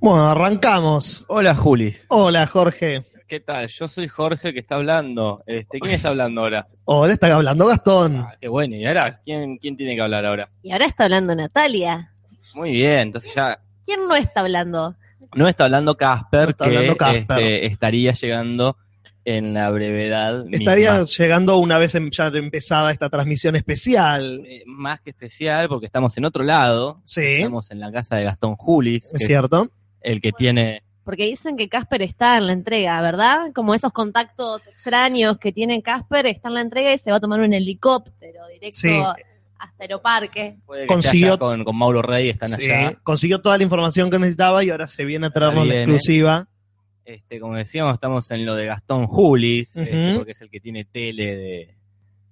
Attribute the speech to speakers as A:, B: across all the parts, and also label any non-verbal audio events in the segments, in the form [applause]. A: Bueno, arrancamos.
B: Hola Juli.
A: Hola, Jorge.
C: ¿Qué tal? Yo soy Jorge que está hablando. Este, ¿Quién está hablando [laughs] ahora?
A: Hola, está hablando Gastón.
C: Ah, qué bueno. ¿Y ahora? ¿Quién, ¿Quién tiene que hablar ahora?
D: Y ahora está hablando Natalia.
C: Muy bien. Entonces ya
D: ¿Quién no está hablando?
C: no está hablando Casper,
A: No está
C: que
A: hablando Casper.
C: este, estaría llegando en la brevedad.
A: Estaría
C: misma.
A: llegando una vez em- ya empezada esta transmisión especial.
C: Eh, más que especial porque estamos en otro lado.
A: Sí,
C: Estamos en la casa de Gastón Julis, que
A: es cierto.
C: es el que tiene
D: Porque dicen que Casper está en la entrega, ¿verdad? Como esos contactos extraños que tiene Casper, está en la entrega y se va a tomar un helicóptero directo
A: Sí.
D: hasta Aeroparque.
C: puede que
A: Consiguió-
C: esté allá con, con Mauro Rey, están
A: Sí,
C: allá.
A: Consiguió toda la información que necesitaba y ahora se viene a traernos la
C: Viene. [laughs]
A: exclusiva.
C: Este, como decíamos, estamos en lo de Gastón Julis, este,
A: Ujú.
C: porque es el que tiene tele de,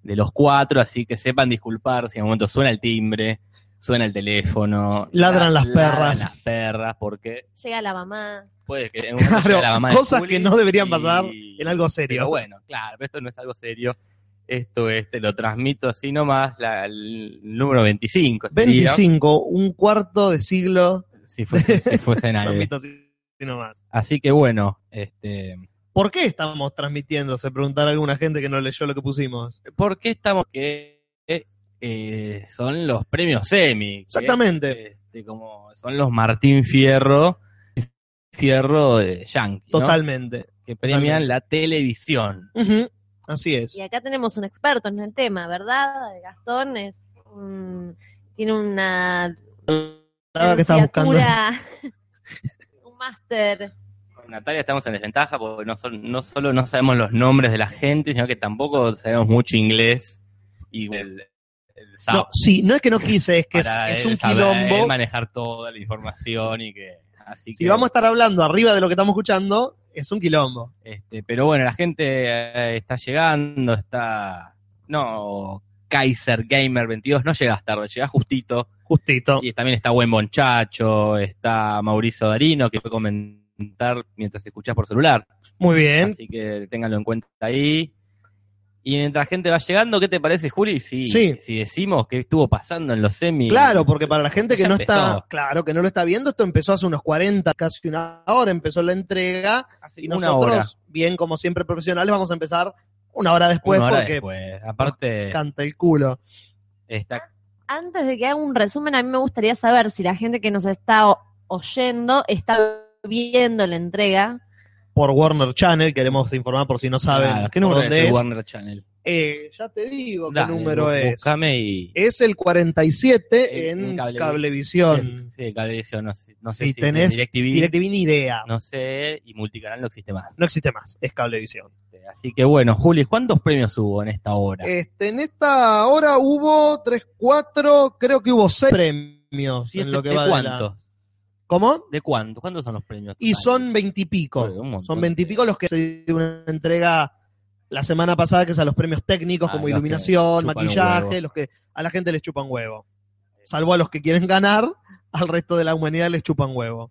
C: de los cuatro, así que sepan disculpar si en un momento suena el timbre, suena el teléfono.
A: Ladran las perras.
C: Ladran las perras, porque
D: Llega la mamá.
C: Puede que en un momento
A: Claro,
C: sea la mamá de
A: cosas
C: Juli
A: que no deberían
C: y-
A: pasar en algo
C: Pero
A: serio.
C: bueno, claro, pero esto no es algo serio. Esto es, te lo transmito así nomás, la, el número 25. sería,
A: 25, un cuarto de siglo.
C: Si fuese, si
A: [laughs]
C: fuese en aire.
A: transmito así nomás.
C: Así que bueno, este,
A: ¿Por qué estamos transmitiendo? Se preguntará alguna gente que no leyó lo que pusimos.
C: ¿por qué estamos que eh, son los premios semi? que,
A: Exactamente.
C: este, como son los Martín Fierro, Fierro de Yankee, ¿no?
A: Totalmente.
C: que premian
A: totalmente.
C: la televisión.
A: Ujú, Así es.
D: Y acá tenemos un experto en el tema, ¿verdad? Gastón es un- tiene una
A: Ahora que estaba buscando.
D: licenciatura, [laughs] un máster.
C: Con Natalia estamos en desventaja porque no, sol- no solo no sabemos los nombres de la gente, sino que tampoco sabemos mucho inglés y el, el sa-
A: No, sí, no es que no quise, es que es,
C: para
A: es
C: él
A: un
C: saber
A: quilombo.
C: manejar toda la información y que así
A: Si
C: que,
A: vamos a estar hablando arriba de lo que estamos escuchando, es un quilombo.
C: este, pero bueno, la gente eh, está llegando, está no Kaiser Gamer 22, no llegas tarde, llegás justito
A: Justito.
C: y también está Buen Bonchacho, está Mauricio Darino que puede comentar mientras escuchás por celular.
A: Muy bien.
C: Así que ténganlo en cuenta ahí. Y mientras gente va llegando, ¿qué te parece, Juli? Si,
A: Sí.
C: si decimos qué estuvo pasando en los semis.
A: Claro, porque para la gente que
C: Ya
A: no
C: empezó.
A: está, claro, que no lo está viendo, esto empezó hace unos 40, casi una hora, empezó la entrega
C: Hace
A: y
C: una hora.
A: nosotros, bien como siempre profesionales, vamos a empezar una hora después
C: Una hora
A: pues, porque
C: después. Aparte,
A: canta el culo.
C: está,
D: Antes de que haga un resumen, a mí me gustaría saber si la gente que nos está o- oyendo está viendo la entrega.
A: Por Warner Channel, queremos informar por si no saben
C: Claro, ¿Qué
A: por
C: número es
A: dónde
C: el
A: es.
C: Warner Channel?
A: Eh, ya te digo
C: Dale,
A: qué número
C: bú-
A: es.
C: Búscame y.
A: Es el 47
C: En-
A: en,
C: en Cablevisión.
A: Cablevisión.
C: Sí, Cablevisión, no sé, no sé
A: si, tenés
C: en
A: DirecTV,
C: DirecTV,
A: ni idea. No.
C: No sé, y Multicanal no existe más. Eh,
A: existe más, es Cablevisión.
C: Así que bueno, Juli, ¿cuántos premios hubo en esta hora?
A: Este, en esta hora hubo 3, 4, creo que hubo 6 premios.
C: Siete-
A: en lo que
C: ¿De
A: va de la-
C: cuántos?
A: ¿Cómo?
C: ¿De cuántos? ¿Cuántos son los premios?
A: Y
C: totales?
A: son 20 y pico.
C: Joder, un montón
A: Son
C: de-
A: 20 y pico los que se dio una entrega la semana pasada, que es a los premios técnicos
C: Ah,
A: como
C: los que
A: iluminación,
C: chupan un
A: maquillaje,
C: huevo.
A: los que a la gente les chupan huevo. Salvo a los que quieren ganar, al resto de la humanidad les chupan huevo.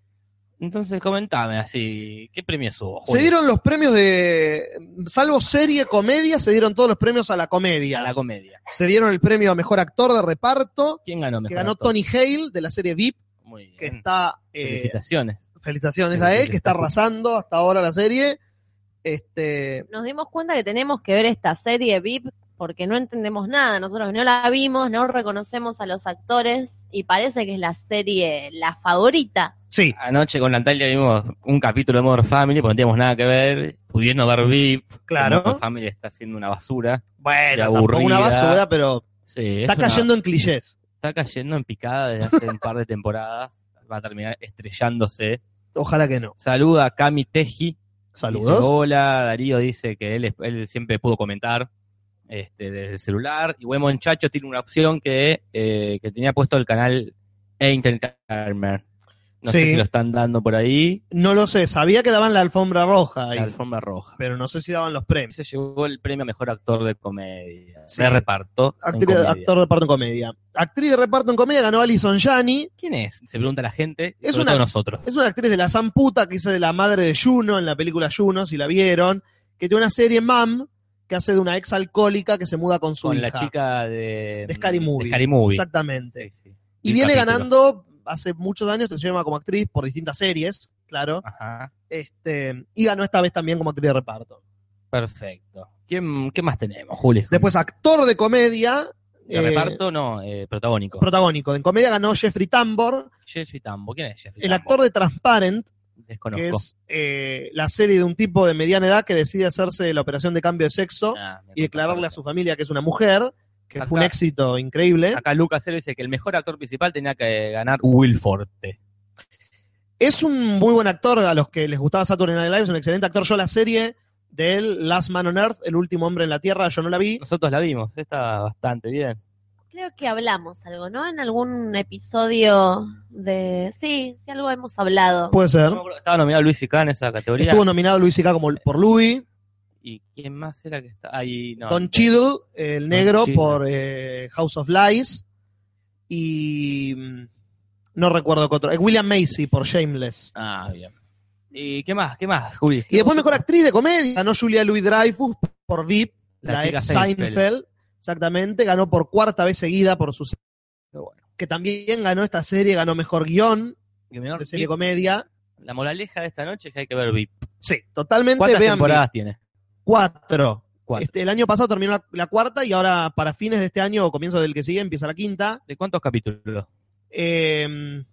C: Entonces comentame así, ¿qué premios hubo?
A: Se
C: Juli?
A: dieron los premios de, salvo serie, comedia, se dieron todos los premios a la
C: a
A: comedia.
C: la comedia.
A: Se dieron el premio a Mejor Actor de Reparto,
C: ¿Quién ganó mejor?
A: que ganó
C: actor?
A: Tony Hale de la serie VIP,
C: Muy bien.
A: que está... eh,
C: Felicitaciones.
A: felicitaciones a él, que está arrasando hasta ahora la serie. Este,
D: Nos dimos cuenta que tenemos que ver esta serie VIP porque no entendemos nada. Nosotros no la vimos, no reconocemos a los actores y parece que es la serie la favorita.
A: sí,
C: Anoche con Natalia vimos un capítulo de Modern Family, porque no teníamos nada que ver, pudiendo ver VIP.
A: claro.
C: Modern Family está haciendo una basura.
A: Bueno,
C: Y
A: tampoco
C: aburrida.
A: una basura, pero
C: Sí,
A: está
C: es una-
A: cayendo en clichés.
C: está cayendo en picada desde hace un par de temporadas. Va a terminar estrellándose.
A: Ojalá que no.
C: Saluda a Cami Teji. Dice,
A: Saludos.
C: Hola, Darío dice que él, él siempre pudo comentar este, desde el celular. Y buen muchacho tiene una opción que, eh, que tenía puesto el canal Entertainment. No sé
A: Sí.
C: si lo están dando por ahí.
A: No lo sé, sabía que daban la alfombra roja, ahí,
C: La alfombra roja.
A: pero no sé si daban los premios.
C: Se llevó el premio a mejor actor de comedia.
A: Sí.
C: De reparto. en
A: Actriz-
C: comedia.
A: actor de reparto en comedia. Actriz de reparto en comedia ganó Alison Janney.
C: ¿Quién es? Se pregunta la gente.
A: Es
C: sobre
A: una-
C: todo nosotros.
A: Es una actriz de la Zamputa que hizo de la madre de Juno en la película Juno, si la vieron. Que tiene una serie Mam que hace de una ex alcohólica que se muda con su
C: Con
A: hija.
C: la chica de,
A: De Scary Movie.
C: Scary Movie.
A: Exactamente.
C: Sí, sí.
A: Y
C: Un
A: viene
C: capítulo.
A: ganando hace muchos años se llama como actriz por distintas series, claro.
C: Ajá.
A: Este, y ganó esta vez también como actriz de reparto.
C: Perfecto. ¿Quién, ¿Qué más tenemos, Juli?
A: Después, actor de comedia.
C: de
A: eh,
C: reparto, no, eh, protagónico.
A: Protagónico. En comedia ganó Jeffrey Tambor,
C: Jeffrey Tambo. ¿Quién es Jeffrey
A: el
C: Tambor?
A: actor de Transparent, que
C: Desconozco.
A: es eh, la serie de un tipo de mediana edad que decide hacerse la operación de cambio de sexo
C: Ah, me
A: y declararle a
C: acuerdo.
A: su familia que es una mujer, que
C: Acá-
A: fue un éxito increíble.
C: Acá Lucas Cero dice que el mejor actor principal tenía que ganar Will Forte.
A: Es un muy buen actor, a los que les gustaba Saturday Night Live, es un excelente actor. Yo la serie de él, Last Man on Earth, El último hombre en la Tierra, yo no la vi.
C: Nosotros la vimos, está bastante bien.
D: Creo que hablamos algo, ¿no? En algún episodio de... Sí, sí, algo hemos hablado.
A: Puede
C: No
A: ser.
C: me acuerdo, estaba nominado Luis Ica en esa categoría.
A: Estuvo nominado Luis K. como por Louis,
C: ¿Y quién más era que está ahí? No,
A: Don Cheadle, el negro,
C: Cheadle.
A: por eh, House of Lies y mm, no recuerdo qué otro. eh, William Macy por Shameless.
C: Ah, bien. ¿Y qué más? ¿Qué más, Juli?
A: Y después mejor actriz de comedia ganó Julia Louis Dreyfus por VIP,
C: La
A: la,
C: chica
A: ex
C: Seinfeld.
A: Seinfeld. exactamente, ganó por cuarta vez seguida por sus
C: Qué bueno.
A: que también ganó esta serie, ganó mejor guión
C: Y menor,
A: de serie
C: VIP.
A: comedia.
C: La moraleja de esta noche es que hay que ver VIP.
A: Sí, totalmente
C: ¿Cuántas
A: vean
C: temporadas tiene?
A: VIP. cuatro.
C: Cuatro.
A: Este, el año pasado terminó la, la cuarta y ahora para fines de este año o comienzo del que sigue empieza la quinta.
C: ¿De cuántos capítulos?
A: Eh,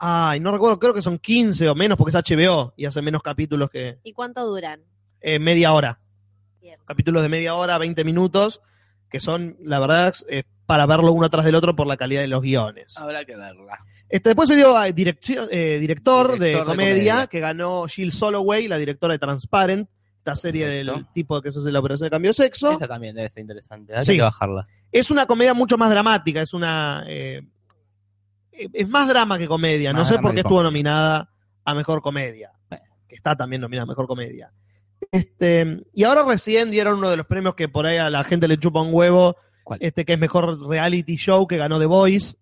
A: ay, no recuerdo, creo que son 15 o menos porque es HBO y hace menos capítulos que
D: ¿Y cuánto duran?
A: eh, media hora.
D: Bien.
A: Capítulos de media hora, 20 minutos, que son, la verdad, eh, para verlo uno tras del otro por la calidad de los guiones.
C: Habrá que verla.
A: Este, después se dio a dirección, eh, director, de,
C: Director de
A: comedia,
C: comedia.
A: que ganó Jill Soloway, la directora de Transparent, la serie del
C: Perfecto.
A: tipo que se hace la operación de cambio de sexo.
C: Esa también debe ser interesante. Hay
A: Sí.
C: que bajarla.
A: es una comedia mucho más dramática, es una eh, es más drama que comedia,
C: Más
A: no sé
C: drama
A: por
C: que
A: qué estuvo
C: comedia.
A: nominada a mejor comedia,
C: Bueno.
A: que está también nominada a mejor comedia. Este, y ahora recién dieron uno de los premios que por ahí a la gente le chupa un huevo,
C: ¿Cuál?
A: este que es mejor reality show que ganó The Voice,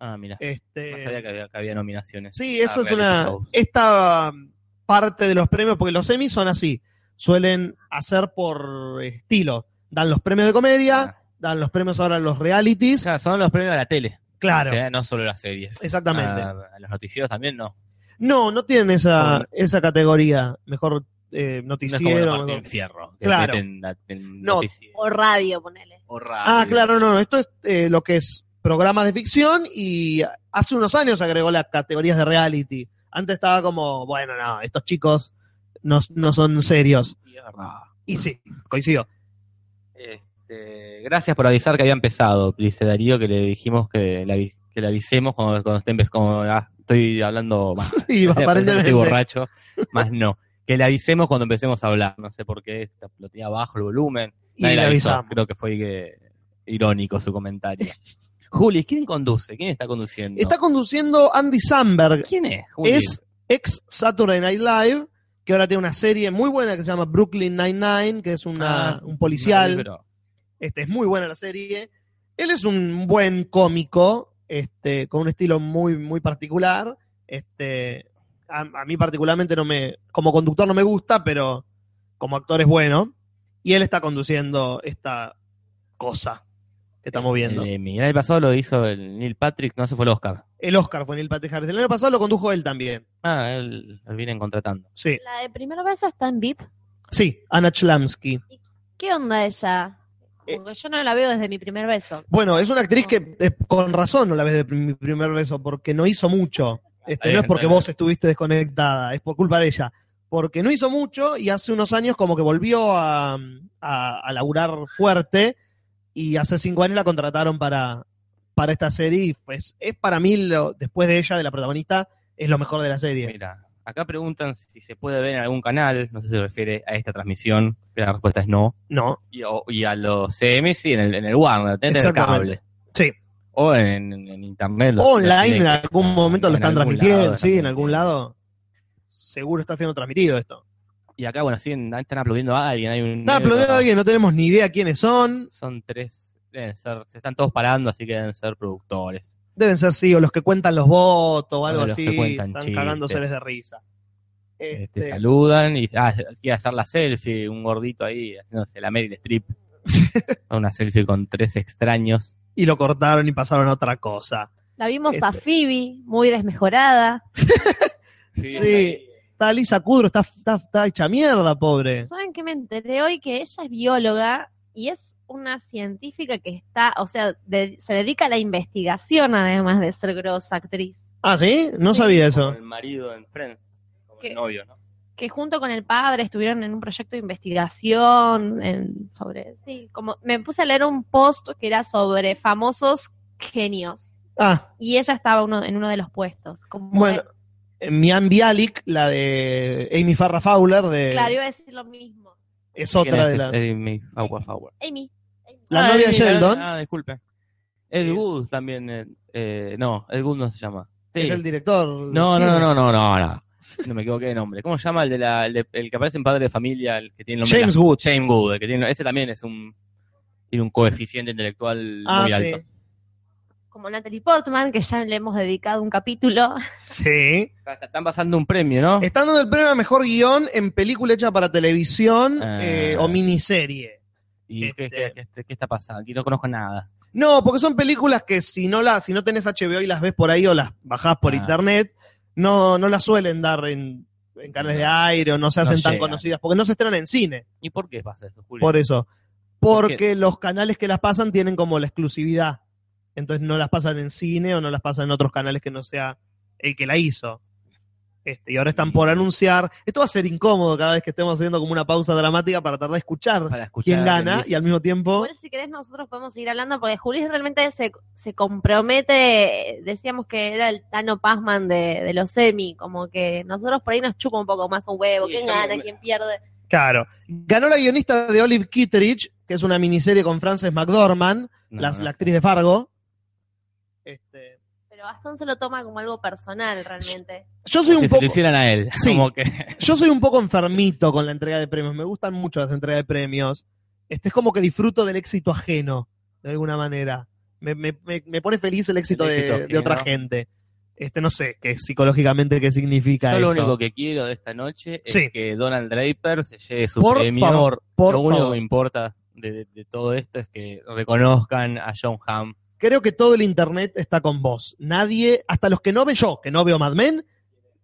C: Ah, mira.
A: este
C: No sabía que había, que había nominaciones.
A: Sí, eso
C: Ah,
A: es
C: reality
A: una.
C: show.
A: Esta um, parte de los premios, porque los semis son así. Suelen hacer por estilo. Dan los premios de comedia,
C: Ah.
A: dan los premios ahora a los
C: O
A: realities.
C: sea, son los premios de la tele.
A: Claro,
C: O sea, no solo las series.
A: exactamente.
C: Ah, los noticieros también no.
A: No, no tienen esa,
C: Bueno.
A: esa categoría. Mejor eh,
C: No es como
A: noticiero.
C: la Martín
A: mejor-
C: Fierro. que
A: Claro.
C: meten la- en
A: No.
C: noticiero.
D: O radio, ponele.
C: O radio.
A: Ah, claro, no, no. Esto es eh, lo que es programas de ficción y hace unos años agregó las categorías de reality. Antes estaba como, bueno, no, estos chicos no, no son serios.
C: Sí, es verdad.
A: Y sí, coincido. [laughs]
C: Este, gracias por avisar que había empezado, dice Darío, que le dijimos que le, avi- que le avisemos cuando, cuando esté empe- como, ah, estoy hablando
A: [laughs]
C: más.
A: Y aparentemente.
C: [laughs] Estoy borracho, más no. Que le avisemos cuando empecemos a hablar. No sé por qué, lo tenía bajo el volumen.
A: Y
C: Nadie
A: le
C: le avisó.
A: avisamos.
C: Creo que fue eh, irónico
A: [laughs]
C: su comentario. Juli, ¿quién conduce? ¿Quién está conduciendo?
A: Está conduciendo Andy Samberg,
C: ¿Quién es? Juli?
A: es ex Saturday Night Live, que ahora tiene una serie muy buena que se llama Brooklyn Nine-Nine, que es una,
C: Ah,
A: un
C: No,
A: policial.
C: pero-
A: Este, es muy buena la serie. Él es un buen cómico, este, con un estilo muy, muy particular. Este, a, a mí particularmente no me, como conductor no me gusta, pero como actor es bueno. Y él está conduciendo esta cosa que estamos viendo.
C: El, Emmy. el año pasado lo hizo el Neil Patrick, no, se fue el Oscar.
A: El Oscar fue Neil Patrick Harris. El año pasado lo condujo él también.
C: Ah, él, él vienen contratando.
A: Sí.
D: La de primer beso está en VIP.
A: Sí, Ana Chlamsky.
D: ¿Qué onda ella?
A: Eh.
D: Porque yo no la veo desde mi primer beso.
A: Bueno, es una actriz que eh, con razón no la ves de mi primer beso, porque no hizo mucho. Este,
C: Ahí
A: no es porque
C: está.
A: vos estuviste desconectada, es por culpa de ella. Porque no hizo mucho y hace unos años como que volvió a, a, a laburar fuerte y hace cinco años la contrataron para, para esta serie y pues es para mí, lo- después de ella, de la protagonista, es lo mejor de la serie.
C: Mira, acá preguntan si se puede ver en algún canal, no sé si se refiere a esta transmisión, pero la respuesta es no.
A: No,
C: Y, o- y a los CM sí, en el, en el Warner, tenés en el
A: Exactamente.
C: cable.
A: sí.
C: O en, en- en internet. lo- lo
A: Online
C: tienen
A: en
C: que-
A: algún momento
C: en
A: lo están
C: algún
A: transmitiendo,
C: lado,
A: sí, en
C: transmitiendo.
A: algún lado. Seguro está siendo transmitido esto.
C: Y acá, bueno, sí, en- están aplaudiendo a alguien. Hay un
A: Está aplaudiendo a alguien, no tenemos ni idea quiénes son.
C: Son tres, deben ser, se están todos parando, así que deben ser productores.
A: Deben ser, sí, o los que cuentan los votos o algo
C: los
A: así.
C: que cuentan
A: Están
C: chistes.
A: cagándoseles de risa.
C: Te
A: Este,
C: saludan y ah, quiere hacer la selfie, un gordito ahí haciéndose la
A: [laughs]
C: Meryl Streep. Una selfie con tres extraños.
A: y lo cortaron y pasaron a otra cosa.
D: La vimos a
A: este
D: Phoebe, muy desmejorada.
A: Sí. Está Lisa Kudrow, está, está, está hecha mierda, pobre.
D: ¿Saben qué me enteré hoy? Que ella es bióloga y es una científica que está, o sea, de- se dedica a la investigación además de ser grosa actriz.
A: Ah, ¿sí? No
D: Sí.
A: sabía
C: Como
A: eso.
C: el marido en Friends, como
D: ¿Qué?
C: el novio, ¿no?
D: que junto con el padre estuvieron en un proyecto de investigación en- sobre sí, como me puse a leer un post que era sobre famosos genios
A: Ah,
D: y ella estaba uno, en uno de los puestos. Como
A: bueno. eh, Mian Bialik, la de Amy Farrah Fowler, de,
D: claro, iba a decir lo mismo.
A: es
C: ¿Quién
A: otra
C: es?
A: de las.
C: Es Amy Farrah Fowler.
D: Amy, Amy.
A: La novia de
C: Amy,
A: Sheldon.
C: Ah, disculpe. Ed
A: Es-
C: Wood también. eh, eh, no, Ed Wood no se llama. Sí.
A: Es el director.
C: No, no, no, no, no, no. No me equivoqué de nombre. ¿Cómo se llama el, de la, el, de- el que aparece en Padre de Familia, el que tiene el nombre?
A: James
C: de la-
A: Wood.
C: James Wood. el que tiene- ese también es un, tiene un coeficiente intelectual
A: Ah,
C: muy
A: sí.
C: alto.
D: como Natalie Portman, que ya le hemos dedicado
C: [laughs]
D: un capítulo.
A: Sí.
C: Está- Están pasando un premio, ¿no?
A: Está dando el premio a mejor guión en película hecha para televisión
C: Ah.
A: eh, o miniserie.
C: ¿Y
A: este-
C: qué, qué- qué- qué está pasando? Aquí no conozco nada.
A: No, porque son películas que si no las, si no tenés HBO y las ves por ahí o las bajás por
C: Ah.
A: internet, no, no las suelen dar en, en canales de
C: No.
A: aire o no se hacen
C: No
A: tan
C: llegan.
A: conocidas, porque no se estrenan en cine,
C: ¿Y por qué pasa eso, Julio?
A: por eso.
C: ¿Por
A: Porque
C: qué?
A: los canales que las pasan tienen como la exclusividad. Entonces no las pasan en cine o no las pasan en otros canales que no sea el que la hizo. Este, y ahora están
C: Mm.
A: por anunciar. Esto va a ser incómodo cada vez que estemos haciendo como una pausa dramática para tratar de escuchar
C: Para escuchar
A: quién
C: a
A: gana
C: Luis.
A: y al mismo tiempo.
D: Igual, si querés nosotros podemos seguir hablando porque Juli realmente se, se compromete, decíamos que era el Tano Pazman de, de los semi, como que nosotros por ahí nos chupa un poco más un huevo,
C: Sí,
D: quién
C: yo me-
D: gana,
C: me-
D: quién pierde.
A: Claro. Ganó la guionista de Olive Kitteridge, que es una miniserie con Frances McDormand,
C: No,
A: la,
C: no.
A: la actriz de Fargo. Este,
D: Pero Gastón se lo toma como algo personal realmente.
A: yo soy
C: que
A: un
C: se
A: poco,
C: lo hicieran a él.
A: Sí.
C: Como
A: [laughs]
C: que...
A: yo soy un poco enfermito con la entrega de premios. Me gustan mucho las entregas de premios. Este es como que disfruto del éxito ajeno, de alguna manera. Me, me- me- me pone feliz el éxito,
C: El éxito
A: de, de otra
C: ajeno.
A: gente. Este no sé qué psicológicamente qué significa
C: Yo
A: eso.
C: lo único que quiero de esta noche es
A: Sí.
C: que Donald Draper se lleve su
A: por
C: premio.
A: favor, por
C: lo único
A: favor.
C: que me importa de, de- de todo esto es que reconozcan a John Hamm.
A: creo que todo el internet está con vos. Nadie, hasta los que no ven yo, que no veo Mad Men,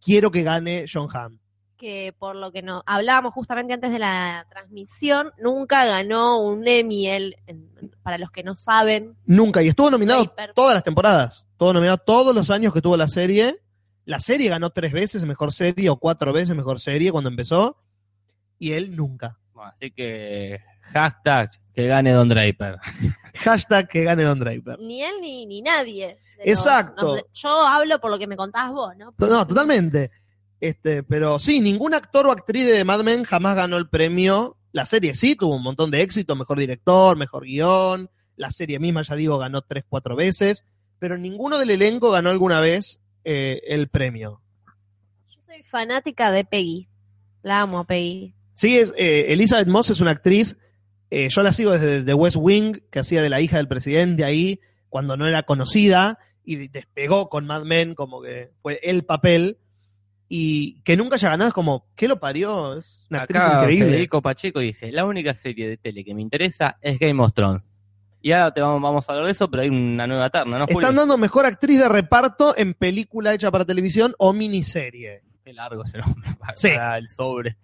A: quiero que gane John Hamm.
D: Que por lo que no hablábamos justamente antes de la transmisión, nunca ganó un Emmy él, en- para los que no saben.
A: Nunca. Y estuvo nominado
D: Draper.
A: todas las temporadas. Estuvo nominado todos los años que tuvo la serie. La serie ganó tres veces mejor serie o cuatro veces mejor serie cuando empezó. Y él nunca.
C: Bueno, así que hashtag que gane Don Draper.
A: Hashtag que gane Don Draper.
D: Ni él ni, ni nadie. de los-
A: Exacto.
D: no- yo hablo por lo que me contabas vos, ¿no?
A: No, totalmente. Este, pero sí, ningún actor o actriz de Mad Men jamás ganó el premio. La serie sí tuvo un montón de éxito, mejor director, mejor guión. La serie misma, ya digo, ganó tres, cuatro veces. Pero ninguno del elenco ganó alguna vez eh, el premio.
D: Yo soy fanática de Peggy. La amo a Peggy.
A: Sí, es, eh, Elizabeth Moss es una actriz. eh, yo la sigo desde The West Wing, que hacía de la hija del presidente ahí, cuando no era conocida, y despegó con Mad Men, como que fue el papel. Y que nunca haya ganado es como, ¿qué lo parió? Es una actriz
C: Acá
A: increíble.
C: Federico Pacheco dice, la única serie de tele que me interesa es Game of Thrones. Y ahora te vamos, vamos a hablar de eso, pero hay una nueva terna, ¿no? Julio?
A: Están dando mejor actriz de reparto en película hecha para televisión o miniserie.
C: Qué largo ese nombre [laughs] para,
A: Sí.
C: para el sobre.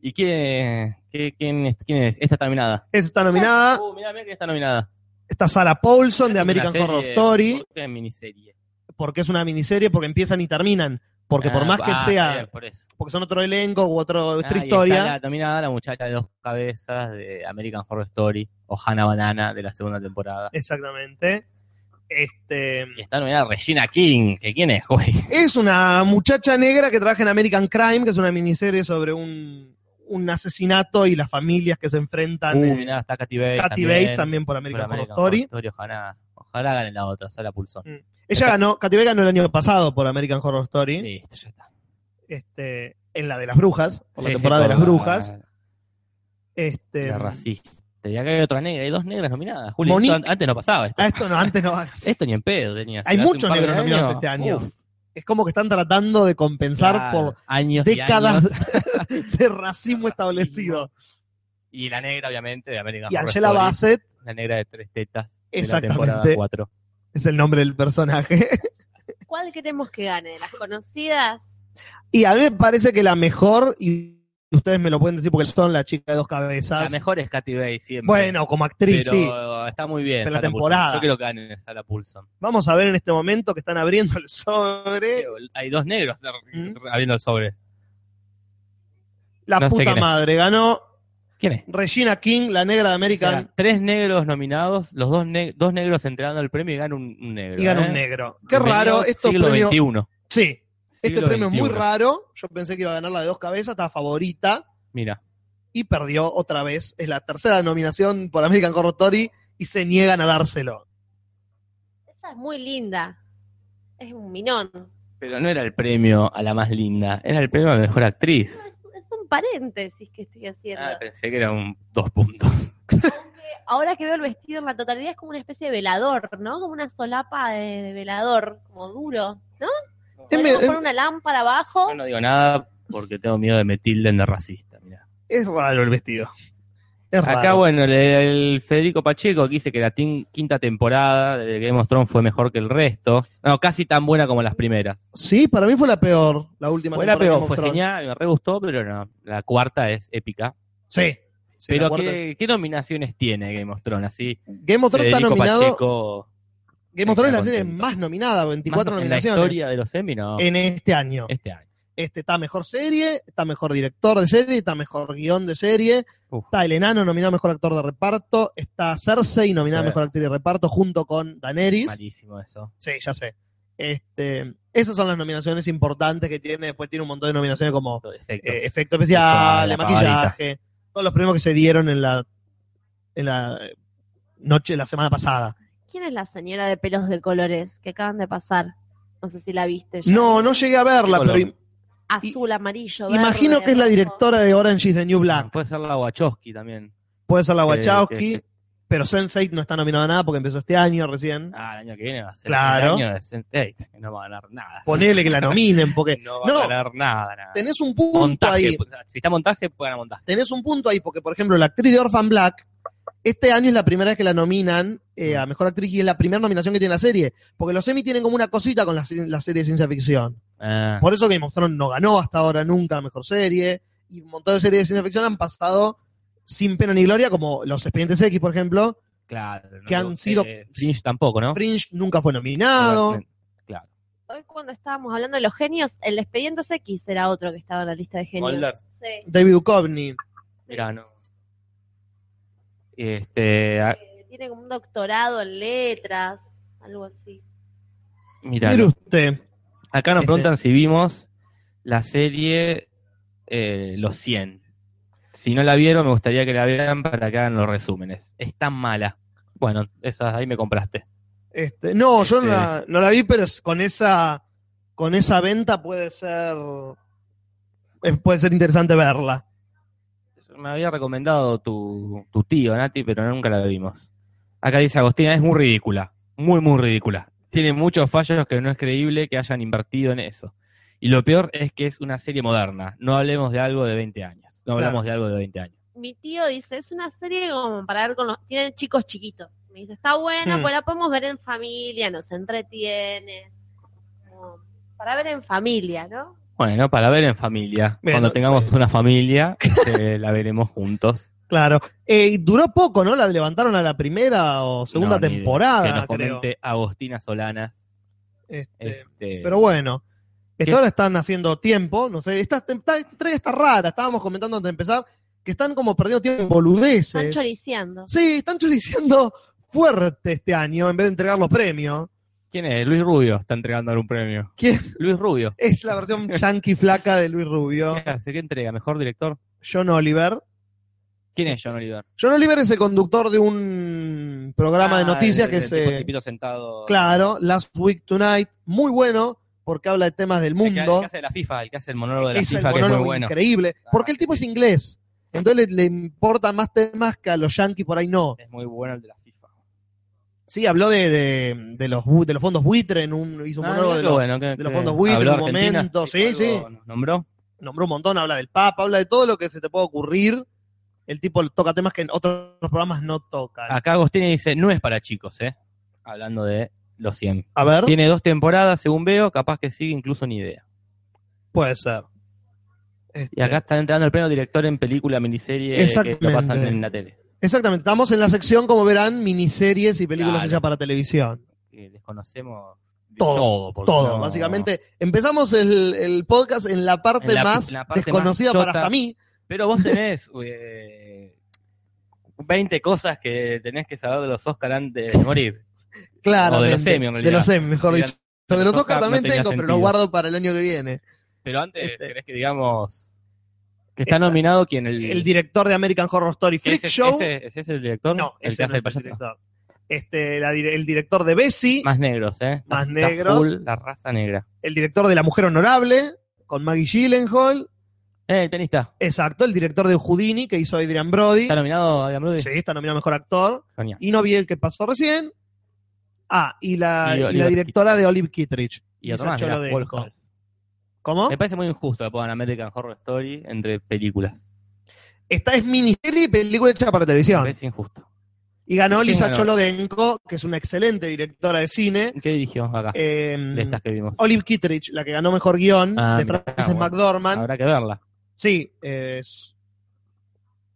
C: ¿Y qué, qué- quién, es, quién es? Esta está nominada.
A: Esa Está nominada,
C: Uh, mirá, mirá quién está nominada.
A: está Sarah Paulson de
C: Una
A: American
C: serie,
A: Horror Story,
C: ¿por qué miniserie?
A: porque es una miniserie, porque empiezan y terminan. Porque por
C: Ah,
A: más que
C: ah,
A: sea,
C: está bien, por eso.
A: porque son otro elenco u otro,
C: Ah,
A: otra
C: y
A: historia.
C: está la- nominada la muchacha de dos cabezas de American Horror Story o Hannah Banana de la segunda temporada.
A: Exactamente. Este,
C: Y está nominada Regina King, que quién es, güey.
A: es una muchacha negra que trabaja en American Crime, que es una miniserie sobre un, un asesinato y las familias que se enfrentan.
C: Uh,
A: eh,
C: mirá, está Katy Bates.
A: Kathy
C: también,
A: Bates también por
C: por
A: American,
C: American
A: Horror Story.
C: Ojalá, ojalá gane la otra, Sara Pulsón.
A: Ella ganó, Katy Bates ganó el año pasado por American Horror Story,
C: Listo, ya está.
A: este, en la de las brujas, por la
C: Sí, sí,
A: temporada de
C: por
A: las brujas.
C: La,
A: Este,
C: la racista. Y acá hay otra negra, hay dos negras nominadas. Julio,
A: Monique.
C: esto an- antes no pasaba esto.
A: a esto no, antes
C: [laughs]
A: no.
C: Esto ni en pedo tenía.
A: Hay
C: Hace un
A: muchos
C: par de
A: negros nominados
C: años,
A: este año.
C: uf,
A: Es como que están tratando de compensar
C: claro,
A: por
C: años y
A: décadas [laughs]
C: años.
A: de racismo establecido.
C: Y la negra, obviamente, de American
A: Y
C: Horror
A: Angela
C: Story.
A: Bassett,
C: La negra de tres tetas. De la temporada
A: exactamente.
C: cuatro.
A: es el nombre del personaje. [laughs]
D: ¿Cuál queremos que gane? ¿De ¿Las conocidas?
A: Y a mí me parece que la mejor, y ustedes me lo pueden decir porque son la chica de dos cabezas.
C: La mejor es Katy Bates siempre.
A: Bueno, como actriz,
C: pero
A: sí.
C: está muy bien.
A: Pero la
C: Sarah Paulson.
A: temporada.
C: Yo quiero que gane Sarah Paulson.
A: Vamos a ver en este momento que están abriendo el sobre.
C: Hay dos negros
A: Eh, ¿Mm?
C: abriendo el sobre.
A: La
C: No sé
A: puta
C: quién es.
A: madre, ganó
C: ¿Quién es?
A: Regina King, la negra de American,
C: tres negros nominados, los dos, ne- dos negros entregando el premio y gana un, un negro.
A: y ganó
C: ¿eh?
A: un negro. Qué
C: Bienvenido
A: raro, estos
C: siglo
A: premios.
C: XXI.
A: Sí, este
C: Siglo
A: premio es muy
C: XXI.
A: raro. Yo pensé que iba a ganar la de dos cabezas, estaba favorita.
C: Mira,
A: y perdió otra vez. Es la tercera nominación por American Horror Story y se niegan a dárselo.
D: Ella es muy linda. Es un minón.
C: pero no era el premio a la más linda, era el premio a la mejor actriz.
D: No, es, es un paréntesis que estoy haciendo.
C: Ah, pensé que eran dos puntos.
D: Ahora que veo el vestido en la totalidad es como una especie de velador, ¿no? Como una solapa de, de velador, como duro, ¿no?
A: Es,
D: Podemos
A: me-
D: poner una lámpara abajo.
C: Yo no digo nada porque tengo miedo de me tilden de racista. Mirá.
A: es raro el vestido. Es raro.
C: Acá, bueno, el, el Federico Pacheco que dice que la tin- quinta temporada de Game of Thrones fue mejor que el resto. No, casi tan buena como las primeras.
A: Sí, para mí fue la peor, la última
C: Fue la
A: temporada
C: peor,
A: que
C: fue
A: mostraron.
C: genial, me re gustó, pero no. La cuarta es épica.
A: Sí. Sí, la
C: pero,
A: cuarta-
C: ¿qué, qué nominaciones tiene Game of Thrones? Así, eh,
A: Game of Thrones está
C: Federico
A: nominado.
C: Pacheco.
A: Game of Thrones es la
C: Está
A: serie
C: contento.
A: más nominada, 24
C: más no- en la
A: nominaciones.
C: historia de los Emmy, no.
A: En este año.
C: Este año.
A: Este está mejor serie, está mejor director de serie, está mejor guión de serie,
C: Uf.
A: está el enano nominado a mejor actor de reparto, está Cersei nominada a
C: Sí.
A: mejor actriz de reparto junto con Daenerys.
C: Malísimo eso.
A: Sí, ya sé. Este, esas son las nominaciones importantes que tiene. Después tiene un montón de nominaciones como
C: Todo defecto.
A: eh, efecto especial,
C: Eso, la
A: maquillaje, todos los premios que se dieron en la, en la noche, la semana pasada.
D: ¿Quién es la señora de pelos de colores que acaban de pasar? No sé si la viste ya.
A: No, no llegué a verla,
C: ¿Qué
A: pero
C: color?
A: im-
D: Azul, amarillo, verde,
A: imagino que es la
D: rojo.
A: directora de Orange is the New Black.
C: Puede ser la Wachowski también.
A: Puede ser la
C: Que-
A: Wachowski,
C: que-
A: pero Sense8 no está nominada a nada porque empezó este año recién.
C: Ah, el año que viene va a ser
A: Claro.
C: el año de Sense8. No va a ganar nada.
A: Ponele que la nominen porque
C: No va
A: No.
C: a ganar nada. nada.
A: tenés un punto
C: Montaje.
A: ahí.
C: pues, Si está montaje, puede ganar montaje.
A: tenés un punto ahí, porque por ejemplo la actriz de Orphan Black, este año es la primera vez que la nominan eh, a Mejor Actriz y es la primera nominación que tiene la serie, porque los Emmy tienen como una cosita con las la series de ciencia ficción.
C: Ah,
A: Por eso que Thrones no ganó hasta ahora nunca Mejor Serie, y un montón de series de ciencia ficción han pasado sin pena ni gloria, como Los Expedientes X, por ejemplo.
C: claro.
A: que han
C: eh,
A: sido-
C: Fringe tampoco, ¿no?
A: Fringe nunca fue nominado.
C: Claro.
D: Hoy cuando estábamos hablando de los genios, el expediente X era otro que estaba en la lista de genios.
C: Mulder.
D: Sí.
A: David Duchovny.
C: Mira, no. Este, ah,
D: Eh, tiene como un doctorado en letras, algo así.
C: mira,
A: Mire
C: lo-
A: usted.
C: acá nos
A: Este-
C: preguntan si vimos la serie eh, Los 100. Si no la vieron, me gustaría que la vean para que hagan los resúmenes. Es tan mala. Bueno, esas ahí me compraste.
A: Este, no, yo no
C: Este-
A: la, no la vi, pero es- con esa con esa venta puede ser eh, puede ser interesante verla.
C: Me había recomendado tu, tu tío, Nati, pero nunca la vimos. Acá dice Agostina, es muy ridícula, muy, muy ridícula. Tiene muchos fallos que no es creíble que hayan invertido en eso. Y lo peor es que es una serie moderna. No hablemos de algo de 20 años. No hablamos de algo de 20 años.
D: Mi tío dice, es una serie como para ver con los... Tienen chicos chiquitos. Me dice, está buena,
A: Hmm.
D: pues la podemos ver en familia, nos entretiene. Como para ver en familia, ¿no?
C: Bueno, para ver en familia.
A: Bueno,
C: Cuando tengamos
A: [laughs]
C: una familia, este, la veremos juntos.
A: Claro. Eh, y duró poco, ¿no? La levantaron a la primera o segunda
C: No, ni idea. Que
A: temporada,
C: nos
A: creo.
C: comente Agostina Solana.
A: Este,
C: este,
A: pero bueno. Este,
C: ¿Qué?
A: ahora están haciendo tiempo, no sé, esta tem- esta entrega está rara, estábamos comentando antes de empezar, que están como perdiendo tiempo en
D: Están
A: boludeces.
D: choriciando.
A: Sí, están choriciando fuerte este año en vez de entregar los premios.
C: ¿Quién es? Luis Rubio está entregando un premio.
A: ¿Quién?
C: Luis Rubio.
A: Es la
C: [laughs]
A: versión yankee flaca de Luis Rubio.
C: ¿Qué hace? ¿Qué entrega? ¿Mejor director?
A: John Oliver.
C: ¿Quién es John Oliver?
A: John Oliver es el conductor de un programa de
C: Ah,
A: noticias
C: el-
A: que
C: el tipo- el
A: se...
C: tipito sentado.
A: Claro, Last Week Tonight, muy bueno, porque habla de temas del
C: El que, el
A: mundo.
C: que hace de la FIFA, el que hace el monólogo de la
A: Es el
C: FIFA, que es muy
A: monólogo
C: bueno.
A: increíble,
C: Ah,
A: porque el
C: sí,
A: tipo
C: sí.
A: es inglés. Entonces le, le importan más temas que a los yankees por ahí no.
C: Es muy bueno el de la FIFA.
A: Sí, habló de, de, de los, bu- de los fondos buitre, en un, hizo un
C: Ah,
A: monólogo
C: mira
A: de
C: qué
A: los-
C: bueno, que-
A: de los
C: que
A: fondos buitre
C: habló
A: en un
C: Argentina,
A: momento, sí,
C: algo
A: sí.
C: nos nombró.
A: nombró un montón, habla del Papa, habla de todo lo que se te puede ocurrir. El tipo toca
C: Ah,
A: temas que en otros programas no tocan.
C: Acá Agostini dice, no es para chicos, ¿eh? Hablando de los 100.
A: A ver,
C: Tiene dos temporadas, según veo, capaz que sigue incluso ni idea.
A: puede ser.
C: Y
A: Este,
C: acá está entrando el pleno director en película, miniserie que
A: Exactamente.
C: lo pasan en la tele.
A: Exactamente, estamos en la sección, como verán, miniseries y películas
C: Claro.
A: hechas para televisión.
C: Que desconocemos de
A: Todo,
C: porque
A: Todo,
C: no-
A: básicamente. Empezamos el, el podcast en la parte
C: En la-
A: más
C: en la parte
A: desconocida
C: más
A: para
C: chota.
A: hasta mí.
C: Pero vos tenés [laughs] eh, 20 cosas que tenés que saber de los Oscar antes de morir.
A: Claro.
C: O de los Emmy, en realidad.
A: De los Emmy, mejor
C: Digan,
A: dicho. De los Oscar
C: no
A: también
C: tenía
A: tengo, pero
C: sentido.
A: los guardo para el año que viene.
C: Pero antes
A: Este.
C: tenés que, digamos, que está
A: Esta-
C: nominado quien el...
A: El director de American Horror Story
C: ¿Ese-
A: Freak Show.
C: ese- ese es el director?
A: no,
C: el
A: ese
C: que hace
A: no
C: el
A: es
C: payaso.
A: director. Este, la dire- el director de Bessie,
C: Más negros, ¿eh?
A: Más
C: Está
A: negros.
C: full la raza negra.
A: el director de La Mujer Honorable, con Maggie Gyllenhaal.
C: Eh, el tenista.
A: Exacto, el director de Houdini, que hizo Adrian Brody.
C: Está nominado a Brody.
A: Sí, está nominado a Mejor Actor.
C: Genial.
A: Y no vi el que pasó recién. Ah, y la,
C: Y
A: y la
C: Oliver
A: directora de Olive Kittredge.
C: Y otro
A: Hizo
C: más,
A: Cholo
C: mirá,
A: de
C: Wolf
A: Hall.
C: Hall. Eh,
A: ¿Cómo?
C: Me parece muy injusto que pongan American Horror Story entre películas.
A: Esta es miniserie y película hecha para
C: Me
A: televisión.
C: parece injusto.
A: Y ganó
C: ¿Quién
A: Lisa
C: ganó?
A: Cholodenko, que es una excelente directora de cine.
C: ¿Qué dirigió acá?
A: Eh,
C: Ah, de estas que vimos.
A: Olive Kittredge, la que ganó mejor guión
C: Ah,
A: de
C: mirá,
A: Frances
C: bueno.
A: McDormand.
C: Habrá que verla.
A: Sí, es-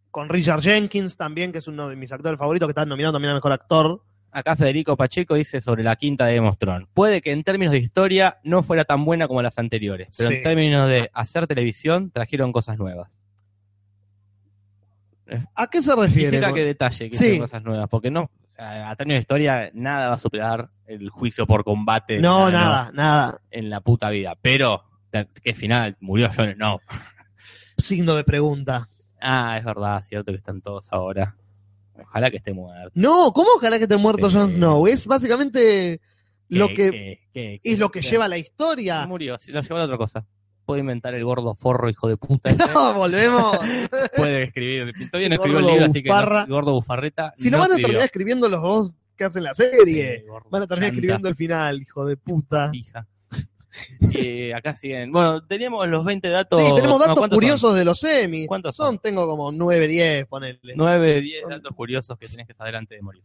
A: con Richard Jenkins también, que es uno de mis actores favoritos, que está nominado también a mejor actor.
C: Acá Federico Pacheco dice sobre la quinta de Mostrón. Puede que en términos de historia no fuera tan buena como las anteriores, pero
A: Sí.
C: en términos de hacer televisión trajeron cosas nuevas.
A: ¿A qué se refiere?
C: Quisiera
A: Con-
C: que detalle que
A: Sí.
C: hicieron cosas nuevas, porque no, a, a términos de historia nada va a superar el juicio por combate.
A: No,
C: Ah,
A: nada, nada.
C: en la puta vida. Pero, qué final, murió John No.
A: Signo de pregunta.
C: Ah, es verdad, cierto que están todos ahora. Ojalá que esté muerto.
A: No, ¿cómo ojalá que esté muerto
C: Sí. Eh,
A: Jon Snow? Es básicamente lo que, es lo que lleva la
C: la...
A: historia.
C: Murió, sí, lo llevó a otra cosa. Puede inventar el gordo forro, hijo de
A: [laughs]
C: puta. ese.
A: [laughs] No,
C: [laughs]
A: volvemos.
C: Puede escribir. Todavía
A: El
C: no escribió el
A: gordo
C: libro, así que no-
A: bufarra.
C: el gordo bufarreta.
A: si no van a
C: escribió.
A: terminar escribiendo los dos que hacen la serie,
C: Sí, gordo
A: van a terminar
C: chanta,
A: escribiendo el final, hijo de puta.
C: [laughs] Hija. Y acá siguen. Bueno, teníamos los 20 datos.
A: Sí, tenemos
C: no,
A: datos
C: ¿cuántos son?
A: curiosos de los semis.
C: ¿Cuántos
A: Son,
C: son?
A: tengo como 9, 10, ponele.
C: 9, 10
A: Son-
C: datos curiosos que tenés que saber antes de morir.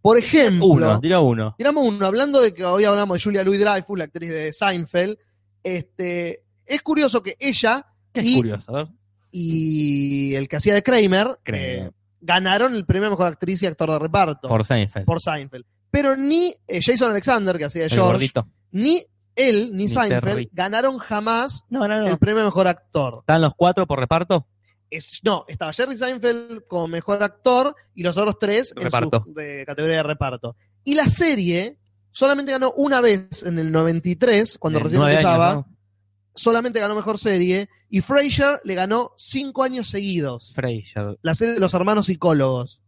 A: Por ejemplo,
C: Uno, tira uno.
A: tiramos uno, hablando de que hoy hablamos de Julia Louis Dreyfus, la actriz de Seinfeld. Este, es curioso que ella
C: ¿Qué es
A: Y-
C: curioso? A ver.
A: y el que hacía de Kramer
C: Kramer.
A: eh, ganaron el premio a mejor actriz y actor de reparto por,
C: Por Seinfeld.
A: Seinfeld. Pero ni eh, Jason Alexander, que hacía de
C: El
A: George,
C: gordito.
A: ni él, ni,
C: Ni
A: Seinfeld
C: Terry.
A: ganaron jamás
C: No, no,
A: el
C: no.
A: premio a mejor actor.
C: ¿Están los cuatro por reparto?
A: Es- no, estaba Jerry Seinfeld como mejor actor y los otros tres en
C: Reparto.
A: su eh, categoría de reparto. Y la serie solamente ganó una vez en el 93, cuando
C: Eh,
A: recién
C: nueve años,
A: empezaba,
C: ¿no?
A: solamente ganó mejor serie y Frasier le ganó cinco años seguidos.
C: Frasier,
A: La serie de los hermanos psicólogos.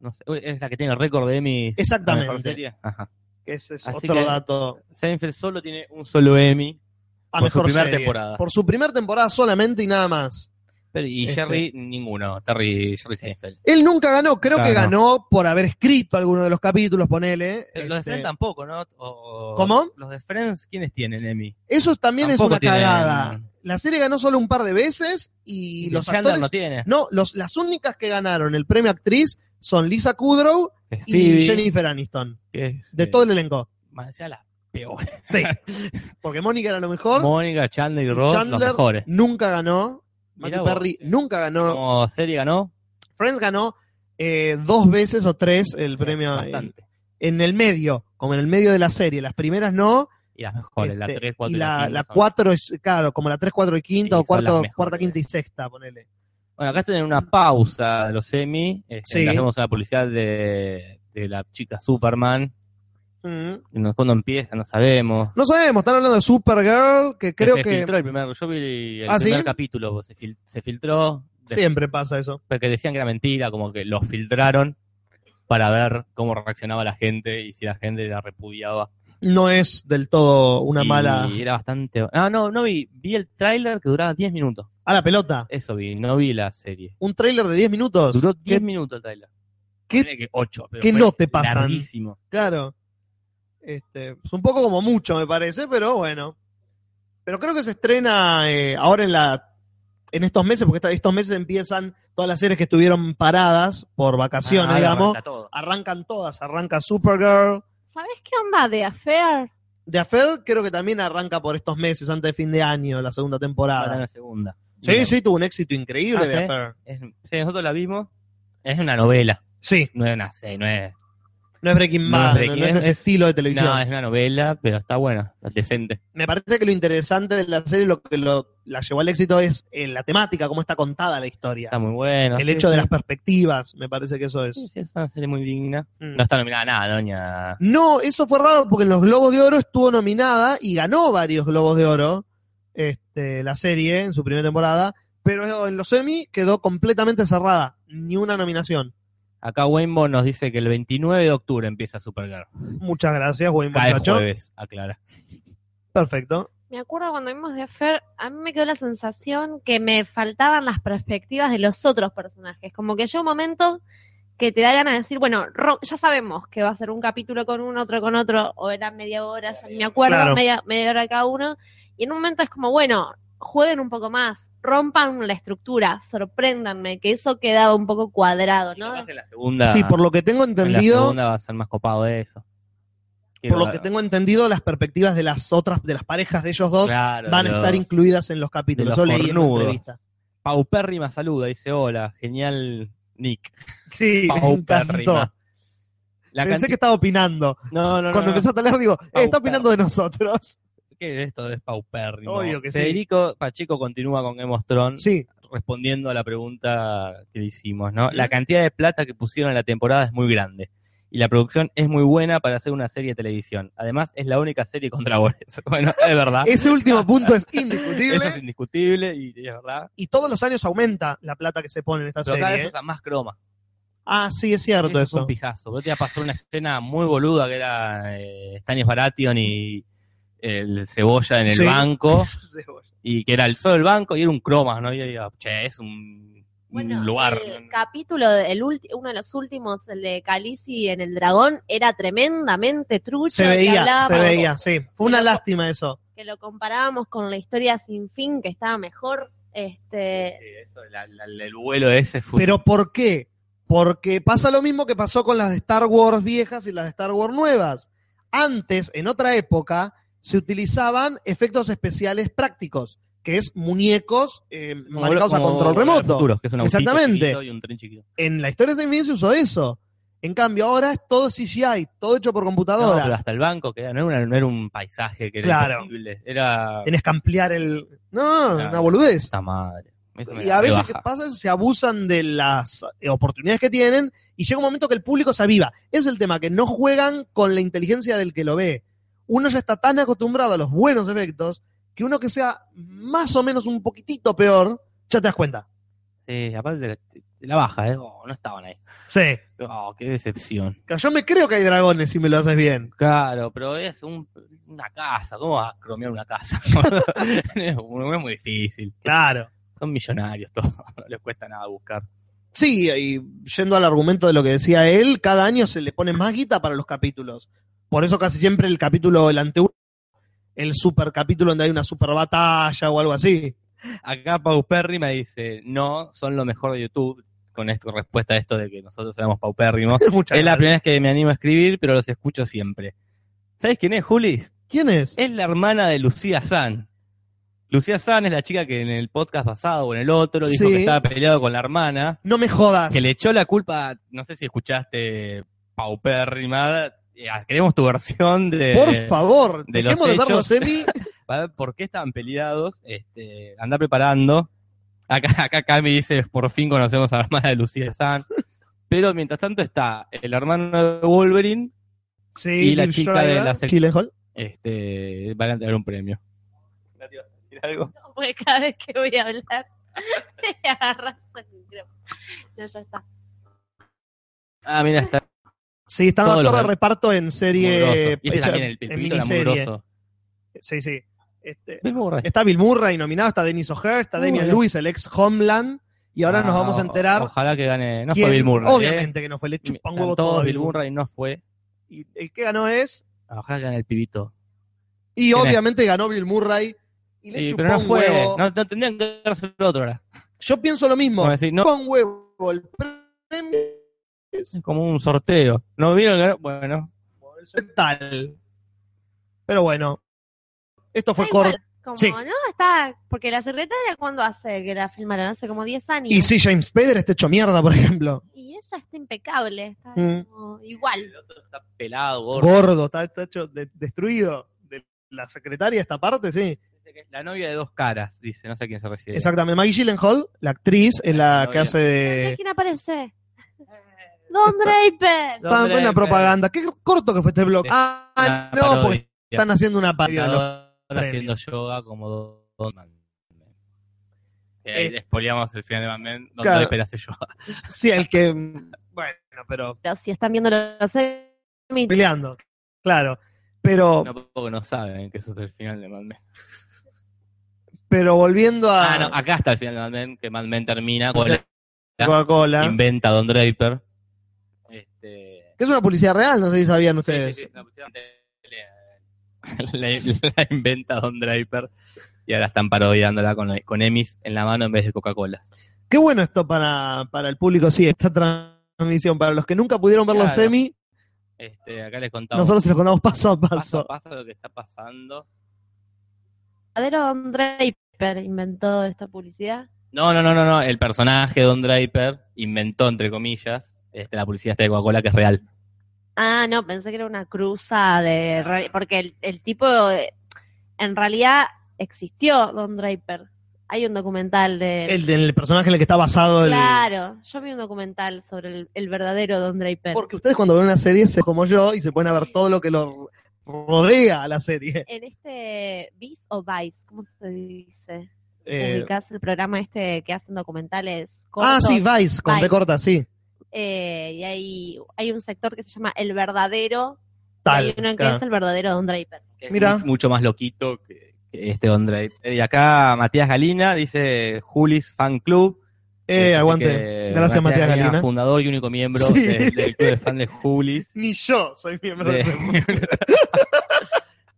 C: no sé, uy, es la que tiene el récord de Emmy.
A: Exactamente.
C: Ajá.
A: Ese es
C: Así
A: otro
C: que-
A: dato.
C: Seinfeld solo tiene un solo Emmy.
A: A
C: Por su
A: mejor
C: primer
A: serie.
C: temporada.
A: Por su primera temporada solamente y nada más.
C: pero- y
A: Este.
C: Jerry, ninguno. Terry, Jerry Seinfeld.
A: Él nunca ganó, creo
C: Claro,
A: que
C: no.
A: ganó por haber escrito alguno de los capítulos, ponele.
C: Pero los de
A: Este,
C: Friends tampoco, ¿no? O-
A: ¿Cómo?
C: Los de Friends, ¿quiénes tienen Emmy?
A: Eso también es
C: Tampoco
A: una
C: tienen-
A: cagada. La serie ganó solo un par de veces y los
C: Chandler
A: actores.
C: no tiene.
A: No, los, las únicas que ganaron el premio actriz son Lisa Kudrow y
C: Este, Phoebe,
A: Jennifer Aniston.
C: que es,
A: De
C: eh,
A: todo el elenco.
C: más allá las peores.
A: Sí. Porque Mónica era lo mejor.
C: [laughs] Mónica, Chandler y Ross, los
A: Chandler
C: mejores.
A: nunca ganó.
C: Mirá
A: Matthew
C: vos.
A: Perry nunca ganó.
C: Como serie ganó.
A: Friends ganó eh, dos veces o tres el premio eh, en,
C: Bastante.
A: en el medio, como en el medio de la serie. Las primeras no.
C: Y las mejores, la
A: este,
C: 3, 4
A: y la, la
C: cuatro.
A: 4 es, claro, como la 3, 4 y quinta, o
C: Sí, son
A: cuarto,
C: las mejores.
A: cuarta, quinta y sexta, ponele.
C: Bueno, acá tienen una pausa de los semi.
A: Sí.
C: Este, le Hacemos una publicidad de, de la chica Superman.
A: Mm.
C: Y nos- cuando empieza, no sabemos.
A: No sabemos, están hablando de Supergirl, que creo
C: se
A: que
C: filtró el primer, yo vi el
A: ¿Ah,
C: primer
A: sí?
C: capítulo, se, fil- se filtró. de-
A: siempre pasa eso.
C: Porque decían que era mentira, como que lo filtraron para ver cómo reaccionaba la gente y si la gente la repudiaba.
A: No es del todo una
C: Y
A: mala...
C: era bastante. Ah, no, no vi. Vi el tráiler que duraba 10 minutos.
A: A la pelota,
C: Eso vi, no vi la serie.
A: un tráiler de 10 minutos.
C: Duró 10
A: ¿Qué-
C: minutos el tráiler.
A: qué-
C: Ponele que 8, pero
A: qué
C: fue
A: no te pasan?
C: larguísimo.
A: Claro. Este, es un poco como mucho, me parece, pero bueno. Pero creo que se estrena eh, ahora en la en estos meses, porque esta- estos meses empiezan todas las series que estuvieron paradas por vacaciones,
C: Ah,
A: digamos.
C: levanta todo.
A: Arrancan todas, arranca Supergirl,
D: ¿Sabés qué onda de Affair?
A: De Affair creo que también arranca por estos meses, antes de fin de año, la segunda
C: Ahora en
A: temporada.
C: Ah, la segunda.
A: Ah. Sí, sí, tuvo un éxito increíble
C: Ah,
A: de
C: ¿sí?
A: Affair.
C: Es- sí, nosotros la vimos. Es una novela,
A: Sí,
C: no es una serie, no es,
A: no es Breaking
C: No es
A: Bad, no,
C: Breaking-
A: no es ese
C: es-
A: estilo de televisión.
C: no, es una novela, pero está buena, está decente.
A: Me parece que lo interesante de la serie, lo que lo- la llevó al éxito es eh, la temática, cómo está contada la historia.
C: Está muy buena.
A: El
C: sí,
A: hecho
C: sí.
A: de las perspectivas, me parece que eso
C: Sí,
A: es.
C: sí, es una serie muy digna.
A: Mm.
C: No está nominada a nada, doña.
A: No, eso fue raro porque en los Globos de Oro estuvo nominada y ganó varios Globos de Oro este, la serie en su primera temporada, pero en los semi quedó completamente cerrada, ni una nominación.
C: Acá Waymo nos dice que el 29 de octubre empieza Supergirl.
A: Muchas gracias, buen
C: Cada
A: muchacho.
C: jueves, aclara.
A: Perfecto.
D: Me acuerdo cuando vimos de Affair, a mí me quedó la sensación que me faltaban las perspectivas de los otros personajes. Como que llega un momento que te da ganas de decir, bueno, Ro- ya sabemos que va a ser un capítulo con uno, otro con otro, o era media hora, ya ni me acuerdo,
A: Claro.
D: media, media hora cada uno. Y en un momento es como, bueno, jueguen un poco más, rompan la estructura, sorpréndanme, que eso quedaba un poco cuadrado, ¿no?
C: Capaz en la segunda.
A: Sí, por lo que tengo
C: Ah. en la
A: entendido,
C: segunda va a ser más copado de eso.
A: por lo que tengo entendido, las perspectivas de las otras, de las parejas de ellos dos,
C: Claro,
A: van a
C: los-
A: estar incluidas en los capítulos.
C: de los
A: Eso leí en una
C: cornudos. [laughs]
A: entrevista.
C: Paupérrima saluda, dice hola, genial Nick.
A: Sí, me encantó.
C: Paupérrima. La
A: Pensé
C: canti-
A: que estaba opinando.
C: No, no, no,
A: Cuando
C: no.
A: empezó a hablar, digo, "Eh, está
C: Paupérrima.
A: opinando de nosotros.
C: ¿Qué es esto de paupérrimo?
A: Obvio que sí.
C: Federico Pacheco continúa con Game of Thrones
A: Sí,
C: respondiendo a la pregunta que le hicimos, ¿no? La cantidad de plata que pusieron en la temporada es muy grande y la producción es muy buena para hacer una serie de televisión. Además, es la única serie contra [laughs] Boris. Bueno, es verdad.
A: ese último punto es
C: Ah. Eso
A: indiscutible.
C: es indiscutible y es verdad.
A: y todos los años aumenta la plata que se pone en esta
C: Pero cada
A: serie.
C: vez
A: ¿eh?
C: usan más croma.
A: Ah, sí, es cierto
C: es un
A: eso.
C: pijazo. Pero te iba a pasar una escena muy boluda que era eh, Stanis Baratheon y el cebolla en el
A: Sí.
C: banco
A: Cebolla.
C: y que era el solo el banco y era un croma, ¿no? Y yo digo, che, es un, un
D: Bueno, eh,
C: lugar.
D: el capítulo, de- el ulti- uno de los últimos, el de Calisi en el dragón, era tremendamente trucho.
A: Se
D: que
A: veía, se
D: hablábamos-
A: veía, sí. Fue una
D: Pero-
A: lástima eso.
D: Que lo comparábamos con la historia sin fin, que estaba mejor. Este, [laughs]
C: Sí, eso, la- la- el vuelo ese fue.
A: Pero ¿por qué? Porque pasa lo mismo que pasó con las de Star Wars viejas y las de Star Wars nuevas. Antes, en otra época, se utilizaban efectos especiales prácticos, que es muñecos eh,
C: como
A: manejados a
C: como
A: control
C: Volver al
A: remoto.
C: Futuro, que es un autito
A: Exactamente.
C: chiquito y un tren chiquito.
A: En la historia de Infinity se usó eso. En cambio, ahora es todo CGI, todo hecho por
C: No,
A: computadora.
C: pero hasta el banco, que era, no, era una- no era un paisaje que era
A: Claro.
C: imposible. Era.
A: Tenés que ampliar el... No, no, no,
C: Claro.
A: una boludez.
C: Puta madre. Eso me-
A: Y a
C: me
A: veces que
C: baja.
A: pasa es que se abusan de las eh, oportunidades que tienen y llega un momento que el público se aviva. Es el tema, que no juegan con la inteligencia del que lo ve. Uno ya está tan acostumbrado a los buenos efectos que uno que sea más o menos un poquitito peor, ya te das cuenta.
C: Sí, aparte de la, de la baja, ¿eh? Oh, no estaban ahí.
A: Sí.
C: Oh, qué decepción.
A: Que Yo me creo que hay dragones si me lo haces bien.
C: Claro, pero es un- una casa. ¿Cómo vas a cromear una casa? [laughs] es muy es muy difícil.
A: Claro.
C: Son millonarios todos. [laughs] No les cuesta nada buscar.
A: Sí, y yendo al argumento de lo que decía él, cada año se le pone más guita para los capítulos. Por eso casi siempre el capítulo, el anteúltimo, el super capítulo donde hay una super batalla o algo así.
C: Acá Pau Perry me dice: No, son lo mejor de YouTube. Con esto, respuesta a esto de que nosotros éramos paupérrimos.
A: Muchas
C: Es la
A: gracias.
C: primera vez que me animo a escribir, pero los escucho siempre. ¿Sabes quién es, Juli?
A: ¿Quién es?
C: Es la hermana de Lucía San. Lucía San es la chica que en el podcast pasado o en el otro dijo
A: Sí.
C: que estaba peleado con la hermana.
A: No me jodas.
C: que le echó la culpa, no sé si escuchaste Paupérrima, eh, queremos tu versión de,
A: Por favor,
C: de
A: dejemos
C: los
A: de ver
C: hechos.
A: los
C: [laughs]
A: semi.
C: para ver por qué estaban peleados, este, andá preparando. Acá, acá Cami dice, por fin conocemos a la hermana de Lucía San. Pero mientras tanto está el hermano de Wolverine,
A: Sí,
C: Y la
A: Liv
C: chica
A: Schreiber,
C: de la sec-
A: Gyllenhaal.
C: este, van a tener un premio. Nati, ¿vas a decir algo?
D: porque cada vez que voy a hablar, [laughs] te agarras [laughs] el micrófono. No, ya está.
C: Ah, mira, está
A: Sí, está un
C: Todos
A: actor
C: los-
A: de reparto en
C: muy grosso.
A: serie.
C: Y este
A: hecha-
C: también, el, el
A: en
C: pibito era muy
A: miniserie.
C: grosso.
A: Sí, sí. Este,
C: Bill Murray.
A: está Bill Murray nominado, está Denis O'Hare, está
C: Muy
A: Damian
C: bien.
A: Lewis, el ex Homeland. Y ahora nos
C: Ah,
A: vamos a enterar.
C: Ojalá que gane. No
A: quién-
C: fue Bill Murray. ¿eh?
A: Obviamente que no fue, le chupa un huevo
C: Están todos
A: todo. a
C: Bill
A: Murray.
C: Murray no fue.
A: Y el que ganó es.
C: Ojalá que gane el pibito.
A: Y
C: ¿Quién es?
A: obviamente ganó Bill Murray. Y le
C: Sí,
A: chupó
C: pero no
A: un
C: fue.
A: huevo.
C: No, no tendrían que darse el otro ahora.
A: Yo pienso lo mismo.
C: Como decir, no,
A: Chupó un huevo el premio.
C: es como un sorteo. ¿No vieron? que- Bueno,
A: el central. Pero bueno, esto fue
D: Da igual,
A: corto.
D: Como,
A: Sí.
D: ¿no? Está, porque la secretaria, ¿cuándo hace que la filmaron? Hace como 10 años.
A: Y si James Peder está hecho mierda, por ejemplo.
D: Y ella está impecable, está
A: Mm.
D: como igual.
C: El otro está pelado, gordo.
A: Gordo, está, está hecho de- destruido. De la secretaria, esta parte, sí.
C: Dice que es La novia de dos caras, dice, no sé a quién se refiere.
A: Exactamente. Maggie Gyllenhaal, la actriz, es la
C: Está
A: que
C: bien.
A: hace de.
D: ¿Quién aparece? Don Draper.
A: Estaba en buena propaganda. Qué corto que fue este blog.
C: eh. Sí.
A: Ah, no, porque están haciendo una parodia. de los-
C: Ahora haciendo yoga como Don Don Man. Eh, ahí
A: Eh.
C: le spoileamos el final de Man Man, donde
A: Claro.
C: Draper hace yoga.
A: Sí, el que. Bueno, pero.
D: Pero si están viendo los Emmy,
A: Peleando. Claro. Pero,
C: [laughs] No, porque no saben eh, que eso es el final de Mad Men.
A: pero volviendo a
C: Ah, no, acá está el final de Mad Men, que Mad Men termina con la
A: Coca-Cola.
C: inventa a Don Draper. Este,
A: Que es una publicidad real, no sé si sabían ustedes.
C: sí, sí, sí, no, pusieron tele- [laughs] la, la inventa Don Draper y ahora están parodiándola con, con Emis en la mano en vez de Coca-Cola.
A: Qué bueno esto para, para el público, sí, esta transmisión. Para los que nunca pudieron ver los
C: Claro.
A: semi,
C: Este, acá les contamos
A: nosotros se los contamos paso a
C: paso
A: paso.
C: a paso lo que está pasando.
D: verdadero Don Draper inventó esta publicidad.
C: No, no, no, no, no. El personaje Don Draper inventó, entre comillas, este, la publicidad esta de Coca-Cola que es real.
D: Ah, no, pensé que era una cruza de... re- Porque el, el tipo eh, en realidad existió, Don Draper. Hay un documental de...
A: El, del personaje en el que está basado el.
D: Claro, yo vi un documental sobre el, el verdadero Don Draper.
A: Porque ustedes cuando ven una serie se como yo y se ponen a ver todo lo que lo rodea a la serie.
D: En este Vice o Vice, ¿cómo se dice?
A: Eh,
D: Ubicás el programa este que hacen documentales cortos.
A: ah, sí, Vice, con
D: Vice.
A: B corta, sí.
D: Eh, y hay, hay un sector que se llama El Verdadero. y
A: Tal.
D: hay uno que
A: claro.
D: es El Verdadero Don Draper.
C: que es
A: Mira.
C: mu- mucho más loquito que, que este Don Draper. Eh, Y acá Matías Galina dice Julis Fan Club.
A: Eh,
C: Así Este, que,
A: aguante. Gracias, Matías Galina.
C: Fundador y único miembro
A: Sí.
C: de- del club de fan
A: [laughs]
C: de Julis.
A: Ni yo soy miembro de, ese
C: De,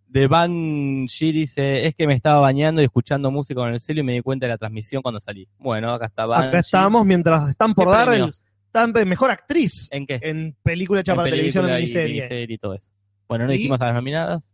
C: de Banshee dice, es que me estaba bañando y escuchando música con el celo y me di cuenta de la transmisión cuando salí. Bueno, acá está Banshee.
A: Acá estamos mientras están por
C: ¿Qué
A: dar el
C: premios?
A: están pe- mejor actriz
C: ¿En qué?
A: en película hecha para
C: En
A: televisión en
C: película y
A: miniserie.
C: miniserie y todo eso. Bueno, no
A: Y-
C: dijimos a las nominadas.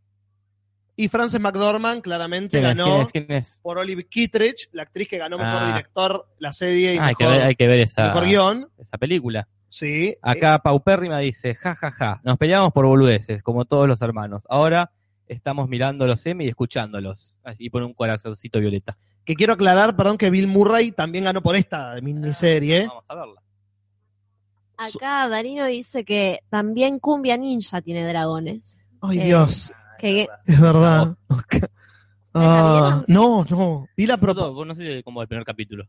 A: Y Frances McDormand claramente
C: ¿Quién es?
A: ganó
C: ¿Quién es? ¿Quién es?
A: por Olive Kittredge, la actriz que ganó mejor
C: Ah.
A: director la serie y
C: Ah, hay, que
A: mejor,
C: ver, hay que ver esa,
A: mejor guión. Eh.
C: esa película.
A: Sí.
C: Acá Paupérrima dice, ja, ja, ja, nos peleamos por boludeces, como todos los hermanos. Ahora estamos mirando los M y escuchándolos. Así pone un corazoncito violeta.
A: Eh, que quiero aclarar, perdón, que Bill Murray también ganó por esta miniserie.
C: Vamos a verla.
D: Acá Darino dice que también Cumbia Ninja tiene dragones.
A: Ay,
D: Eh,
A: Dios,
D: Que
A: es verdad. Ok. Ah,
D: vieron?
A: no, no. Vi la
C: No,
A: propa-
C: no, vos no sé como el primer capítulo.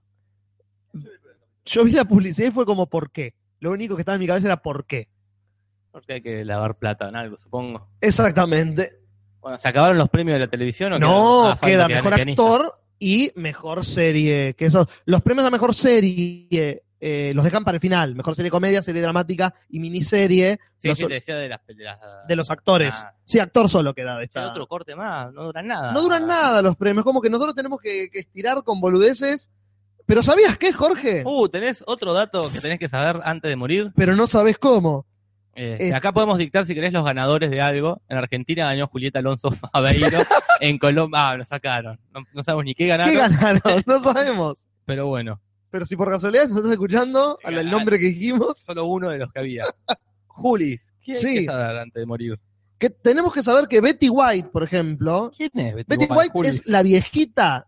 A: Yo vi la publicidad y fue como ¿por qué? Lo único que estaba en mi cabeza era ¿por qué?
C: Porque hay que lavar plata en algo, supongo.
A: Exactamente.
C: Bueno, ¿se acabaron los premios de la televisión o
A: No,
C: quedan? Ah,
A: queda
C: falta que gane
A: mejor
C: el pianista.
A: actor y mejor serie. Que esos, los premios a mejor serie eh, los dejan para el final. Mejor serie de comedia, serie dramática y miniserie
C: Sí,
A: los-
C: sí, te decía de las... De, las-
A: de los actores.
C: Ah.
A: Sí, actor solo queda de
C: Sí,
A: esta.
C: otro Ah. corte más, no duran nada.
A: No duran nada los premios. Como que nosotros tenemos que, que estirar con boludeces. Pero ¿sabías qué, Jorge?
C: Uh, tenés otro dato que tenés que saber antes de morir.
A: Pero no sabes cómo.
C: Eh,
A: Este.
C: Acá podemos dictar, si querés, los ganadores de algo. En Argentina ganó Julieta Alonso [laughs] Faveiro. en Colombia, ah, lo sacaron. No, no sabemos ni qué ganaron,
A: ¿Qué
C: [laughs]
A: ganaron? No sabemos.
C: pero bueno,
A: Pero si por casualidad nos estás escuchando, al al nombre que dijimos,
C: solo uno de los que había. Julis, ¿qué hay
A: Sí.
C: que saber antes de morir?
A: que tenemos que saber que Betty White, por ejemplo,
C: ¿Quién es Betty,
A: Betty White es la viejita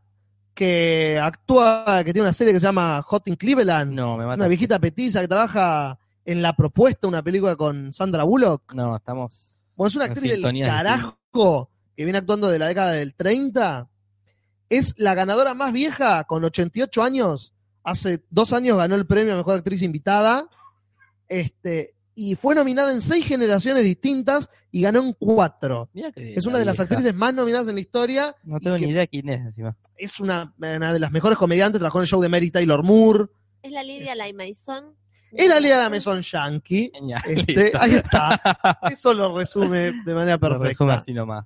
A: que actúa, que tiene una serie que se llama Hot in Cleveland,
C: No, me
A: una
C: mata.
A: viejita petiza que trabaja en La Propuesta, una película con Sandra Bullock.
C: No, estamos...
A: Bueno, es una
C: En
A: actriz del
C: sintonía
A: carajo que viene actuando de la década del 30. Es la ganadora más vieja con 88 años. Hace dos años ganó el premio a Mejor Actriz Invitada. Este, y fue nominada en seis generaciones distintas y ganó en cuatro.
C: Mirá que
A: Es una de las
C: vieja.
A: actrices más nominadas en la historia.
C: No
A: y
C: tengo
A: que
C: ni idea quién es encima.
A: Es una, una de las mejores comediantes. Trabajó en el show de Mary Taylor Moore.
D: es la Lidia Laimaison.
A: Es la líder de la Maison
C: [laughs]
A: Yankee.
C: Genial.
A: Este, ahí está. Eso lo resume de manera
C: [laughs] Lo resume
A: perfecta.
C: así nomás.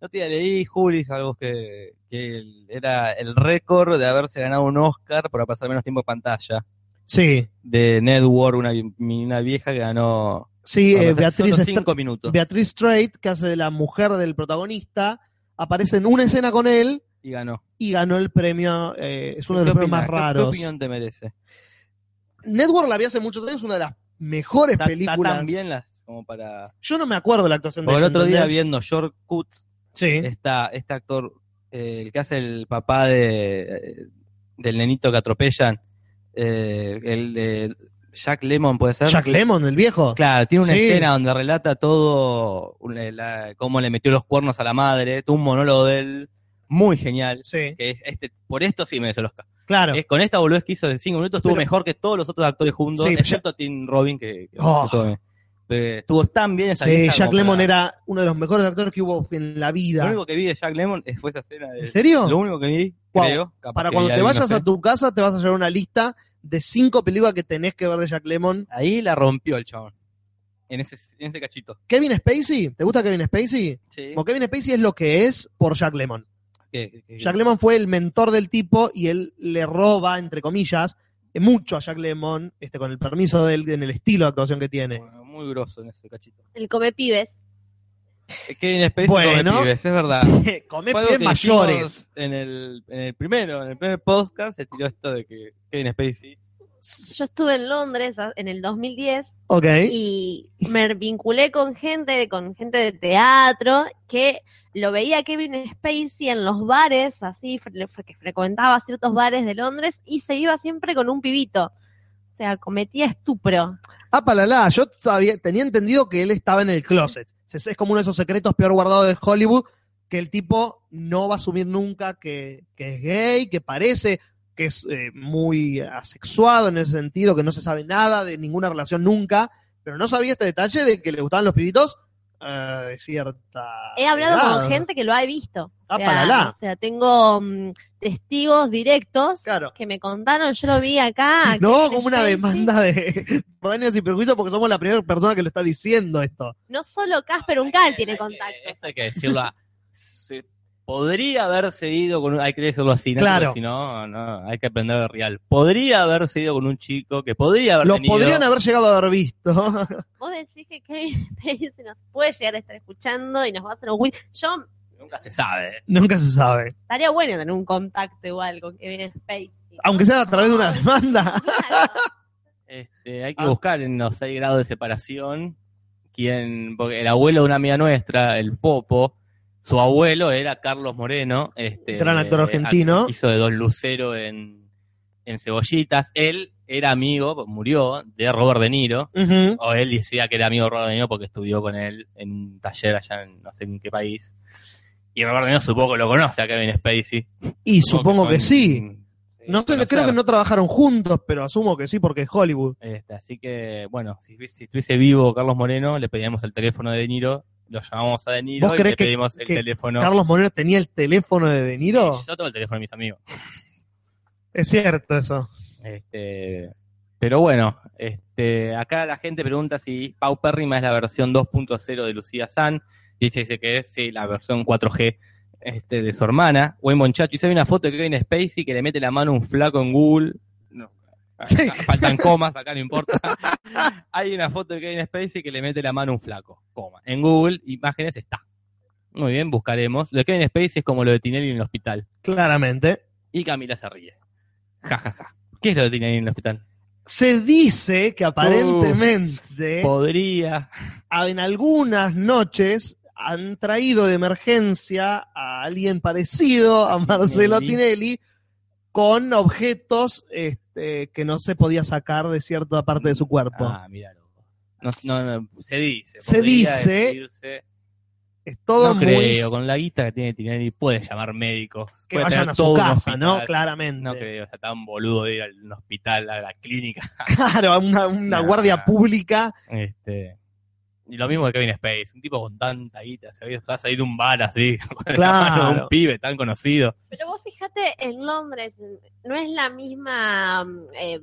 C: No te leí, Julis, algo que, que el- era el récord de haberse ganado un Oscar por pasar menos tiempo en pantalla.
A: Sí,
C: de Network, una, una vieja que ganó
A: sí, eh,
C: cuando hace
A: Beatriz,
C: solo
A: Estra-
C: cinco minutos
A: Beatriz Strait, que hace de la mujer del protagonista, aparece en una escena con él
C: y ganó.
A: y ganó el premio, eh, es uno de
C: ¿Qué
A: los premios más
C: opinas? ¿Qué- ¿Qué
A: raros.
C: opinión te merece?
A: Network la vi hace muchos años, una de las mejores
C: Está- está
A: películas.
C: tan bien las como para
A: Yo no me acuerdo la actuación de
C: Porque el
A: ella,
C: otro día
A: ¿entendés?
C: viendo Shortcut
A: Sí,
C: está este actor eh, el que hace el papá de eh, del nenito que atropellan eh, el de Jack Lemon puede ser
A: Jack Lemon, el viejo.
C: Claro, tiene una
A: Sí.
C: escena donde relata todo, la- la- cómo le metió los cuernos a la madre, tuvo un monólogo de él muy genial,
A: Sí,
C: que es este, por esto sí merece el Oscar.
A: claro.
C: Es, con esta boludez que hizo de 5 minutos, estuvo
A: Pero-
C: mejor que todos los otros actores juntos,
A: Sí, pero
C: excepto Tim Robin, que, que
A: Oh.
C: estuvo bien. Pero estuvo tan bien esa
A: Sí,
C: vieja
A: Jack
C: como
A: Lemon
C: para-
A: era uno de los mejores actores que hubo en la
C: Lo
A: vida.
C: único que vi de Jack Lemon fue esa escena de...
A: ¿En serio?
C: Lo único que vi,
A: Wow.
C: creo. capaz
A: Para
C: que
A: cuando
C: vi
A: te
C: alguna
A: vayas
C: fe.
A: a tu casa, te vas a llevar una lista de cinco películas que tenés que ver de Jack Lemon.
C: Ahí la rompió el chabón. En ese, en ese cachito.
A: Kevin Spacey, ¿te gusta Kevin Spacey?
C: Sí.
A: Como Kevin Spacey es lo que es por Jack Lemon. Jack Lemon fue el mentor del tipo y él le roba, entre comillas, mucho a Jack Lemon, este, con el permiso de él, en el estilo de actuación que tiene.
C: Muy grosso en ese cachito.
D: El come pibes.
C: Es que en Eh, Spacey
A: Bueno.
C: come pibes, es verdad.
A: [laughs] Come
C: Fue algo
A: pies
C: que
A: mayores.
C: dijimos En el, en el primero, en el primer podcast, se tiró esto de que Kevin Spacey.
D: Yo estuve en Londres a- en el 2010
A: Ok.
D: y me vinculé con gente, con gente de teatro que lo veía a Kevin Spacey en los bares, así fre- fre- que frecuentaba ciertos bares de Londres y se iba siempre con un pibito. O sea, cometía estupro.
A: Ah, palala, yo sabía, tenía entendido que él estaba en el closet. Es, es como uno de esos secretos peor guardados de Hollywood, que el tipo no va a asumir nunca que, que es gay, que parece que es eh, muy asexuado en ese sentido, que no se sabe nada de ninguna relación nunca, pero no sabía este detalle de que le gustaban los pibitos eh, de cierta...
D: He hablado
A: edad.
D: con gente que lo ha visto.
A: Ah,
D: O
A: palala.
D: sea, o sea, tengo mm, testigos directos
A: Claro.
D: que me contaron, yo lo vi acá. a
A: no,
D: Kevin
A: como una
D: Spacey.
A: demanda de [laughs] por daños y perjuicios porque somos la primera persona que lo está diciendo esto.
D: No solo Casper Uncal tiene contactos.
C: Eso hay que decirlo. a- se- podría haberse ido con un. Hay que decirlo así, ¿no?
A: Claro.
C: Porque Si no, no, hay que aprender de real. Podría haberse ido con un chico que podría haber
A: Los
C: tenido.
A: podrían haber llegado a haber visto.
D: Vos decís que Kevin Spacey nos puede llegar a estar escuchando y nos va a hacer un win. Yo
C: Nunca se sabe. ¿eh?
A: Nunca se sabe.
D: estaría bueno tener un contacto igual con Kevin Spacey. ¿no?
A: Aunque sea a través de una demanda.
D: Claro.
C: Este, hay que
A: Ah.
C: buscar en los 6 grados de separación. Quien, porque el abuelo de una amiga nuestra, el Popo, su abuelo era Carlos Moreno, este,
A: Gran actor
C: eh,
A: argentino.
C: Hizo de Don Lucero en, en Cebollitas. Él era amigo, murió, de Robert De Niro.
A: Ujú.
C: O él decía que era amigo de Robert De Niro porque estudió con él en un taller allá en no sé en qué país. Y Robert De Niro supongo que lo conoce a Kevin Spacey.
A: Y supongo que
C: son-
A: sí. No sé,
C: conocer.
A: creo que no trabajaron juntos, pero asumo que sí porque es Hollywood.
C: Este, así que, bueno, si, estuvi- si estuviese vivo Carlos Moreno, le pedíamos el teléfono de De Niro, lo llamamos a De Niro
A: ¿Vos
C: y
A: creés
C: le
A: que-
C: pedimos el
A: que
C: teléfono.
A: Carlos Moreno tenía el teléfono de De Niro.
C: Yo tengo el teléfono de mis amigos.
A: Es cierto eso.
C: Este, pero bueno, este, acá la gente pregunta si Pau Pérrima es la versión 2.0 de Lucía San. Y ella dice que es sí, la versión 4G este, de su hermana. Wayne Chacho, y se ve una foto de Kevin Spacey que le mete la mano a un flaco en Google. No, acá-
A: Sí.
C: Faltan comas, acá no importa. Hay una foto de Kevin Spacey que le mete la mano a un flaco. Coma. En Google, imágenes está. Muy bien, buscaremos. Lo de Kevin Spacey es como lo de Tinelli en el hospital.
A: Claramente.
C: Y Camila se ríe. Ja, ja, ja. ¿Qué es lo de Tinelli en el hospital?
A: Se dice que aparentemente
C: podría.
A: a- en algunas noches han traído de emergencia a alguien parecido a Marcelo Tinelli con objetos este, que no se podía sacar de cierta parte de su cuerpo.
C: Ah, míralo. No, no, no, se dice.
A: Se
C: podría
A: dice,
C: decirse.
A: Es todo
C: no
A: muy
C: creo, con la guita que tiene Tinelli puede llamar médicos.
A: que
C: puede
A: vayan
C: tener
A: a su
C: todo un
A: casa, ¿no?
C: hospital.
A: Claramente.
C: No creo, o sea, tan boludo de ir al hospital, a la clínica. [laughs]
A: Claro, a una, una
C: Nah.
A: guardia
C: [laughs]
A: pública.
C: Este. Y lo mismo que Kevin Space, un tipo con tanta guita, se había estado ahí de un bar así, [laughs] con la mano de
A: Claro.
C: un pibe tan conocido.
D: Pero vos fíjate, en Londres no es la misma, mm, eh,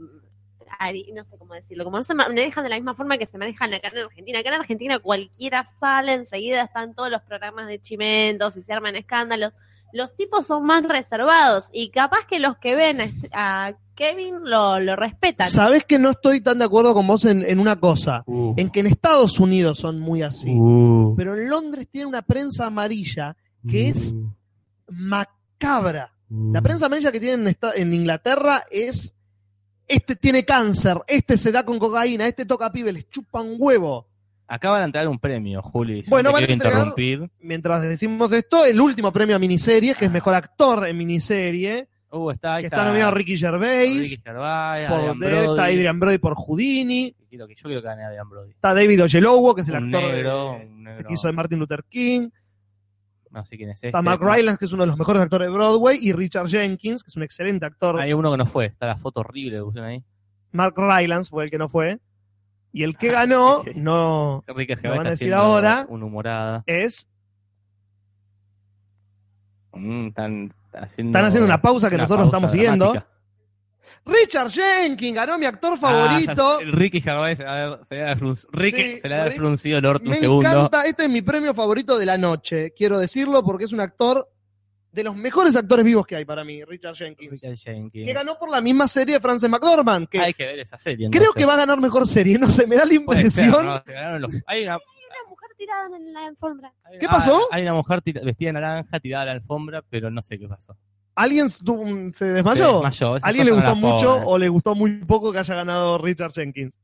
D: ari- no sé cómo decirlo, como no se manejan de la misma forma que se manejan acá en Argentina. Acá en Argentina cualquiera sale, enseguida están todos los programas de chimentos y se arman escándalos. los tipos son más reservados y capaz que los que ven a este- a Kevin lo, lo respetan.
A: Sabes que no estoy tan de acuerdo con vos en, en una cosa,
C: Uh,
A: en que en Estados Unidos son muy así,
C: uh,
A: pero en Londres tiene una prensa amarilla que es
C: uh,
A: macabra.
C: uh.
A: La prensa amarilla que tienen en, esta- en Inglaterra es, este tiene cáncer, este se da con cocaína, este toca pibe, les chupa un huevo.
C: Acaba de entregar un premio, Juli. Yo
A: Bueno,
C: te
A: van a
C: quiero
A: entregar-
C: interrumpir.
A: Mientras decimos esto, el último premio a miniserie,
C: Ah.
A: que es mejor actor en miniserie,
C: Uh, está, ahí
A: que
C: está,
A: está nominado Ricky Gervais,
C: Ricky Gervais,
A: por
C: Adrian
A: Dead, está
C: Brody.
A: Adrian Brody por Houdini,
C: Que quiero- que yo quiero que gane Adrian Brody.
A: está David Oyelowo, que es el
C: un
A: actor de-
C: negro, un negro.
A: que hizo de Martin Luther King,
C: No sé quién es
A: está
C: este.
A: Mark Rylance, que es uno de los mejores actores de Broadway, y Richard Jenkins, que es un excelente actor.
C: Hay uno que no fue. Está la foto horrible que pusieron ahí.
A: Mark Rylance fue el que no fue. Y el que
C: Ah, [laughs]
A: ganó no
C: Ricky
A: van
C: Gervais
A: a
C: está
A: decir
C: haciendo
A: ahora.
C: una humorada.
A: es.
C: Mm, están haciendo,
A: Están haciendo una pausa que nosotros
C: pausa
A: estamos siguiendo.
C: dramática.
A: Richard Jenkins ganó mi actor favorito.
C: Ah, ya- Ricky Gervais se la ha- se le ha desfrun- Ricky
A: Sí,
C: se le ha
A: Ricky-
C: desfruncido el orto un
A: Me
C: segundo.
A: encanta, este es mi premio favorito de la noche. Quiero decirlo porque es un actor de los mejores actores vivos que hay para mí, Richard Jenkins.
C: Richard Jenkins.
A: Que ganó por la misma serie de Frances McDormand, que
C: Hay que ver esa serie.
A: creo
C: entonces.
A: que va a ganar mejor serie. No sé, me da la
C: Puede ser,
A: impresión.
C: ¿no? Se ganaron los- Hay una
D: Una mujer tirada en la alfombra.
C: Hay-
A: ¿Qué pasó?
C: ah, Hay una mujer tira- vestida de naranja tirada a la alfombra, pero no sé qué pasó.
A: ¿Alguien tuvo un- se
C: Se
A: desmayó?
C: desmayó, esas
A: ¿A ¿Alguien le
C: cosas
A: gustó
C: no las
A: mucho
C: puedo ver.
A: o le gustó muy poco que haya ganado Richard Jenkins?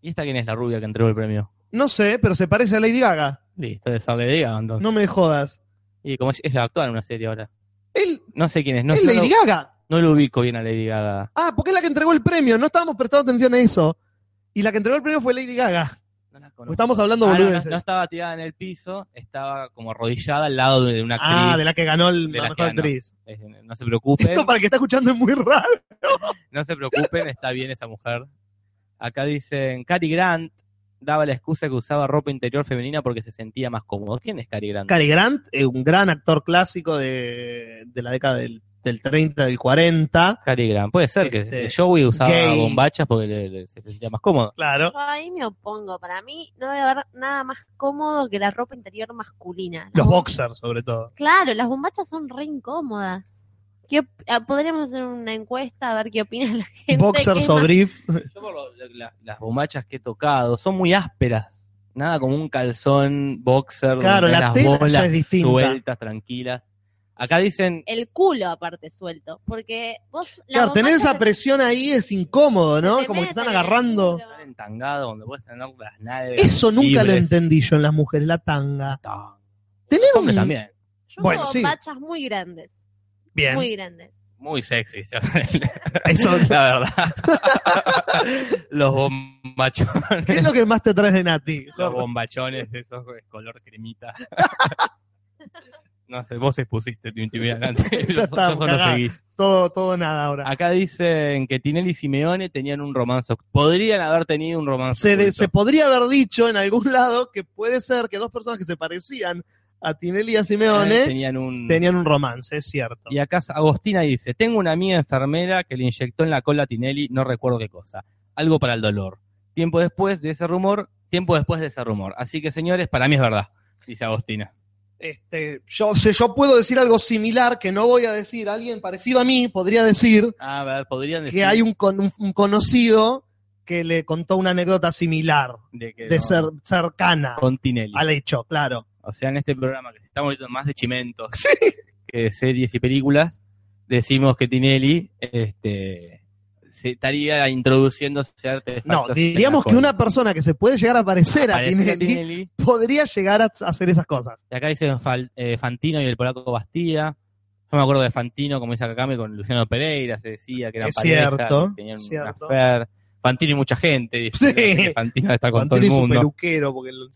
C: ¿Y esta quién es la rubia que entregó el premio?
A: No sé, pero se parece a Lady Gaga.
C: Listo, eso que diga. Entonces.
A: No me jodas.
C: Y como es- ella actúa en una serie ahora.
A: Él
C: No sé quién es. No,
A: es
C: no
A: Lady
C: lo,
A: Gaga.
C: no lo ubico bien a Lady Gaga.
A: Ah, porque es la que entregó el premio. No estábamos prestando atención a eso. Y la que entregó el premio fue Lady Gaga.
C: No la
A: Porque
C: conozco.
A: Estamos Pues hablando
C: Ah, no, no,
A: boludeces.
C: no estaba tirada en el piso, estaba como arrodillada al lado de una actriz.
A: ah, de la que ganó el-
C: De
A: la
C: la que
A: mejor
C: ganó.
A: actriz.
C: Eh, No se preocupen,
A: Esto para el que está escuchando es muy raro.
C: no se preocupen, está bien esa mujer. Acá dicen, Cary Grant daba la excusa que usaba ropa interior femenina porque se sentía más cómodo. ¿Quién es Cary Grant?
A: Cary Grant, eh, un gran actor clásico de, de la década del, del 30, del 40.
C: Cary Grant. Puede ser que
A: Este,
C: Joey usaba
A: gay.
C: bombachas porque le- le- se sentía más cómodo.
A: Claro.
D: Yo ahí me opongo. Para mí no debe haber nada más cómodo que la ropa interior masculina.
A: Los
D: Las bom-
A: boxers, sobre todo.
D: Claro, las bombachas son re incómodas. ¿Qué op- ah, podríamos hacer una encuesta a ver qué opina [laughs] la gente. ¿Qué
A: Boxers
D: es
A: o
D: más-
A: brief.
C: Yo por lo- la- la- las bombachas que he tocado son muy ásperas. Nada como un calzón boxer
A: Claro,
C: donde
A: la
C: las
A: tela ya
C: bolas
A: es distinta.
C: sueltas, tranquilas. Acá dicen,
D: El culo aparte suelto. Porque vos... la
A: Claro, tener
D: bombacha
A: esa presión ahí es incómodo, ¿no?
D: te
A: Es como que te están
D: mete en el
A: agarrando.
D: culo.
C: están entangados donde puedes tener las nalgas.
A: Eso nunca lo
C: libres.
A: entendí yo en las mujeres, la tanga.
C: No,
A: Tener
C: los hombres
A: un-
C: también.
D: Yo
A: Bueno,
D: uso
A: sí.
D: bombachas muy grandes.
A: Bien.
D: Muy grandes.
C: Muy sexy.
A: [laughs]
C: [laughs]
A: Eso,
C: la verdad.
A: [laughs]
C: los
A: ¿Qué
C: bombachones.
A: es lo que más te traes de Nati?
C: Los bombachones, esos de color cremita. [laughs] No sé, vos expusiste tu intimidad antes. Yo, so-
A: está,
C: yo solo
A: cagá.
C: seguí.
A: Todo, todo nada ahora.
C: Acá dicen que Tinelli y Simeone tenían un romance. oc- Podrían haber tenido un romance.
A: Se, de-
C: oculto.
A: se podría haber dicho en algún [laughs] lado que puede ser que dos personas que se parecían a Tinelli y a
C: Eh,
A: Simeone
C: tenían un.
A: tenían un romance, es cierto.
C: Y acá Agostina dice: Tengo una amiga enfermera que le inyectó en la cola a Tinelli, no recuerdo qué cosa. Algo para el dolor. Tiempo después de ese rumor, tiempo después de ese rumor. Así que, señores, para mí es verdad, dice Agostina.
A: Este, yo, sé, yo puedo decir algo similar que no voy a decir. Alguien parecido a mí podría decir
C: A ver, podrían decir.
A: que hay un, con- un- un conocido que le contó una anécdota similar,
C: de, que
A: de
C: no,
A: ser cercana
C: Con Tinelli.
A: al hecho, claro.
C: O sea, en este programa que estamos ahorita más
A: [laughs]
C: de chimentos que de series y películas, decimos que Tinelli este, se estaría introduciendo artefactos.
A: No,
C: en
A: diríamos
C: la
A: que
C: cola.
A: una persona que se puede llegar a parecer a
C: Aparecía
A: Tinelli, podría llegar a hacer esas cosas.
C: Y acá dicen Fal- eh, Fantino y el polaco Bastilla. Yo me acuerdo de Fantino, como dice Kakame, con Luciano Pereira, se decía que eran
A: Es
C: pareja,
A: cierto,
C: que tenían
A: es
C: un
A: cierto.
C: affair. Fantino y mucha gente, dice
A: Sí.
C: que Fantino está con
A: Fantino es
C: todo
A: un
C: el mundo.
A: peluquero, porque lo,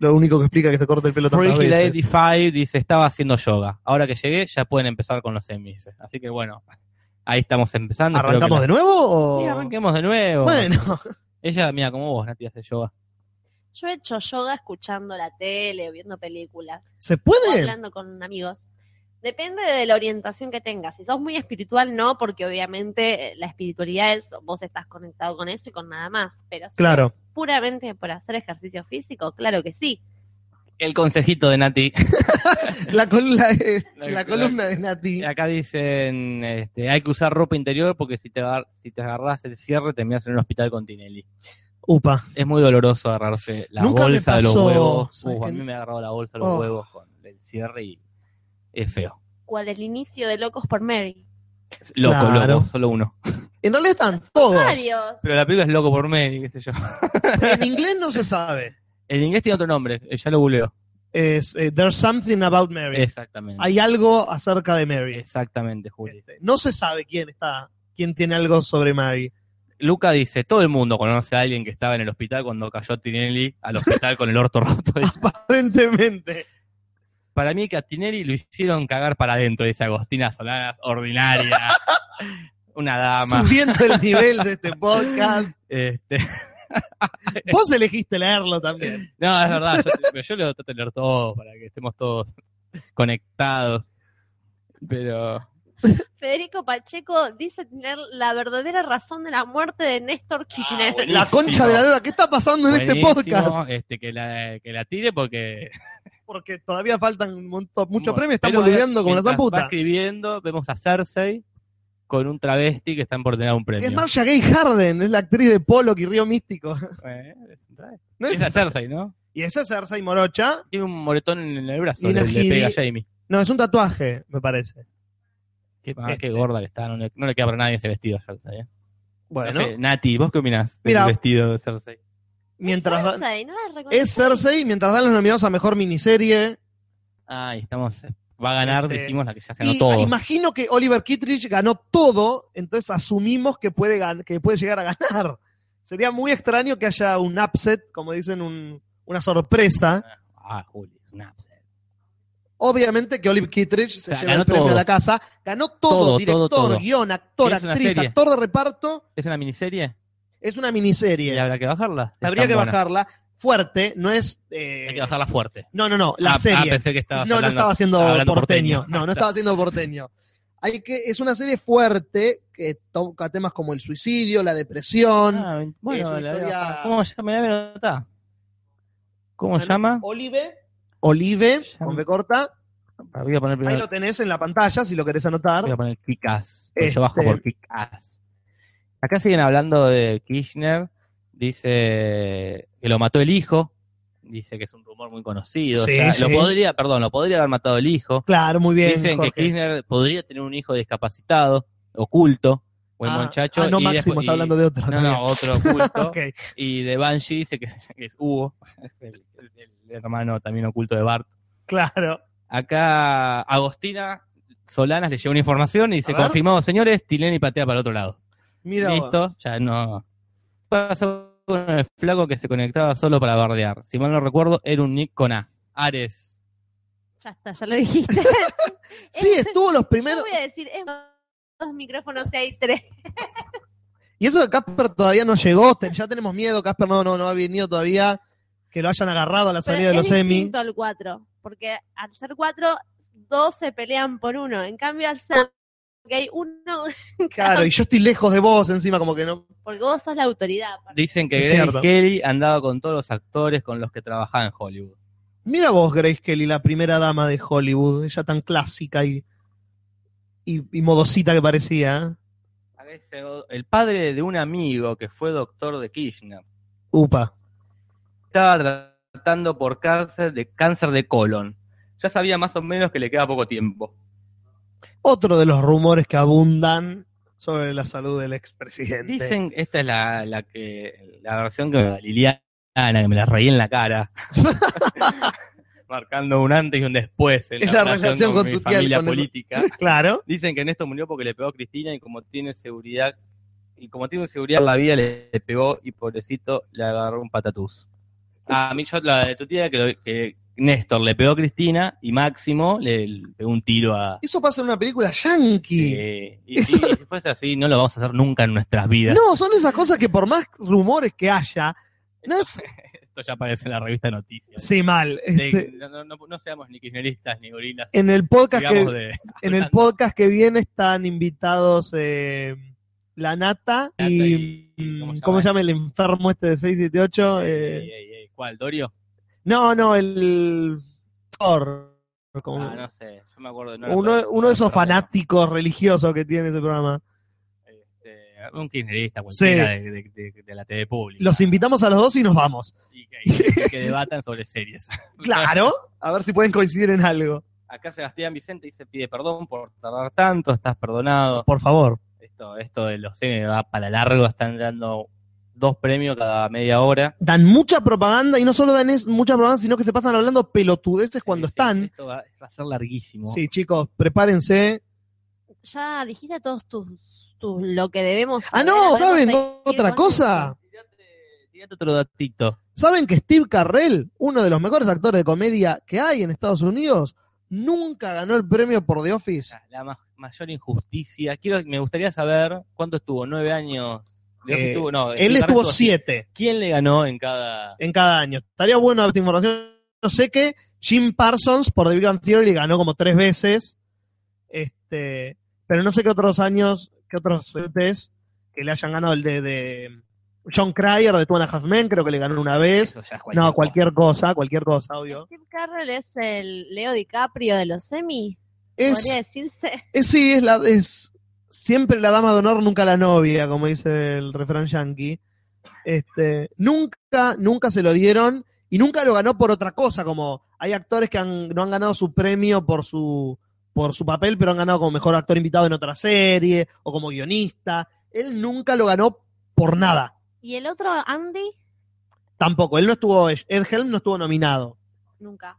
A: lo único que explica que se corta el pelo tantas
C: Freaky
A: veces.
C: Lady Five dice, estaba haciendo yoga. Ahora que llegué, ya pueden empezar con los semis. Así que bueno, ahí estamos empezando. Espero que
A: ¿Arrancamos
C: la-
A: de nuevo? o-
C: Sí, arranquemos de nuevo.
A: Bueno, [laughs]
C: Ella, mira, como vos, Nati, hace yoga.
D: Yo he hecho yoga escuchando la tele o viendo películas.
A: ¿se
D: o
A: puede?
D: hablando con amigos. Depende de la orientación que tengas. Si sos muy espiritual, no, porque obviamente eh, la espiritualidad es vos estás conectado con eso y con nada más. Pero si
A: Claro.
D: es puramente por hacer ejercicio físico, claro que sí.
C: El consejito de Nati.
A: La columna, de- la,
C: La-
A: columna de Nati.
C: Y [laughs] Acá dicen, este, hay que usar ropa interior porque si te, agar- si te agarras el cierre terminas en un hospital con Tinelli.
A: Upa.
C: Es muy doloroso agarrarse la
A: Nunca me
C: bolsa de los
A: pasó,
C: huevos.
A: ¿sabes
C: Uh, a
A: qué?
C: mí me ha agarrado la bolsa de los
A: Oh.
C: huevos con el cierre y es feo.
D: cual el inicio de Locos por Mary.
C: Loco,
A: Claro.
C: loco, solo uno.
A: En realidad están todos.
D: Varios.
C: Pero la película es loco por Mary, qué sé yo.
A: En inglés no se sabe.
C: En inglés tiene otro nombre, eh, ya lo googleo.
A: Es eh, There's Something About Mary.
C: Exactamente.
A: Hay algo acerca de Mary.
C: Exactamente, Juli.
A: Este, no se sabe quién está, quién tiene algo sobre Mary.
C: Luca dice, todo el mundo conoce a alguien que estaba en el hospital cuando cayó Tinelli al hospital con el
A: [laughs]
C: orto roto.
A: Aparentemente.
C: Para mí que a Tinelli lo hicieron cagar para adentro, dice Agostina Solanas, ordinaria.
A: [laughs]
C: Una dama.
A: Subiendo el nivel de
C: [laughs]
A: este podcast.
C: Este,
A: Vos elegiste leerlo también.
C: no, es verdad, yo, pero yo lo trato de leer todo para que estemos todos conectados. Pero
D: Federico Pacheco dice tener la verdadera razón de la muerte de Néstor Kirchner.
C: bueno.
A: Ah, La concha de la lora. ¿Qué está pasando en este
C: buenísimo,
A: podcast?
C: Este, que, la, que la tire porque...
A: Porque todavía faltan un montón- muchos
C: Bueno,
A: premios.
C: pero
A: Estamos
C: ahora,
A: lidiando con la
C: mientras va
A: zamputa.
C: escribiendo, vemos a Cersei con un travesti que están por tener un premio.
A: Es Marcia Gay Harden, es la actriz de Pollock y Río Místico. [laughs]
C: Eh, es un travesti.
A: ¿No es?
C: es a Cersei, ¿no?
A: Y esa es Cersei Morocha.
C: Tiene un moretón en el brazo,
A: Y una
C: le, le pega a
A: giri-
C: Jamie.
A: No, es un tatuaje, me parece.
C: Qué, ah,
A: Este.
C: qué gorda que está, no le, no le queda para nadie ese vestido, Cersei. ¿eh?
A: Bueno,
C: No sé, Nati, ¿vos qué opinás
A: Mira.
C: del vestido de Cersei?
A: mientras dan-
D: Cersei, no la reconocí.
A: es Cersei, mientras dan los nominados a mejor miniserie.
C: Ay, estamos. Eh, Va a ganar,
A: Este,
C: dijimos, la que ya se ganó
A: Y
C: todo.
A: imagino que Oliver Kittredge ganó todo, entonces asumimos que puede, gan- que puede llegar a ganar. [laughs] Sería muy extraño que haya un upset, como dicen, un- una sorpresa.
C: Ah, Juli, es una.
A: Obviamente que Oliver Kittredge se
C: O sea,
A: lleva
C: ganó
A: el premio
C: todo.
A: a la casa. Ganó todo,
C: Todo,
A: director,
C: todo, todo.
A: guión, actor,
C: Es una
A: actriz,
C: serie.
A: actor de reparto.
C: ¿Es una miniserie?
A: Es una
C: ¿Y
A: miniserie.
C: habrá que bajarla? Es
A: Habría
C: tan
A: que
C: buena.
A: bajarla fuerte, no es... eh,
C: Hay que bajarla fuerte.
A: No, no, no, la
C: Ah, ah,
A: serie.
C: pensé que estabas
A: no, no
C: hablando-
A: estaba haciendo
C: hablando
A: porteño.
C: porteño.
A: No,
C: [laughs]
A: no estaba haciendo porteño. Hay que, es una serie fuerte que toca temas como el suicidio, la depresión.
C: Ah, bueno,
A: es una
C: la-
A: historia-
C: ¿cómo se llama? Mirá, me lo anotá. ¿Cómo se llama?
A: Olive. Olive,
C: Llama.
A: con B corta.
C: Voy a poner
A: Ahí
C: primero.
A: lo tenés en la pantalla si lo querés
C: Voy a
A: anotar.
C: poner Kikas.
A: Este.
C: Yo bajo por Kikas. Acá siguen hablando de Kirchner. Dice que lo mató el hijo. Dice que es un rumor muy conocido.
A: Sí,
C: O sea, Lo
A: sí.
C: podría, perdón, lo podría haber matado el hijo.
A: Claro, muy bien.
C: Dicen
A: Jorge.
C: que Kirchner podría tener un hijo discapacitado, oculto, buen
A: Ah,
C: muchacho.
A: ah, no,
C: y
A: Máximo
C: después-
A: está
C: y-
A: hablando de otro.
C: No, no, otro oculto.
A: también. [laughs] Ok.
C: Y de Banshee dice que, [laughs] que es Hugo, es el, el- el hermano también oculto de Bart.
A: claro.
C: Acá Agostina Solanas le lleva una información y se
A: A ver.
C: confirmado, señores, Tileni patea para el otro lado.
A: Mira, vos.
C: Listo, ya no. Pasó con el flaco que se conectaba solo para bardear. Si mal no recuerdo, era un nick con A. Ares.
D: Ya está, ya lo dijiste.
A: [laughs] sí, estuvo los primeros.
D: Eh, Yo voy a decir, es dos micrófonos y hay tres.
A: Y eso de Casper todavía no llegó. te- Ya tenemos miedo. Casper no, no, no ha venido todavía. Que lo hayan agarrado a la salida
D: Pero
A: de los
D: es
A: semis.
D: distinto al cuatro, porque al ser cuatro, dos se pelean por uno. En cambio, al ser que hay uno,
A: Claro, y yo estoy lejos de vos encima, como que no.
D: porque vos sos la autoridad.
C: Dicen que
A: Es
C: Grace
A: cierto.
C: Kelly andaba con todos los actores con los que trabajaba en Hollywood.
A: Mira vos, Grace Kelly, la primera dama de Hollywood, ella tan clásica y, y, y modosita que parecía. ¿eh?
C: Acá dice, El padre de un amigo que fue doctor de Kirchner
A: Upa.
C: estaba tratando por cáncer de cáncer de colon. Ya sabía más o menos que le queda poco tiempo.
A: Otro de los rumores que abundan sobre la salud del expresidente.
C: Dicen, esta es la, la que la versión que me Liliana, que me la reí en
A: [laughs]
C: la cara. Marcando un antes y un después en
A: Es la relación con
C: mi
A: tu tía,
C: familia
A: con el-
C: política.
A: [laughs] Claro.
C: Dicen que Néstor murió porque le pegó a Cristina y como tiene seguridad y como tiene seguridad en la vida le pegó y pobrecito le agarró un patatús. A mí yo la de tu tía que, lo- que Néstor le pegó a Cristina y Máximo le pegó un tiro a
A: Eso pasa en una película yankee.
C: eh, y, sí, y si fuese así no lo vamos a hacer nunca en nuestras vidas.
A: No, son esas cosas que por más rumores que haya, no es.
C: Esto ya aparece en la revista Noticias.
A: Sí, mal.
C: De-
A: este,
C: no, no- no- no seamos ni kirchneristas ni gorilas.
A: en el podcast que,
C: Digamos de
A: en el podcast que viene están invitados eh, La Nata
C: Nata
A: y,
C: y-
A: mm,
C: ¿cómo se
A: ¿cómo se
C: llama?
A: este llama el enfermo este de 678? Eh,
C: Ey, ey, ey, ¿Cuál? ¿Dorio?
A: No, no, el. Thor. Como-
C: Ah, no sé, yo me acuerdo. no lo
A: Oh. uno,
C: puedo-
A: uno de esos
C: no lo puedo-
A: fanáticos religiosos que tiene ese programa.
C: Este, un kirchnerista cualquiera de, de- de- de la TV pública.
A: Los invitamos a los dos y nos
C: [laughs]
A: vamos.
C: Y que, y que debatan sobre series.
A: [laughs] Claro, a ver si pueden coincidir en algo.
C: Acá Sebastián Vicente dice, pide perdón por tardar tanto, estás perdonado.
A: Por favor.
C: Esto, esto de los cines va para largo, están dando dos premios cada media hora.
A: Dan mucha propaganda y no solo dan es- mucha propaganda, sino que se pasan hablando pelotudeces cuando
C: Sí, sí,
A: están.
C: Esto va, va a ser larguísimo.
A: Sí, chicos, prepárense.
D: Ya dijiste todos tus, tus lo que debemos.
A: Ah,
D: saber,
A: no,
D: podemos
A: ¿saben
D: seguir
A: otra
D: con
A: cosa?
D: esto.
C: Tirate- Tirate otro datito.
A: ¿Saben que Steve Carrell, uno de los mejores actores de comedia que hay en Estados Unidos, nunca ganó el premio por The Office?
C: La, la ma- mayor injusticia. Quiero, me gustaría saber cuánto estuvo, nueve años. Creo que
A: Eh,
C: estuvo- no,
A: Él
C: Steve
A: estuvo
C: Carell
A: siete
C: ¿Quién le ganó en cada...?
A: en cada año. Estaría bueno esta información. Yo sé que Jim Parsons por The Big Bang Theory le ganó como tres veces. Este, pero no sé qué otros años, qué otros test que le hayan ganado el de, de um, John Cryer de Two and a Half Men, creo que le ganó una vez.
C: Eso ya es
A: No, cualquier cosa, cualquier cosa, obvio.
D: Steve Carroll es el Leo DiCaprio de los semi,
A: Es,
D: podría decirse.
A: es Eh, sí, es la es siempre la dama de honor, nunca la novia, como dice el refrán yankee. Este, nunca, nunca se lo dieron y nunca lo ganó por otra cosa, como hay actores que han- no han ganado su premio por su por su papel, pero han ganado como mejor actor invitado en otra serie o como guionista. Él nunca lo ganó por nada,
D: Y el otro, Andy,
A: tampoco. Él no estuvo Ed Helm no estuvo nominado.
D: nunca.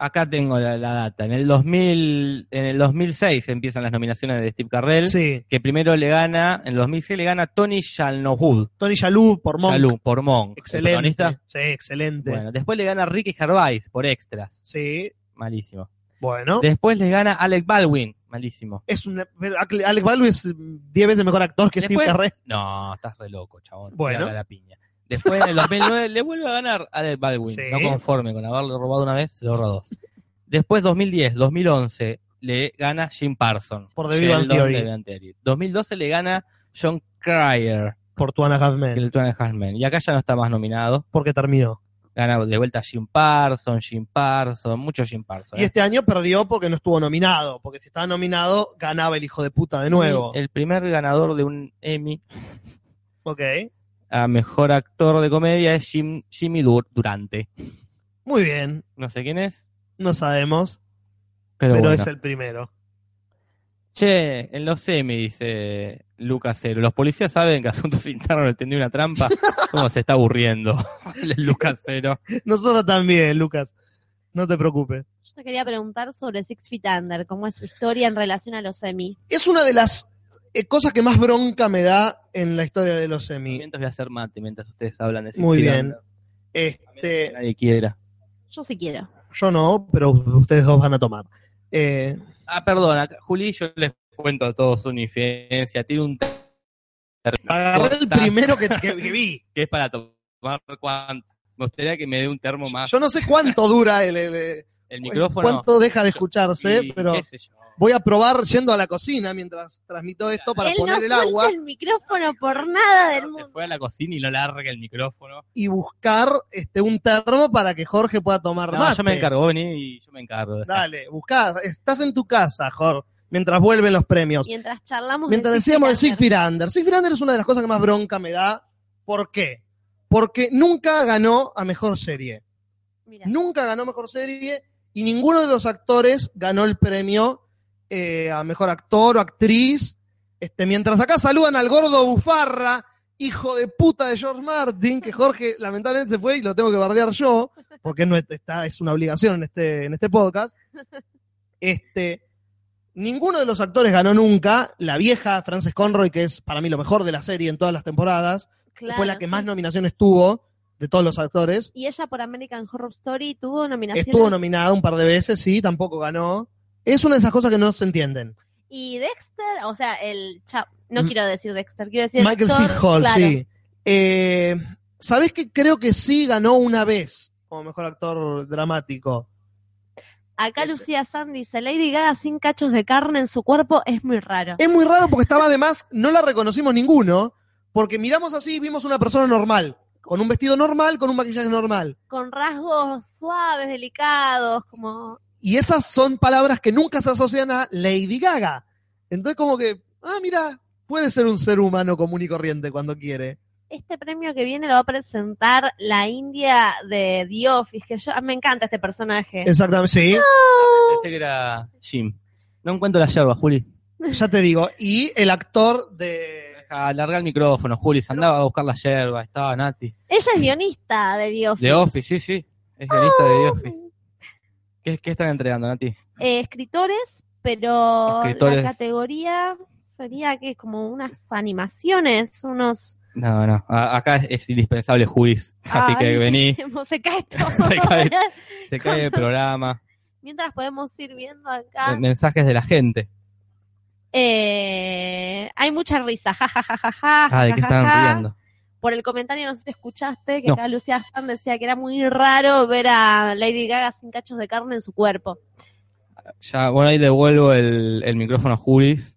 C: Acá tengo la, la data. En el 2000, en el 2006 empiezan las nominaciones de Steve Carrell,
A: Sí,
C: que primero le gana, en el 2006 le gana Tony Shalhoub,
A: Tony Shalhoub por Monk.
C: Shalhoub por Monk, el
A: Excelente.
C: protagonista.
A: Sí, excelente.
C: Bueno, después le gana Ricky Gervais por Extras,
A: Sí,
C: malísimo.
A: bueno.
C: Después le gana Alec Baldwin, malísimo.
A: es un pero Ale- Alec Baldwin es mm, 10 veces mejor actor que
C: Después-
A: Steve Carrell.
C: No, estás re loco, chabón.
A: Bueno.
C: Te haga la piña. Después en el 2009 le vuelve a ganar Alec Baldwin,
A: Sí.
C: no conforme con haberle robado una vez, se lo robó dos. Después 2010, 2011 le gana Jim Parsons
A: Por The Big Bang
C: Sheldon
A: Theory.
C: de Big Bang Theory. 2012 le gana John Cryer,
A: por Tuana
C: que
A: Huffman,
C: el Two and a Half Men. Y acá ya no está más nominado.
A: porque terminó.
C: Gana de vuelta Jim Parsons, Jim Parsons, mucho Jim Parsons.
A: Y
C: ¿eh?
A: este año perdió porque no estuvo nominado, porque si estaba nominado ganaba el hijo de puta de nuevo.
C: El primer ganador de un Emmy
A: Ok,
C: a mejor actor de comedia es Jim, Jimmy Dur- Durante.
A: muy bien,
C: No sé quién es,
A: no sabemos,
C: pero,
A: pero,
C: bueno.
A: es el primero.
C: Che, en los semi, dice Lucas Cero. Los policías saben que asuntos [laughs] internos le tendió una trampa. ¿Cómo se está aburriendo? [laughs] Lucas Cero.
A: Nosotros también, Lucas, no te preocupes.
D: Yo te quería preguntar sobre Six Feet Under, cómo es su historia en relación a los semi.
A: Es una de las eh, cosas que más bronca me da en la historia de los semi.
C: Mientras voy a hacer mate, mientras ustedes hablan de ese
A: Muy
C: estilo,
A: bien.
C: a menos que
A: Este,
C: nadie quiera.
D: Yo sí quiero.
A: yo no, pero ustedes dos van a tomar. Eh,
C: Ah, perdón, acá- Juli, yo les cuento a todos una infidencia. Tiene un ter-
A: agarré el
C: Corta,
A: primero que- que- que vi.
C: que es para tomar cuánto. Me gustaría que me dé un termo más.
A: Yo no sé cuánto dura el, el- el-
C: el micrófono.
A: cuánto deja de escucharse,
C: y
A: pero
C: qué sé yo.
A: voy a probar yendo a la cocina mientras transmito esto para
D: Él no
A: poner el
D: suelta
A: agua
D: el micrófono por nada del
C: Se
D: mundo.
C: fue a la cocina y no larga el micrófono.
A: y buscar este un termo para que Jorge pueda tomar
C: No,
A: mate.
C: yo me encargo, vos vení y yo me encargo. de esta
A: Dale, buscá, estás en tu casa, Jorge, mientras vuelven los premios.
D: Mientras charlamos.
A: Mientras
D: Six
A: decíamos de
D: Feet Under.
A: Siegfried Under. Siegfried Under es una de las cosas que más bronca me da. ¿Por qué? Porque nunca ganó a mejor serie.
D: Mira,
A: Nunca ganó mejor serie y ninguno de los actores ganó el premio eh, a mejor actor o actriz. Este, mientras acá saludan al gordo Bufarra, hijo de puta de George Martin, que
D: [laughs]
A: Jorge lamentablemente se fue y lo tengo que bardear yo, porque no es- está, es una obligación en este, en este podcast. Este, ninguno de los actores ganó nunca. La vieja Frances Conroy, que es para mí lo mejor de la serie en todas las temporadas,
D: claro,
A: fue la que
D: sí.
A: más nominaciones tuvo de todos los actores.
D: Y ella por American Horror Story tuvo nominación.
A: Estuvo nominada un par de veces, sí, tampoco ganó. Es una de esas cosas que no se entienden.
D: Y Dexter, o sea, el chap, no
A: Mm.
D: quiero decir Dexter, quiero decir el
A: Michael C.
D: actor,
A: Hall,
D: claro.
A: sí. Eh, ¿Sabés que creo que sí ganó una vez como mejor actor dramático?
D: Acá Lucía Sand dice, Lady Gaga sin cachos de carne en su cuerpo es muy raro.
A: Es muy raro porque estaba además, no la reconocimos ninguno, porque miramos así y vimos una persona normal. con un vestido normal, con un maquillaje normal.
D: con rasgos suaves, delicados, como...
A: Y esas son palabras que nunca se asocian a Lady Gaga. Entonces como que, ah, mira, puede ser un ser humano común y corriente cuando quiere.
D: Este premio que viene lo va a presentar la India de The Office, que yo... ah, Me encanta este personaje.
A: Exactamente, sí,
C: Pensé que era Jim. No encuentro la yerba, Juli.
A: ya te digo. Y el actor de...
C: Alarga el micrófono, Juli. Se andaba a buscar la yerba, estaba Nati.
D: Ella es guionista de The Office.
C: The Office, sí, sí. Es guionista de The Office. ¿Qué, qué están entregando, Nati?
D: Eh, escritores, pero
C: Escritores.
D: la categoría sería que es como unas animaciones, unos...
C: No, no. A- acá es, es indispensable Julis. Así
D: Ay,
C: que vení, [laughs]
D: Se cae todo.
C: Se cae. se cae el programa.
D: [laughs] Mientras podemos ir viendo acá.
C: Mensajes de la gente.
D: Eh, hay mucha risa, ja, ja, ja, ja, ja,
C: Ah, de
D: ja,
C: qué
D: ja,
C: estaban
D: ja.
C: riendo.
D: Por el comentario, no sé si escuchaste, que
C: No.
D: acá Lucía Stan decía que era muy raro ver a Lady Gaga sin cachos de carne en su cuerpo.
C: Ya, bueno, ahí le devuelvo el, el micrófono a Julis.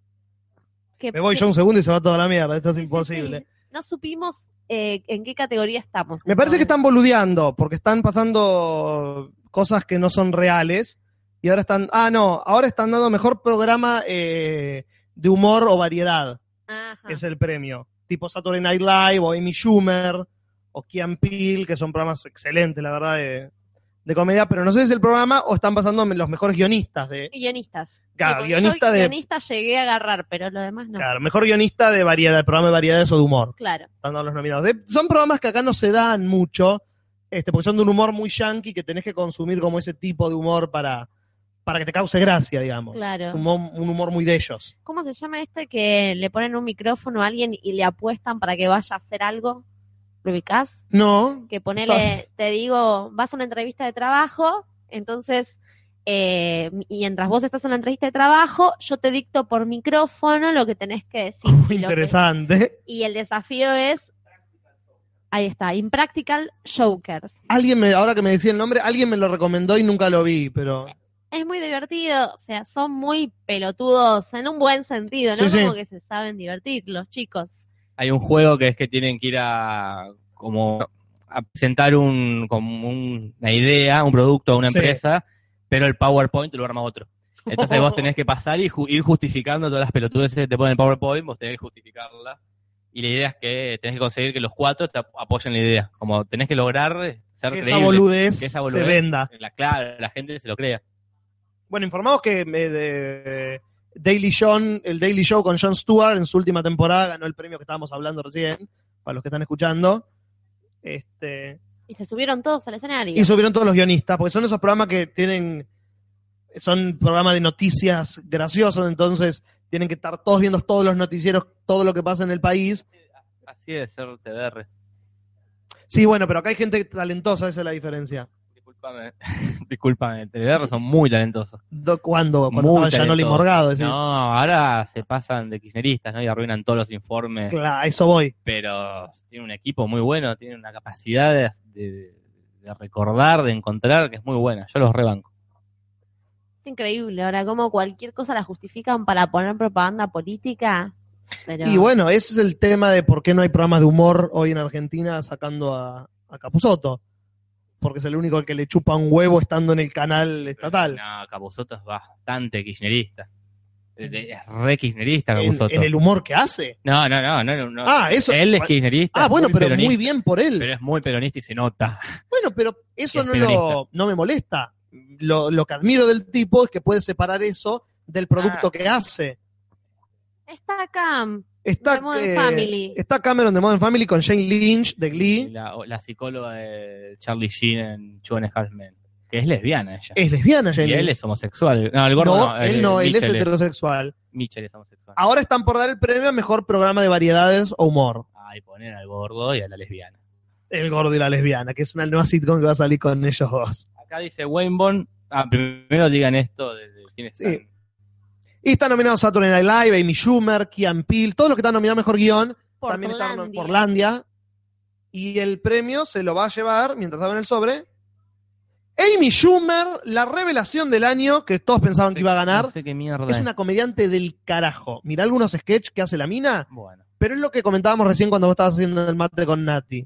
D: Que-
A: Me voy
D: que-
A: yo un segundo y se va toda la mierda, esto es
D: [laughs] sí, sí,
A: imposible.
D: sí. No supimos eh, en qué categoría estamos.
A: Me parece que
D: entonces.
A: están boludeando, porque están pasando cosas que no son reales. Y ahora están, ah, no, ahora están dando mejor programa eh, de humor o variedad,
D: Ajá.
A: que es el premio. Tipo Saturday Night Live o Amy Schumer o Kian Peele, que son programas excelentes, la verdad, de, de comedia. Pero no sé si es el programa o están pasando los mejores guionistas de...
D: Guionistas.
A: Claro,
D: Sí, porque
A: guionista
D: yo
A: de-
D: guionista llegué a agarrar, pero lo demás no. Claro.
A: Claro, mejor guionista de variedad, programa de variedades o de humor. están dando los nominados. De- son programas que acá no se dan mucho, este, porque son de un humor muy yankee que tenés que consumir como ese tipo de humor para, para que te cause gracia, digamos.
D: Claro.
A: Es Un, mo- un humor muy de ellos.
D: ¿Cómo se llama este que le ponen un micrófono a alguien y le apuestan para que vaya a hacer algo? ¿Lo ubicás?
A: No,
D: Que ponele, te digo, vas a una entrevista de trabajo, entonces, eh, mientras vos estás en la entrevista de trabajo, yo te dicto por micrófono lo que tenés que decir. y lo que-
A: interesante.
D: y el desafío es, ahí está, Impractical Jokers.
A: Alguien me, ahora que me decía el nombre, alguien me lo recomendó y nunca lo vi, pero
D: es muy divertido, o sea, son muy pelotudos en un buen sentido, ¿no?
A: Sí, sí.
D: Como que se saben divertir los chicos.
C: Hay un juego que es que tienen que ir a como a presentar un, como un- una idea, un producto a una
A: Sí.
C: empresa, pero el PowerPoint lo arma otro. Entonces vos tenés que pasar y ju- ir justificando todas las pelotudes que te ponen en PowerPoint, vos tenés que justificarlas. Y la idea es que tenés que conseguir que los cuatro te ap- apoyen la idea. Como tenés que lograr ser
A: que esa
C: creíble.
A: boludez,
C: que esa boludez.
A: se venda.
C: La, claro, la gente se lo crea.
A: Bueno, informamos que me de Daily John, el Daily Show con Jon Stewart en su última temporada ganó el premio que estábamos hablando recién, para los que están escuchando. Este,
D: Y se subieron todos al escenario.
A: Y subieron todos los guionistas, porque son esos programas que tienen, son programas de noticias graciosos, entonces tienen que estar todos viendo todos los noticieros, todo lo que pasa en el país.
C: Así es ser TDR.
A: Sí, bueno, pero acá hay gente talentosa, esa es la diferencia.
C: [laughs] Disculpame, disculpame, TDR son muy talentosos.
A: Do- Cuando, cuando
C: Muy
A: estaba Yanoli
C: talentoso.
A: Morgado, decís,
C: No, ahora se pasan de kirchneristas, ¿no? Y arruinan todos los informes.
A: claro, a eso voy.
C: Pero tiene un equipo muy bueno, tiene una capacidad de, de- de recordar, de encontrar, que es muy buena. Yo los rebanco.
D: Es increíble, ahora como cualquier cosa la justifican para poner propaganda política. Pero...
A: Y bueno, ese es el tema de por qué no hay programas de humor hoy en Argentina sacando a, a Capusotto. Porque es el único al que le chupa un huevo estando en el canal estatal.
C: No, Capusotto es bastante kirchnerista. Es de- es re kirchnerista
A: En,
C: Capusotto.
A: en el humor que hace.
C: No, no, no, no, no.
A: Ah, eso.
C: él es kirchnerista.
A: Ah, bueno, pero
C: peronista,
A: muy bien por él.
C: Pero es muy peronista y se nota.
A: Bueno, pero eso
C: Es
A: no,
C: peronista.
A: lo, no me molesta. Lo, lo que admiro del tipo es que puede separar eso del producto
C: Ah.
A: que hace.
D: Está acá.
A: Está,
D: The Modern
A: eh,
D: Family.
A: está Cameron de Modern Family con Jane Lynch de Glee.
C: La, la psicóloga de Charlie Sheen en Chuan Halfman, que es lesbiana ella.
A: Es lesbiana, Jane
C: Y él
A: Lynch.
C: es homosexual. No, el gordo
A: no,
C: no.
A: él no, él es
C: Mitchell
A: heterosexual.
C: Mitchell es homosexual.
A: Ahora están por dar el premio a mejor programa de variedades o humor.
C: Ay, poner al gordo y a la lesbiana.
A: El gordo y la lesbiana, que es una nueva sitcom que va a salir con ellos dos.
C: Acá dice Wayneborn. Ah, primero digan esto de, de quién
A: Sí.
C: están.
A: Y están nominados Saturday Night Live, Amy Schumer, Keanu Peele, todos los que están nominados a mejor guión.
D: Por
A: también está Arnold
D: Portlandia.
A: Portlandia. Y el premio se lo va a llevar, mientras abren el sobre, Amy Schumer, la revelación del año que todos pensaban que iba a ganar.
C: No sé qué mierda.
A: Es una comediante del carajo. Mirá algunos sketches que hace la mina,
C: Bueno,
A: pero es lo que comentábamos recién cuando vos estabas haciendo el mate con Nati.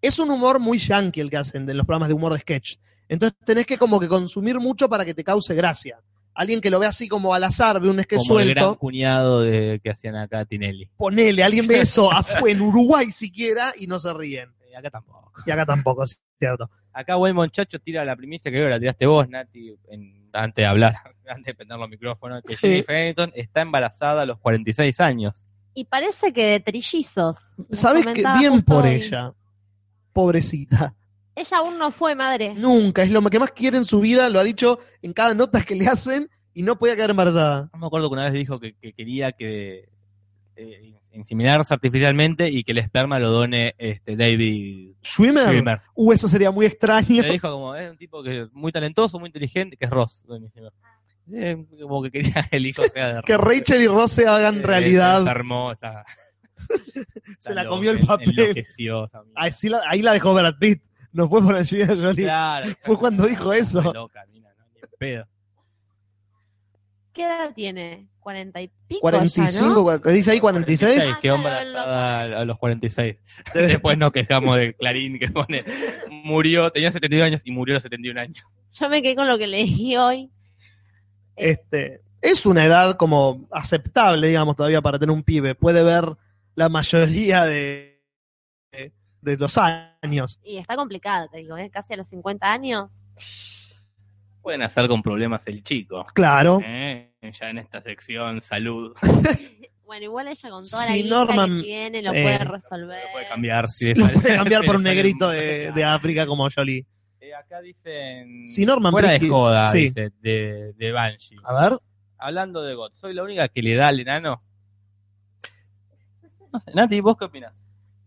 A: es un humor muy yankee el que hacen de los programas de humor de sketch. Entonces tenés que como que consumir mucho para que te cause gracia. Alguien que lo ve así como al azar, ve un sketch
C: Como el gran
A: suelto,
C: cuñado de, que hacían acá Tinelli.
A: ponele, alguien
C: [laughs]
A: ve eso afu- en Uruguay siquiera y no se ríen.
C: Eh, acá tampoco.
A: Y acá tampoco, es cierto.
C: Acá buen muchacho tira la primicia que creo que la tiraste vos, Nati, en- antes de hablar, [laughs] antes de prender los micrófonos, que
A: Sí.
C: Jennifer Aniston está embarazada a los 46 años.
D: Y parece que de trillizos. Nos
A: ¿Sabes qué?
D: comentaba
A: Bien
D: justo
A: por
D: hoy.
A: ella. Pobrecita.
D: Ella aún no fue madre.
A: Nunca, es lo que más quiere en su vida, lo ha dicho en cada nota que le hacen y no podía quedar embarazada.
C: No me acuerdo que una vez dijo que, que quería que eh, inseminarse artificialmente y que el esperma lo done este, David
A: Schwimmer,
C: Schwimmer.
A: Uh, eso sería muy [laughs] extraño.
C: Le dijo como, es un tipo que es muy talentoso, muy inteligente, que es Ross. Bueno, dijo, eh, como que quería [laughs] que el hijo sea
A: [laughs]
C: de
A: Que
C: Ross.
A: Rachel y Ross se hagan
C: Eh,
A: realidad.
C: Está hermosa.
A: [laughs] Se la comió el papel.
C: Enloqueció, esa mina.
A: Ahí, sí la, ahí la dejó Brad Pitt. No fue por Angelina Jolie.
C: Claro.
A: Fue cuando dijo eso.
C: Re Loca, mina, no, ni en pedo.
D: ¿Qué edad tiene? ¿40 y pico?
A: 45,
D: ya,
A: cua- dice ahí 46.
C: Que
D: Ah, claro,
C: embarazada a- a los 46. Después nos quejamos de Clarín que pone, murió, tenía 72 años y murió a los 71 años.
D: ¿no? Yo me quedé con lo que leí hoy.
A: Este, es una edad como aceptable, digamos, todavía para tener un pibe. Puede ver la mayoría de, de, de los años.
D: Y está complicada, te digo, ¿eh? casi a los 50 años.
C: Pueden hacer con problemas el chico.
A: Claro.
C: ¿eh? Ya en esta sección, salud.
D: Bueno, igual ella con toda la
A: Sí,
D: guita
A: Norman-
D: que tiene lo
A: sí.
D: puede
C: Lo
D: resolver.
C: puede cambiar. si
A: Lo
C: le sale- [laughs]
A: puede cambiar
C: si
A: por
C: le
A: un
C: sale
A: negrito
C: mal.
A: de, de África como Jolie.
C: Eh, acá dicen.
A: Si Norman
C: Fuera de
A: Brisky-
C: joda,
A: sí.
C: dice, de, de Banshee.
A: A ver.
C: Hablando de God, ¿soy la única que le da al enano? No sé, Nati, ¿vos qué opinas?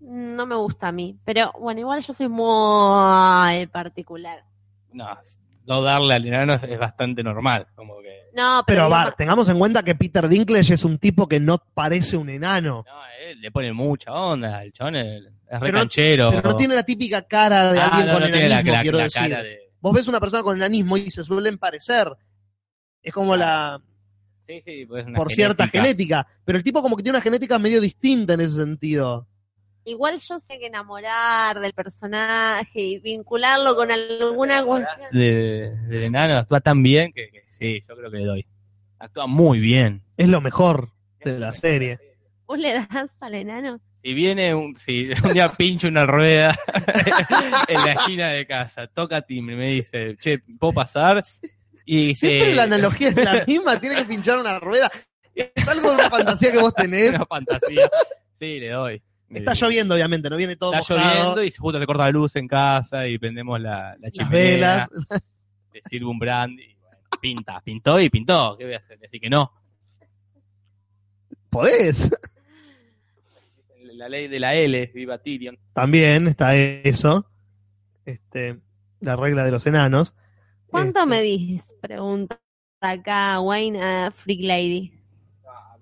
D: No me gusta a mí. Pero bueno, igual yo soy muy particular.
C: No, no darle al enano es, es bastante normal. Como que.
D: No, pero.
A: Pero
D: digo,
A: Bart, tengamos en cuenta que Peter Dinklage es un tipo que no parece un enano.
C: No, él le pone mucha onda, el chabón es, es re
A: Pero no-
C: canchero.
A: Pero no tiene la típica cara de
C: Ah,
A: alguien
C: no,
A: con
C: no tiene
A: enanismo,
C: la, la-
A: quiero
C: la
A: decir.
C: cara de.
A: Vos ves una persona con enanismo y se suelen parecer. Es como la,
C: Sí, sí, pues Ah, una
A: por cierta genética. Pero el tipo como que tiene una genética medio distinta en ese sentido.
D: Igual yo sé que enamorar del personaje y vincularlo con alguna cuestión.
C: De, del enano actúa tan bien que, que sí, yo creo que le doy. Actúa muy bien.
A: Es lo mejor de la serie.
D: ¿Vos le das al enano?
C: Si viene un, si un día pincho una rueda [laughs] en la esquina de casa, toca timbre, me dice, che, ¿puedo pasar? Y
A: Siempre
C: dice,
A: la analogía es la misma, tiene que pinchar una rueda. Es algo de una fantasía que vos tenés.
C: una fantasía. Sí, le doy.
A: Está
C: Le-
A: lloviendo, obviamente, no viene todo
C: Eh, Está
A: mojado.
C: lloviendo y justo se corta la luz en casa y prendemos la, la
A: Las
C: chimenea,
A: velas.
C: le sirve un brandy, y bueno, pinta, pintó y pintó, ¿qué voy a hacer? Así que no.
A: Podés.
C: La ley de la L, viva Tyrion.
A: También está eso. Este, la regla de los enanos.
D: ¿Cuánto
A: Este,
D: medís? Pregunta acá Wayne a Freak Lady.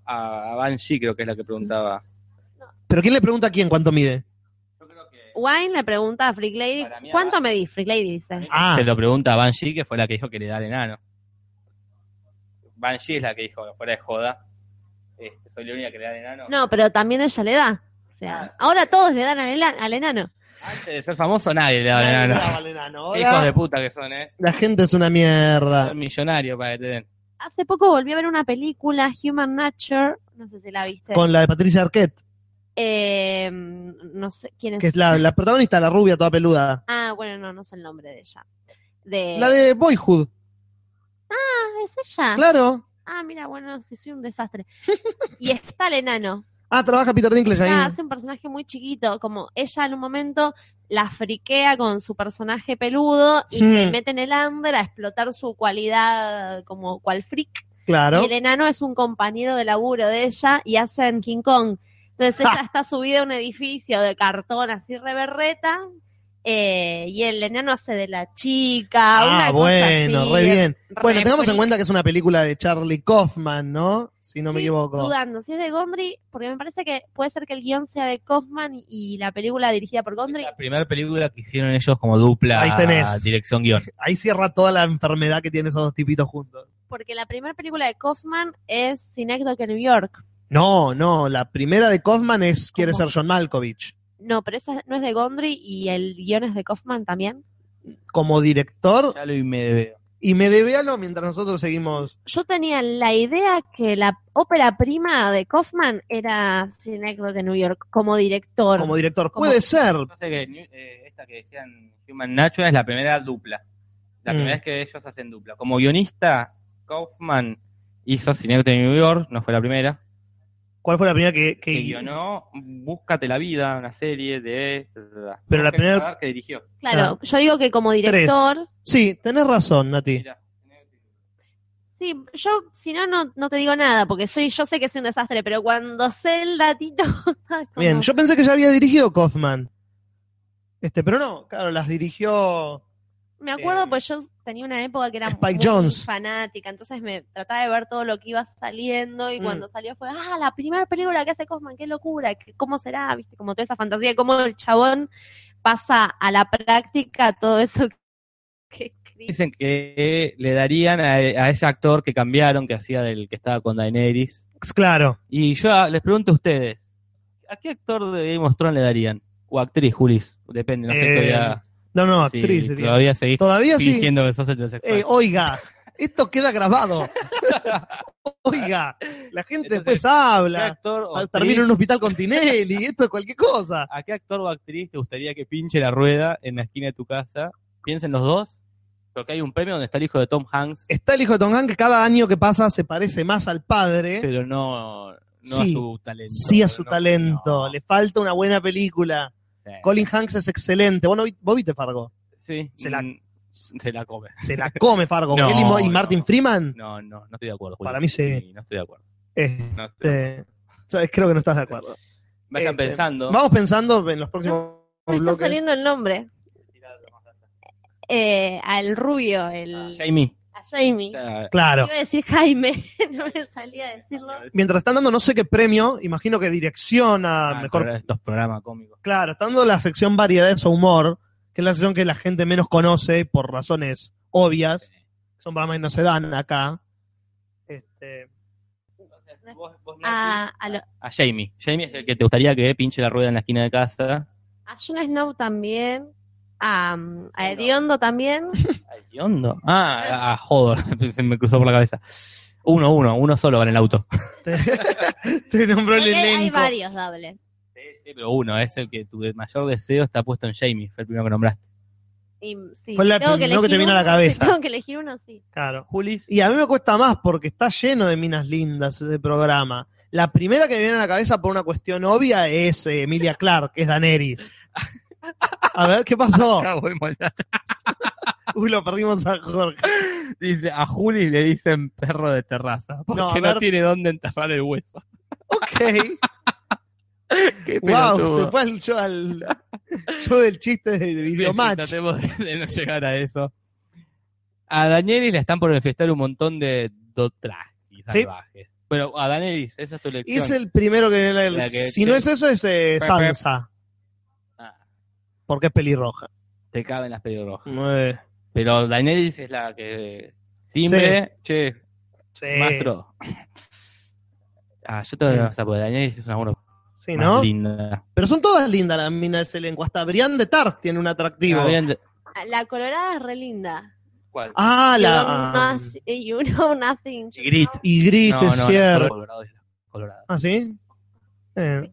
C: A, a Banshee creo que es la que preguntaba.
A: Pero ¿quién le pregunta a quién cuánto mide?
C: Yo creo que
D: Wayne le pregunta a Freak Lady,
C: Para mí,
D: ¿cuánto
C: a-
D: medís? Freak Lady dice.
A: Ah.
C: Se lo pregunta a Banshee, que fue la que dijo que le da al enano. Banshee es la que dijo, fuera de joda. este, soy la única que le da al enano.
D: No, pero también ella le da. O
C: Ah.
D: sea, ahora todos le dan al, ela- al enano.
C: Antes de ser famoso, nadie le da al
A: Ahí
C: enano.
A: estaba el enano.
C: Qué
A: Ahora,
C: Hijos de puta que son, eh.
A: La gente es una mierda.
C: Son millonarios para que te den.
D: Hace poco volví a ver una película, Human Nature, no sé si la viste.
A: Con la de Patricia Arquette,
D: Eh, no sé quién es.
A: que es la, la protagonista, la rubia toda peluda.
D: Ah, bueno, no, no sé el nombre de ella. De...
A: La de Boyhood,
D: Eh. Ah, es ella.
A: claro.
D: Ah, mira, bueno, sí, soy un desastre. y está el enano.
A: Ah, trabaja Peter Dinklage
D: Ah,
A: ahí.
D: hace un personaje muy chiquito, como ella en un momento la friquea con su personaje peludo y
A: Hmm.
D: se mete en el under a explotar su cualidad como cual freak.
A: Claro.
D: Y el enano es un compañero de laburo de ella y hacen King Kong. Entonces ella está subida a un edificio de cartón así reberreta eh, y el enano hace de la chica.
A: Ah,
D: una
A: bueno, re
D: cosa así,
A: bien. Bueno,
D: re
A: tengamos en
D: freak.
A: cuenta que es una película de Charlie Kaufman, ¿no? Si no me
D: Estoy
A: equivoco.
D: Dudando, si es de Gondry, porque me parece que puede ser que el guión sea de Kaufman y la película dirigida por
C: Es
D: Gondry.
C: la primera película que hicieron ellos como dupla
A: Ahí tenés.
C: dirección-guión.
A: Ahí cierra toda la enfermedad que tienen esos dos tipitos juntos.
D: Porque la primera película de Kaufman es Sin Éxito que New York.
A: No, no, la primera de Kaufman es Quiere
D: ¿Cómo?
A: ser John Malkovich.
D: No, pero esa no es de Gondry y el guion es de Kaufman también.
A: como director
C: Ya lo y me debe.
A: y me debe algo mientras nosotros seguimos.
D: Yo tenía la idea que la ópera prima de Kaufman era Synecdoche de New York como director.
A: Como director,
D: Como-
A: puede ser.
C: Entonces, que, New- eh, esta que decían Human Nature es la primera dupla. La
A: Mm.
C: primera vez que ellos hacen dupla. Como guionista, Kaufman hizo Cinecte de New York, no fue la primera.
A: ¿Cuál fue la primera que, que-
C: que guionó Búscate la vida, una serie de...
A: Pero la
C: Jorge
A: primera-
C: Sadar que dirigió.
A: Ah.
D: claro, yo digo que como director.
A: Sí, tenés razón, Nati.
C: Mirá.
D: Sí, yo si no, no, no te digo nada, porque soy, yo sé que soy un desastre, pero cuando sé el datito... [laughs] como-
A: Bien, yo pensé que ya había dirigido Kaufman. Este, pero no, claro, las dirigió.
D: Me acuerdo,
C: Eh,
D: pues yo tenía una época que era
A: Spike
D: muy
A: Jonze.
D: fanática, entonces me trataba de ver todo lo que iba saliendo y
A: Mm.
D: cuando salió fue, ah, la primera película que hace Cosman, qué locura, qué- cómo será, viste, como toda esa fantasía, de cómo el chabón pasa a la práctica todo eso [laughs] que escribe.
C: Dicen que le darían a, a ese actor que cambiaron, que hacía del que estaba con Daenerys.
A: Claro.
C: Y yo les pregunto a ustedes, ¿a qué actor de Game of Thrones le darían? O actriz, Julis, depende, no sé
A: Eh,
C: todavía,
A: No, no,
C: si
A: actriz. sería. Todavía,
C: todavía seguís
A: sí.
C: fingiendo que sos heterosexual.
A: Eh, oiga, esto queda
C: [laughs]
A: grabado. oiga, la gente
C: Entonces,
A: después
C: ¿Qué
A: habla.
C: actor o
A: Ah,
C: actriz-
A: Termina en un hospital con Tinelli, [laughs] esto es cualquier cosa.
C: ¿A qué actor o actriz te gustaría que pinche la rueda en la esquina de tu casa? Piensen los dos, porque hay un premio donde está el hijo de Tom Hanks,
A: Está el hijo de Tom Hanks que cada año que pasa se parece más al padre,
C: pero no, no
A: Sí,
C: a su talento.
A: sí a su
C: No,
A: talento.
C: no,
A: Le falta una buena película.
C: sí.
A: Colin Hanks es excelente. Vos, no vi- vos viste Fargo.
C: Sí,
A: se la-
C: mm, se la come.
A: Se la come
C: [laughs]
A: Fargo.
C: No,
A: Él y, Mo- y
C: no.
A: Martin Freeman.
C: No, no, no estoy de acuerdo.
A: Para mí sí.
C: No estoy de acuerdo.
A: Este,
C: No estoy de acuerdo.
A: sabes, creo que no estás de acuerdo.
C: Vayan
A: este,
C: pensando.
A: Vamos pensando en los próximos
D: Me está
A: bloques.
D: saliendo el nombre, eh, al rubio, el,
C: Jamie.
D: a Jamie.
C: Ya,
A: Ah, Claro.
D: Iba a decir Jaime, [laughs] no me salía a decirlo.
A: Mientras están dando Ah, no sé qué premio, imagino que dirección a
C: ah,
A: mejor.
C: pero Estos programas cómicos.
A: Claro, están dando la sección variedades o humor, que es la sección que la gente menos conoce por razones obvias. Son programas que no se dan acá. Este, [laughs]
C: Vos- vos, Nati,
D: A, a, lo-
C: a Jamie. Jamie es el que te gustaría que pinche la rueda en la esquina de casa.
D: a Jon Snow también. A, a Ediondo también.
C: Ay, ¿qué onda? Ah, a Joder. [laughs] Se me cruzó por la cabeza. Uno, uno, uno solo va en el auto.
A: te, te nombró el
D: Porque hay- Hay
A: elenco.
D: varios dobles.
C: Sí, sí, pero uno, es el que tu de- mayor deseo está puesto en Jamie. Fue el primero que nombraste.
D: Y, sí,
A: Fue la
D: tengo
A: primera que te
D: elegir
A: vino a la
D: uno,
A: cabeza.
D: [laughs] Tengo que elegir uno, sí.
A: Claro.
C: Julis.
A: Y a mí me cuesta más porque está lleno de minas lindas ese programa. La primera que me viene a la cabeza por una cuestión obvia es eh, Emilia Clark, que es Daneris. A ver, ¿qué pasó? Uy, lo perdimos a Jorge.
C: Dice, a Juli le dicen perro de terraza, porque
A: No, a
C: no,
A: ver.
C: tiene dónde enterrar el hueso.
A: Ok.
C: Qué
A: Wow,
C: pelotudo.
A: se fue al yo, al yo del chiste de Videomatch.
C: Tratemos de de no llegar a eso. A Danielis le están por manifestar un montón de dotrajes
A: Sí.
C: salvajes. Pero a Danielis, esa es tu
A: Y
C: elección.
A: es el primero que viene.
C: La
A: el-
C: que-
A: si no es eso, es eh,
C: Pe- pe-
A: Sansa,
C: Ah,
A: porque es pelirroja.
C: te caben las pelirrojas.
A: Eh,
C: Pero Danielis es la que... Timbre, che,
A: sí,
C: mastro. Ah, yo te voy a pasar, porque Danielis es una buena
A: Eh. sí,
C: más
A: ¿no?
C: linda.
A: Pero son todas lindas las minas de ese elenco. Hasta Brian de Tarth tiene un atractivo.
C: Ah,
A: Ah,
C: bien, de-
D: La colorada es re linda.
C: ¿Cuál?
A: Ah, la.
D: You [laughs] know nothing.
C: Y Grit.
A: Y Grit,
C: No, no,
A: es
C: no,
A: cierto.
C: Colorado, Colorado.
A: ¿Ah, sí? Eh.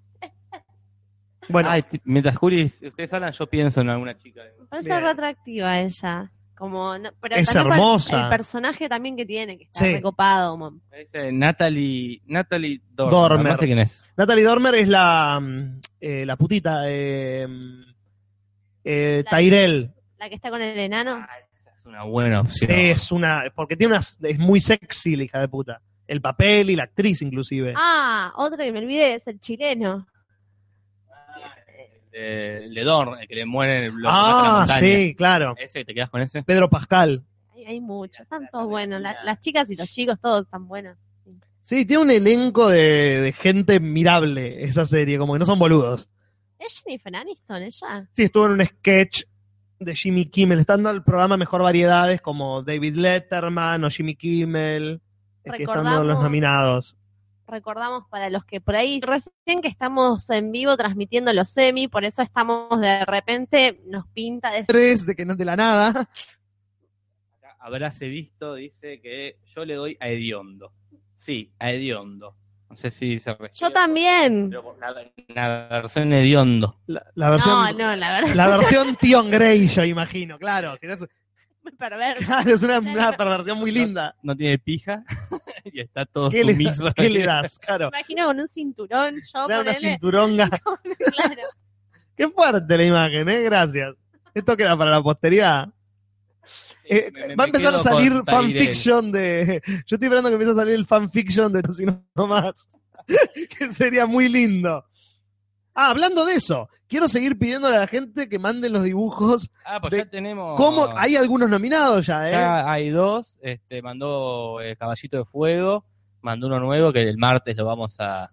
A: Bueno,
C: Ay, t- mientras Juli, ustedes hablan, yo pienso en alguna chica.
D: Parece
A: Bien.
D: re atractiva ella. Como, no- pero
A: Es
D: también por el-
A: hermosa.
D: El personaje también que tiene, que está
A: Sí.
D: recopado. mon.
C: Parece Natalie, Natalie Dormer.
A: Dormer.
C: No sé quién es.
A: Natalie Dormer es la, mm, eh, la putita. Eh, mm, eh,
D: La-
A: Tyrell.
D: La que está con el enano.
C: Ah, esa es una buena opción.
A: Es una. Porque tiene unas. Es muy sexy la hija de puta. El papel y la actriz, inclusive.
D: Ah, otro que me olvidé es el chileno.
C: El de, el de Dorn, el que Eh, le muere en el bloque.
A: Ah, sí, claro.
C: Ese, ¿te quedas con ese?
A: Pedro Pascal.
D: Hay, hay muchos, están todos buenos. La- las chicas y los chicos, todos están buenos.
A: Sí, tiene un elenco de, de gente mirable esa serie, como que no son boludos.
D: ¿Es Jennifer Aniston ella?
A: Sí, estuvo en un sketch de Jimmy Kimmel, estando al programa Mejor Variedades como David Letterman o Jimmy Kimmel, eh, que están
D: Recordamos-
A: los nominados.
D: recordamos para los que por ahí recién que estamos en vivo transmitiendo los semi, por eso estamos de repente, nos pinta de...
A: Tres, de que no de la nada.
C: Acá, Habráse visto, dice que yo le doy a Ediondo. Sí, a Ediondo. No sé si se
D: Yo
C: refiere,
D: también.
C: pero por La, la versión Ediondo.
A: La, la versión,
D: No, no, la verdad [laughs]
A: la versión Tion Grey, yo imagino, claro. si no es-
D: es perverso.
A: claro, es una, una perversión muy linda.
C: No tiene pija [laughs] y está [laughs] todo
A: ¿Qué le,
C: sumiso.
A: ¿Qué le das? Claro.
D: [laughs] Me imagino con un cinturón, yo
A: Le da una
D: ponele-
A: cinturonga.
D: claro.
A: Qué fuerte la imagen, ¿eh? Gracias. Esto queda para la posteridad. Eh,
C: Me- me-
A: va a
C: me
A: empezar a
C: quedo
A: salir
C: con Tairel.
A: fanfiction de. [laughs] Yo estoy esperando que empiece a salir el fanfiction de Tocino Más. [laughs] que sería muy lindo. Ah, hablando de eso, quiero seguir pidiéndole a la gente que manden los dibujos.
C: Ah, pues
A: de-
C: ya tenemos.
A: ¿Cómo? Hay algunos nominados ya, ¿eh?
C: Ya hay dos. Este, mandó eh, Caballito de Fuego, mandó uno nuevo que el martes lo vamos a,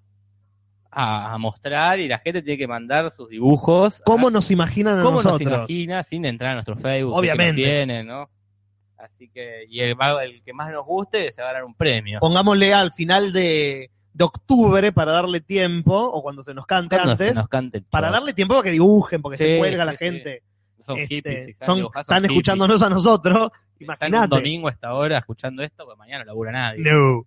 C: a, a mostrar y la gente tiene que mandar sus dibujos.
A: ¿Cómo
C: a-
A: nos imaginan a
C: ¿Cómo
A: nosotros?
C: nos imagina sin entrar a nuestro Facebook?
A: Obviamente.
C: Que lo tienen, ¿no? Así que, y el, va- el que más nos guste se va a ganar un premio.
A: Pongámosle al final de, de octubre para darle tiempo, o cuando se nos cante
C: Cuando se
A: antes,
C: nos cante el
A: para
C: chorro.
A: darle tiempo para que dibujen, porque se
C: Sí,
A: cuelga
C: sí,
A: la
C: sí.
A: gente.
C: Son
A: Este,
C: hippies, si saben
A: son-
C: dibujar, son
A: están
C: hippies.
A: escuchándonos a nosotros.
C: Están un
A: Imagínate.
C: domingo a esta hora escuchando esto, pues mañana no labura nadie.
A: No.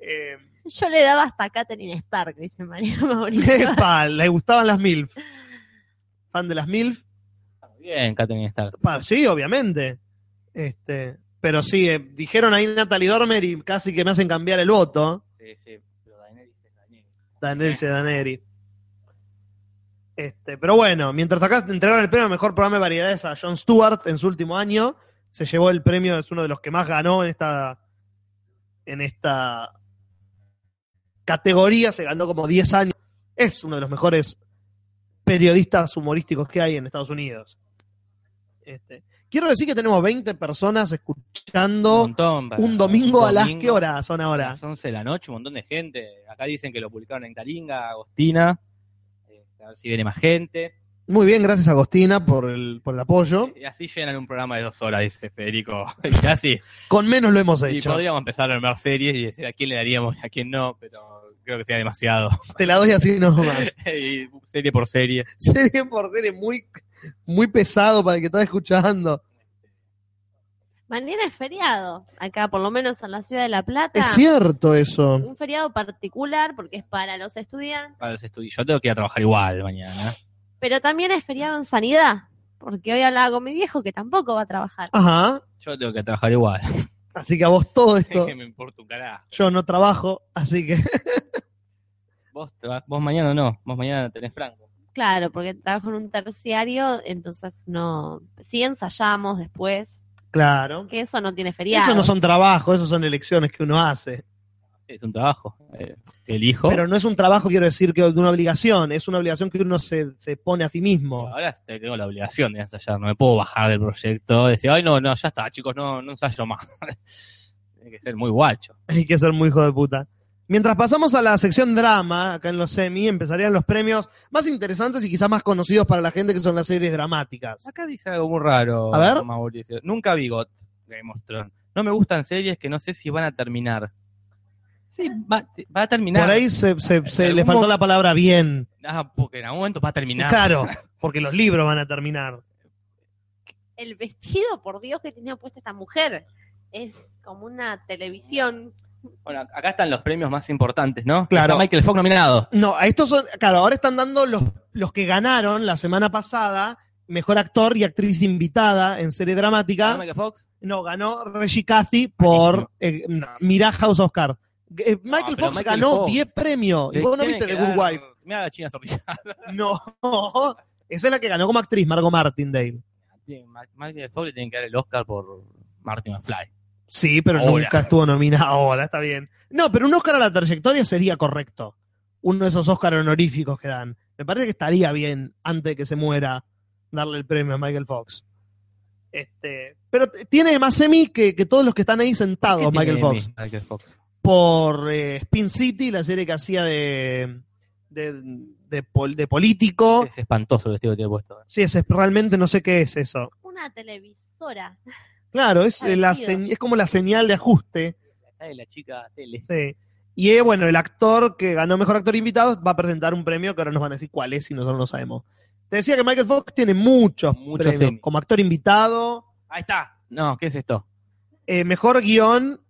A: Eh, [laughs]
D: Yo le daba hasta a Katherine Stark, dice María Mauricio.
A: epa, le gustaban las MILF. Fan de las MILF.
C: Bien, Katherine Stark.
A: Pa, sí, obviamente. Este, pero sí, eh, dijeron ahí Natalie Dormer y casi que me hacen cambiar el voto.
C: Sí, sí, pero Daenerys es Daenerys. Eh,
A: Daniel Sedaneri. Este, pero bueno, mientras acá entregaron el premio al mejor programa de variedades a Jon Stewart en su último año, se llevó el premio, es uno de los que más ganó en esta en esta categoría, se ganó como 10 años. Es uno de los mejores periodistas humorísticos que hay en Estados Unidos. Este, quiero decir que tenemos 20 personas escuchando
C: montón para-
A: un domingo a las
C: domingo,
A: ¿qué hora son
C: a
A: ahora?
C: las 11 de la noche, un montón de gente. Acá dicen que lo publicaron en Taringa, Agostina. Eh, a ver si viene más gente.
A: Muy bien, gracias Agostina por el, por el apoyo.
C: Y así llenan un programa de dos horas, dice Federico. [laughs] Y así.
A: Con menos lo hemos
C: Y
A: hecho.
C: podríamos empezar a armar series y decir a quién le daríamos y a quién no, pero creo que sea demasiado. [laughs]
A: Te la doy así nomás.
C: Y serie por serie.
A: serie por serie, muy, muy pesado para el que está escuchando.
D: Mañana es feriado, acá por lo menos en la ciudad de La Plata.
A: Es cierto eso.
D: Un feriado particular porque es para los estudiantes,
C: Para los estudios. Yo tengo que ir a trabajar igual mañana.
D: pero también es feriado en sanidad, porque hoy hablaba con mi viejo que tampoco va a trabajar.
A: Ajá.
C: Yo tengo que trabajar [laughs] igual.
A: Así que a vos todo esto.
C: [laughs] que me importa un carajo.
A: Yo no trabajo, así que.
C: Vos, te vas- vos mañana no, vos mañana tenés franco.
D: Claro, porque trabajo en un terciario, entonces no. Sí ensayamos después,
A: Claro.
D: que eso no tiene feriado.
A: [laughs] Eso no son trabajos, eso son elecciones que uno hace.
C: Es un trabajo. eh, elijo.
A: Pero no es un trabajo, quiero decir, que de una obligación. Es una obligación que uno se, se pone a sí mismo.
C: Ahora te- tengo la obligación de ensayar, no me puedo bajar del proyecto, decir, ay no, no, ya está, chicos, no, no ensayo más. [laughs] Tiene que ser muy guacho.
A: Hay que ser muy hijo de puta. Mientras pasamos a la sección drama, acá en los semi, empezarían los premios más interesantes y quizás más conocidos para la gente, que son las series dramáticas.
C: Acá dice algo muy raro,
A: A ver.
C: Mauricio. Nunca vi Got, Game of Thrones. No me gustan series que no sé si van a terminar. Sí, va, va a terminar.
A: Por ahí se, se- se
C: Algún
A: le faltó
C: mo-
A: la palabra bien.
C: Ah, porque en algún momento va a terminar.
A: Claro, porque los libros van a terminar.
D: el vestido, por Dios, que tenía puesta esta mujer. Es como una televisión.
C: Bueno, acá están los premios más importantes, ¿no?
A: Claro.
C: Está Michael Fox nominado.
A: No, a estos son, claro, ahora están dando los, los que ganaron la semana pasada, mejor actor y actriz invitada en serie
C: ¿Está
A: dramática.
C: Michael Fox?
A: No, ganó Reggie Cathy por eh, no, Mirá House of Cards. Eh, Michael
C: Ah, pero
A: Fox
C: Michael
A: ganó
C: Fox.
A: 10 premios. Y vos no
C: Tienen
A: viste
C: que
A: The Good
C: dar-
A: Wife.
C: Mirá la china sonrisa.
A: No. [laughs] Esa es la que ganó como actriz, Margot Martindale.
C: [laughs] Bien, Ma- Michael Fox le tienen que dar el Oscar por Martin McFly.
A: Sí, pero
C: Ahora.
A: nunca estuvo nominada ahora, está bien. No, pero un Oscar a la trayectoria sería correcto. Uno de esos Oscar honoríficos que dan. Me parece que estaría bien, antes de que se muera, darle el premio a Michael Fox. Este, pero t- tiene más semi que, que todos los que están ahí sentados,
C: ¿Qué
A: Michael
C: tiene
A: Fox.
C: Emmy, Michael Fox.
A: Por eh, Spin City, la serie que hacía de, de, de pol- de político.
C: Es espantoso el vestido que tiene puesto.
A: Sí, es, es- realmente no sé qué es eso.
D: Una televisora.
A: Claro, es, eh, la
D: Parecido.
A: señ- es como la señal de ajuste.
C: La de la chica tele.
A: Sí. Y eh, bueno, el actor que ganó Mejor Actor Invitado va a presentar un premio que ahora nos van a decir cuál es y nosotros no sabemos. Te decía que Michael Fox tiene muchos,
C: Muchos
A: premios,
C: Emmy.
A: como actor invitado,
C: Ahí está. No, ¿qué es esto?
A: eh, mejor guión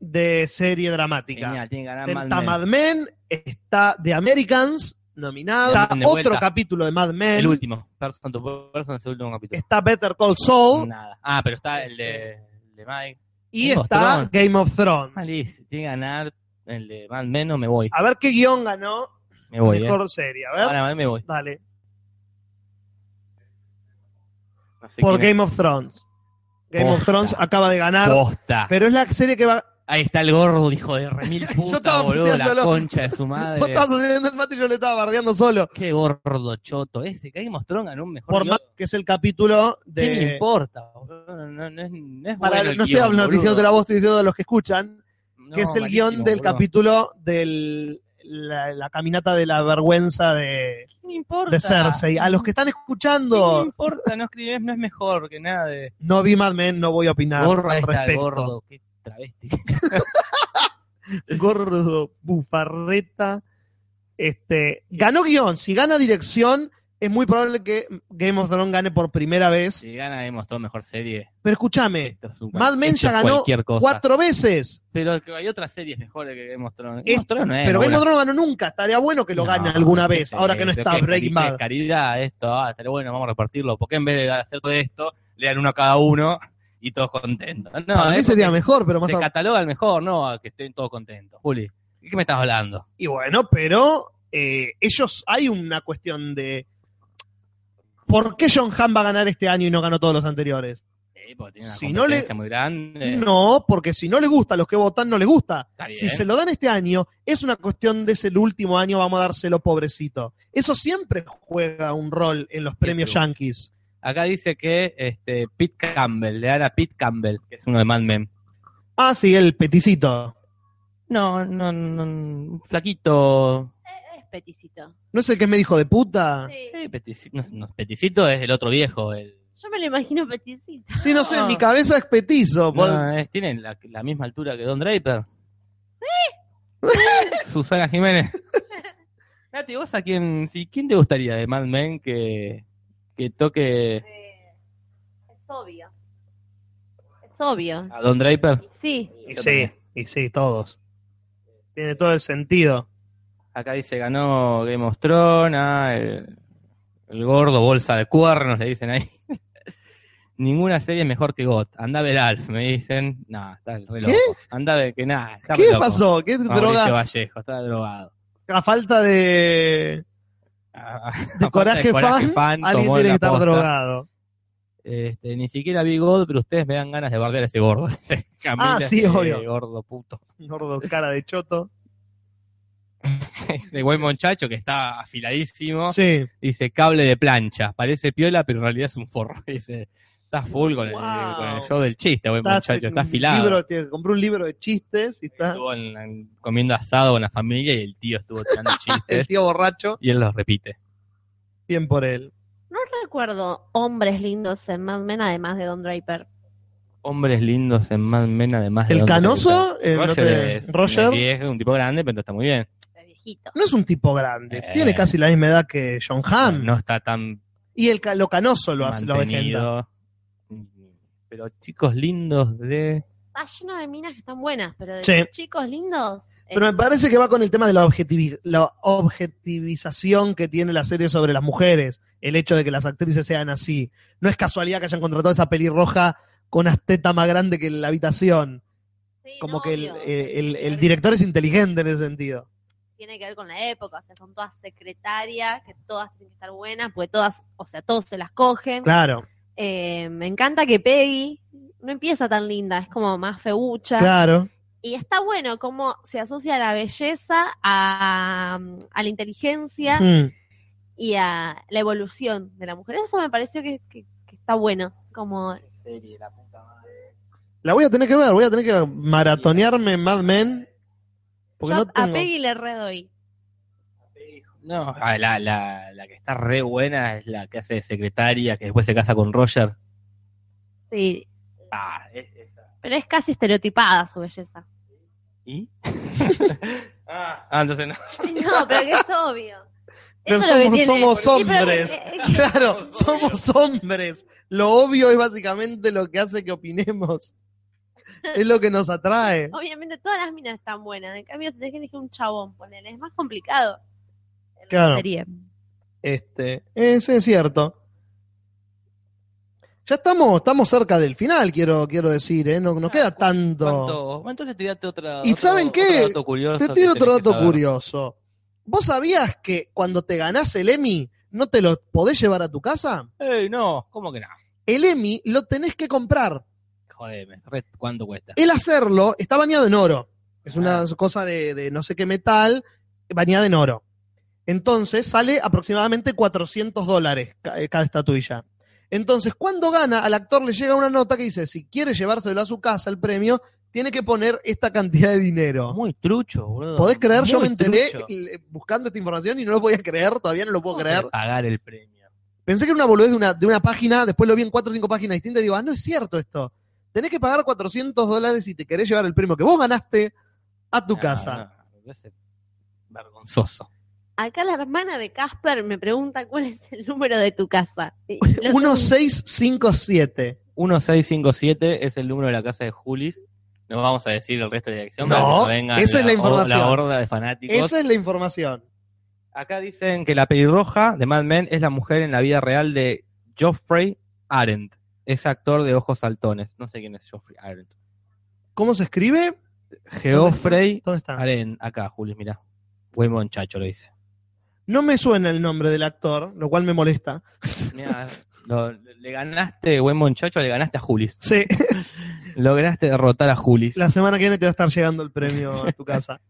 A: de serie dramática.
C: Genial, tiene que ganar Mad
A: Está
C: Men.
A: Mad Men, está The Americans,
C: Mad
A: nominada,
C: Men de
A: otro
C: vuelta.
A: capítulo de Mad Men,
C: El último. Person to Person es el último capítulo.
A: está Better Call Saul
C: Nada. Ah, pero está el de, el de Mike.
A: y
C: Game of
A: está
C: Thrones.
A: Game of Thrones.
C: Ah, listo. tiene que ganar el de Mad Men o me voy.
A: A ver qué guión ganó
C: Me voy, eh.
A: mejor serie. A ver,
C: Ahora me voy.
A: dale.
C: No sé
A: Por
C: quién
A: Game of Thrones. Game of
C: Posta.
A: Thrones acaba de
C: es.
A: ganar,
C: Posta.
A: pero es la serie que va.
C: Ahí está el gordo, hijo
A: [laughs]
C: de remil puta,
A: estaba
C: boludo, la
A: puteándolo.
C: concha
A: [laughs]
C: de su madre.
A: Vos estabas haciendo el mate y yo le estaba bardeando solo.
C: Qué gordo choto ese. Que Game of Thrones ganó un mejor
A: Por
C: guión.
A: más que es el capítulo
C: ¿Qué me
A: de.
C: importa? boludo? No, no, no es, no es
A: Para,
C: bueno el
A: no estoy
C: guión,
A: hablando-
C: boludo.
A: diciéndote la voz, estoy diciendo a los que escuchan.
C: No,
A: que es el
C: malísimo,
A: guión del
C: boludo.
A: capítulo de la, la caminata de la vergüenza de,
C: ¿Qué me importa?
A: de Cersei. A los que están
C: ¿Qué me
A: escuchando,
C: importa? No escribes, no es mejor que nada de...
A: no vi Mad Men, no voy a opinar
C: Gorro
A: al
C: ahí está, el
A: respecto.
C: gordo. Qué travesti.
A: [laughs] Gordo, bufarreta. Este, ganó guión. Si gana dirección, es muy probable que Game of Thrones gane por primera vez.
C: [laughs] Si gana Game of Thrones, mejor serie.
A: Pero escúchame,
C: Esto es un-
A: Mad Men
C: esto
A: ya
C: es
A: ganó
C: cualquier cosa.
A: cuatro veces.
C: Pero que hay otras series mejores que Game of Thrones.
A: Eh,
C: Game of Thrones no es
A: Pero Game
C: buena.
A: of Thrones no ganó nunca. Estaría bueno que lo
C: No,
A: gane alguna
C: qué
A: vez.
C: sé,
A: Ahora que no
C: pero
A: está
C: qué
A: Breaking
C: cari- qué
A: Bad.
C: caridad esto, ah, estaría bueno, vamos a repartirlo. Porque en vez de hacer todo esto, le dan uno a cada uno y todos contentos. No,
A: Para mí
C: es
A: sería
C: porque
A: mejor, pero más
C: Se
A: o-
C: cataloga el mejor, no a que estén todos contentos. Juli, ¿de ¿qué me estás hablando?
A: Y bueno, pero eh, ellos hay una cuestión de ¿por qué John Hamm va a ganar este año y no ganó todos los anteriores?
C: Eh, porque tiene una
A: Si no le-
C: competencia muy grande.
A: No, porque si no les gusta a los que votan, no les gusta.
C: Eh. Está bien.
A: Si se lo dan este año, es una cuestión de es el último año, vamos a dárselo pobrecito. Eso siempre juega un rol en los premios
C: pregunta.
A: yankees.
C: Acá dice que este Pete Campbell, le dan a Pete Campbell, que es uno de Mad Men.
A: Ah, sí, el peticito.
C: No, no, no, un flaquito.
D: Es peticito.
A: ¿No es el que me dijo de puta?
D: Sí.
C: Eh, peticito, no, no, peticito es el otro viejo, el
D: Yo me lo imagino peticito.
A: Sí, no sé,
C: No.
A: en mi cabeza es petizo. por-
C: No, es- tienen la, la misma altura que Don Draper. Susana Jiménez. Nati, vos a quién, si, quién te gustaría de Mad Men que, que toque
D: Eh, es obvio. Es obvio.
C: a Don Draper?
D: Y sí.
A: Y sí, y sí, todos. Tiene todo el sentido.
C: Acá dice ganó Game of Thrones, ah, el, el gordo bolsa de cuernos, le dicen ahí. [laughs] Ninguna serie es mejor que GOT. Anda a ver Alf, me dicen. No, está re loco. Anda a ver que nada. Está re
A: ¿Qué
C: loco.
A: pasó? ¿Qué
C: Mauricio
A: droga?
C: Vallejo, está drogado.
A: a falta de,
C: Ah,
A: de
C: [laughs] aparte
A: coraje, fan, alguien
C: tomó
A: tiene
C: la
A: que estar
C: posta.
A: drogado.
C: Este, ni siquiera vi God, pero ustedes me dan ganas de bardear a ese gordo. [laughs] Ese Camila,
A: Ah, sí,
C: ese
A: obvio.
C: gordo puto. [laughs]
A: Gordo, cara de choto.
C: Ese buen muchacho que está afiladísimo.
A: Sí.
C: Dice cable de plancha. Parece piola, pero en realidad es un forro. [laughs] Dice, está full con el,
A: Wow.
C: con el show del chiste, buen muchacho. Está
A: un
C: afilado.
A: libro, tiene- compró un libro de chistes y está
C: Estuvo en- en- comiendo asado con la familia y el tío estuvo
A: [laughs]
C: tirando
A: el
C: chistes.
A: tío borracho.
C: y él los repite.
A: Bien por él.
D: No recuerdo hombres lindos en Mad Men además de Don Draper.
C: Hombres lindos en Mad Men, además de
A: ¿El
C: Don
A: canoso? Eh,
C: Draper.
A: no
C: Roger,
A: te-
C: es,
A: Roger,
C: un viejo, un tipo grande, pero está muy bien.
D: de viejito.
A: no es un tipo grande.
C: Eh. Ah,
A: Tiene casi la misma edad que John Hamm.
C: No está tan
A: Y el ca- lo canoso Ah. lo hace, lo vejenta.
C: mantenido. Pero chicos lindos de...
D: Está lleno de minas que están buenas, pero de
A: Sí.
D: chicos lindos. eh,
A: Pero me parece que va con el tema de la, objetivi- la objetivización que tiene la serie sobre las mujeres, el hecho de que las actrices sean así. No es casualidad que hayan contratado a esa pelirroja con una teta más grande que la habitación.
D: sí,
A: Como
D: no,
A: que el,
D: obvio.
A: el- el director es inteligente en ese sentido.
D: tiene que ver con la época, o sea, son todas secretarias, que todas tienen que estar buenas, porque todas, o sea, todos se las cogen.
A: Claro,
D: Eh, me encanta que Peggy no empieza tan linda, es como más feucha.
A: claro.
D: Y está bueno cómo se asocia la belleza a, a la inteligencia
A: Mm.
D: y a la evolución de la mujer. Eso me pareció que, que- que está bueno, como
A: La voy a tener que ver, voy a tener que maratonearme Mad Men. Porque
D: yo
A: no
D: a- a
A: tengo-
D: Peggy le redoy.
C: No, ah, la, la, la que está re buena es la que hace de secretaria, que después se casa con Roger.
D: Sí,
C: Ah, es- esa.
D: pero es casi estereotipada su belleza.
C: ¿Y? [laughs] ah, ah, entonces no.
D: [laughs] No, pero que es obvio.
A: [laughs] Pero
D: Eso es lo que
A: somos- somos
D: tiene- Sí, pero-
A: [laughs] hombres.
D: [laughs] eh, eh,
A: Claro, somos hombres. Lo obvio es básicamente lo que hace que
D: [laughs]
A: opinemos. Es lo que nos atrae.
D: obviamente todas las minas están buenas. En cambio, si tenés que elegir un chabón, ponele, es más complicado. En
A: Claro.
D: la serie.
A: Este, eso es cierto. Ya estamos, estamos cerca del final, quiero, quiero decir, ¿eh? No, no
C: Ah,
A: queda
C: ¿cu-
A: tanto.
C: ¿Cuánto? Bueno, entonces tirate otra.
A: ¿Y
C: otro-
A: saben qué?
C: otro dato curioso
A: Te
C: que
A: tiro otro
C: tenés que
A: dato
C: saber.
A: curioso. ¿Vos sabías que cuando te ganás el Emmy, no te lo podés llevar a tu casa?
C: Ey, no, ¿cómo que no?
A: El Emmy lo tenés que comprar.
C: Jodeme, re- ¿cuánto cuesta?
A: El hacerlo está bañado en oro. Es una
C: Ah.
A: cosa de, de no sé qué metal bañada en oro. Entonces sale aproximadamente 400 dólares ca- eh, cada estatuilla. Entonces, cuando gana, al actor le llega una nota que dice, si quiere llevárselo a su casa el premio, tiene que poner esta cantidad de dinero.
C: Muy trucho, boludo.
A: ¿Podés creer? Yo me
C: Muy
A: enteré
C: trucho.
A: eh, buscando esta información y no lo podía creer, todavía no lo puedo
C: ¿Cómo
A: creer.
C: podés Pagar el premio.
A: Pensé que era una boludez de una, de una página, después lo vi en cuatro o cinco páginas distintas y digo, ah, no es cierto esto. Tenés que pagar 400 dólares y te querés llevar el premio que vos ganaste a tu
C: No,
A: casa.
C: Ah, no, me parece vergonzoso.
D: Acá la hermana de Casper me pregunta cuál es el número de tu casa. Y lo-
A: 1657.
C: 1657 es el número de la casa de Julis. No vamos a decir el resto de la dirección.
A: No,
C: para que venga
A: esa es la
C: o-
A: información.
C: La horda de fanáticos.
A: Esa es la información.
C: Acá dicen que la pelirroja de Mad Men es la mujer en la vida real de Geoffrey Arendt. Es actor de ojos saltones. No sé quién es Geoffrey Arendt.
A: ¿Cómo se escribe?
C: Geoffrey
A: ¿Dónde está?
C: Arendt. Acá, Julis, mirá. Buen monchacho lo dice.
A: No me suena el nombre del actor, lo cual me molesta.
C: Mirá, lo- le ganaste, buen monchacho, le ganaste a Julis.
A: Sí, [laughs]
C: Lograste derrotar a Julis.
A: la semana que viene te va a estar llegando el premio a tu casa.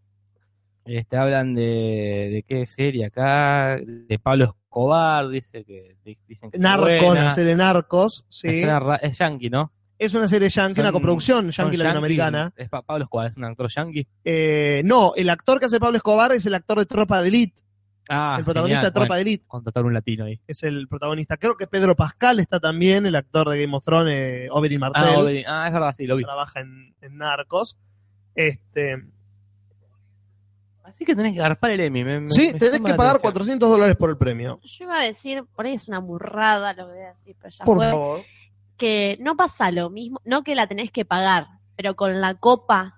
C: Este, hablan de, de qué serie acá, de Pablo Escobar, dice que di- dicen que está
A: Narcos,
C: buena.
A: la serie Narcos, sí.
C: Es, una ra- es yankee, ¿no?
A: Es una serie yankee, una
C: Son-
A: coproducción
C: Son
A: yankee latinoamericana.
C: Es pa- Pablo Escobar, es un actor yankee.
A: Eh, no, el actor que hace Pablo Escobar es el actor de Tropa de Elite.
C: Ah,
A: el protagonista
C: genial,
A: de Tropa
C: bueno,
A: de Elite
C: contratar un latino ahí.
A: es el protagonista. Creo que Pedro Pascal está también, el actor de Game of Thrones, eh, Oberyn Martel,
C: Ah, Oberyn. Ah, es verdad, sí, lo vi.
A: trabaja en, en Narcos. Este,
C: Así que tenés que garpar el Emmy. me- me-
A: sí,
C: me
A: tenés
C: llama
A: que
C: la
A: pagar
C: atención.
A: 400 dólares por el premio.
D: Yo iba a decir, por ahí es una burrada lo que voy a decir, pero ya
A: Por
D: fue,
A: favor.
D: que no pasa lo mismo, no que la tenés que pagar, pero con la copa,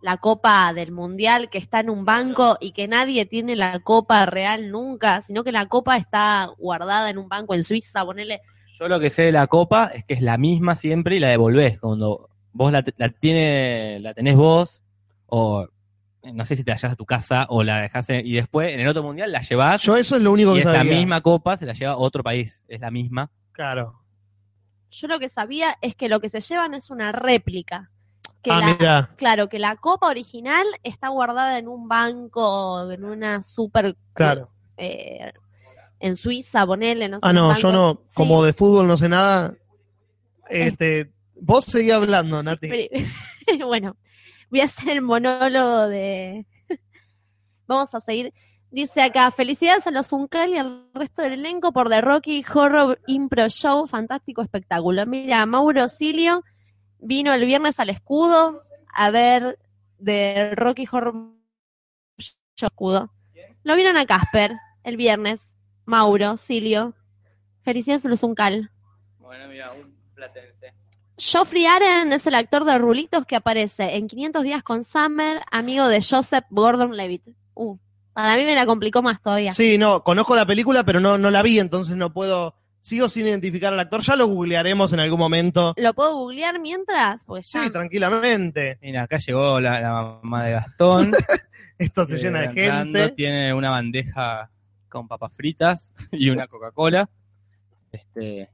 D: la copa del mundial que está en un banco y que nadie tiene la copa real nunca, sino que la copa está guardada en un banco en Suiza, ponele.
C: Yo lo que sé de la copa es que es la misma siempre y la devolvés. Cuando vos la, te- la, tiene, la tenés vos, o no sé si te la llevas a tu casa o la dejás en- y después en el otro mundial la llevás
A: Yo eso es lo único
C: y
A: que
C: esa
A: sabía.
C: misma copa se la lleva a otro país. Es la misma.
A: Claro.
D: Yo lo que sabía es que lo que se llevan es una réplica. Que
A: ah,
D: la-
A: mira.
D: claro, que la copa original está guardada en un banco, en una super
A: Claro.
D: eh, en Suiza, ponele, no sé.
A: Ah, no, yo no.
D: Sí.
A: Como de fútbol no sé nada. Este, vos seguí hablando, Nati.
D: Pero- [laughs] bueno, voy a hacer el monólogo de... [laughs] Vamos a seguir. Dice acá, felicidades a los Uncal y al resto del elenco por The Rocky Horror Impro Show, fantástico espectáculo. Mira, Mauro Silio vino el viernes al escudo a ver The Rocky Horror Show escudo. Lo vieron a Casper el viernes, Mauro Silio. Felicidades a los Uncal.
C: Bueno, mira, un platense.
D: Joffrey Aren es el actor de Rulitos que aparece en 500 días con Summer, amigo de Joseph Gordon-Levitt. Uh, para mí me la complicó más todavía.
A: Sí, no, conozco la película, pero no, no la vi, entonces no puedo. Sigo sin identificar al actor. Ya lo googlearemos en algún momento.
D: ¿Lo puedo googlear mientras? Porque ya...
A: Sí, tranquilamente.
C: Mira, acá llegó la, la mamá de [laughs] Gastón.
A: Esto se
C: Eh,
A: llena de
C: entrando,
A: gente.
C: Tiene una bandeja con papas fritas [laughs] y una Coca-Cola. Este,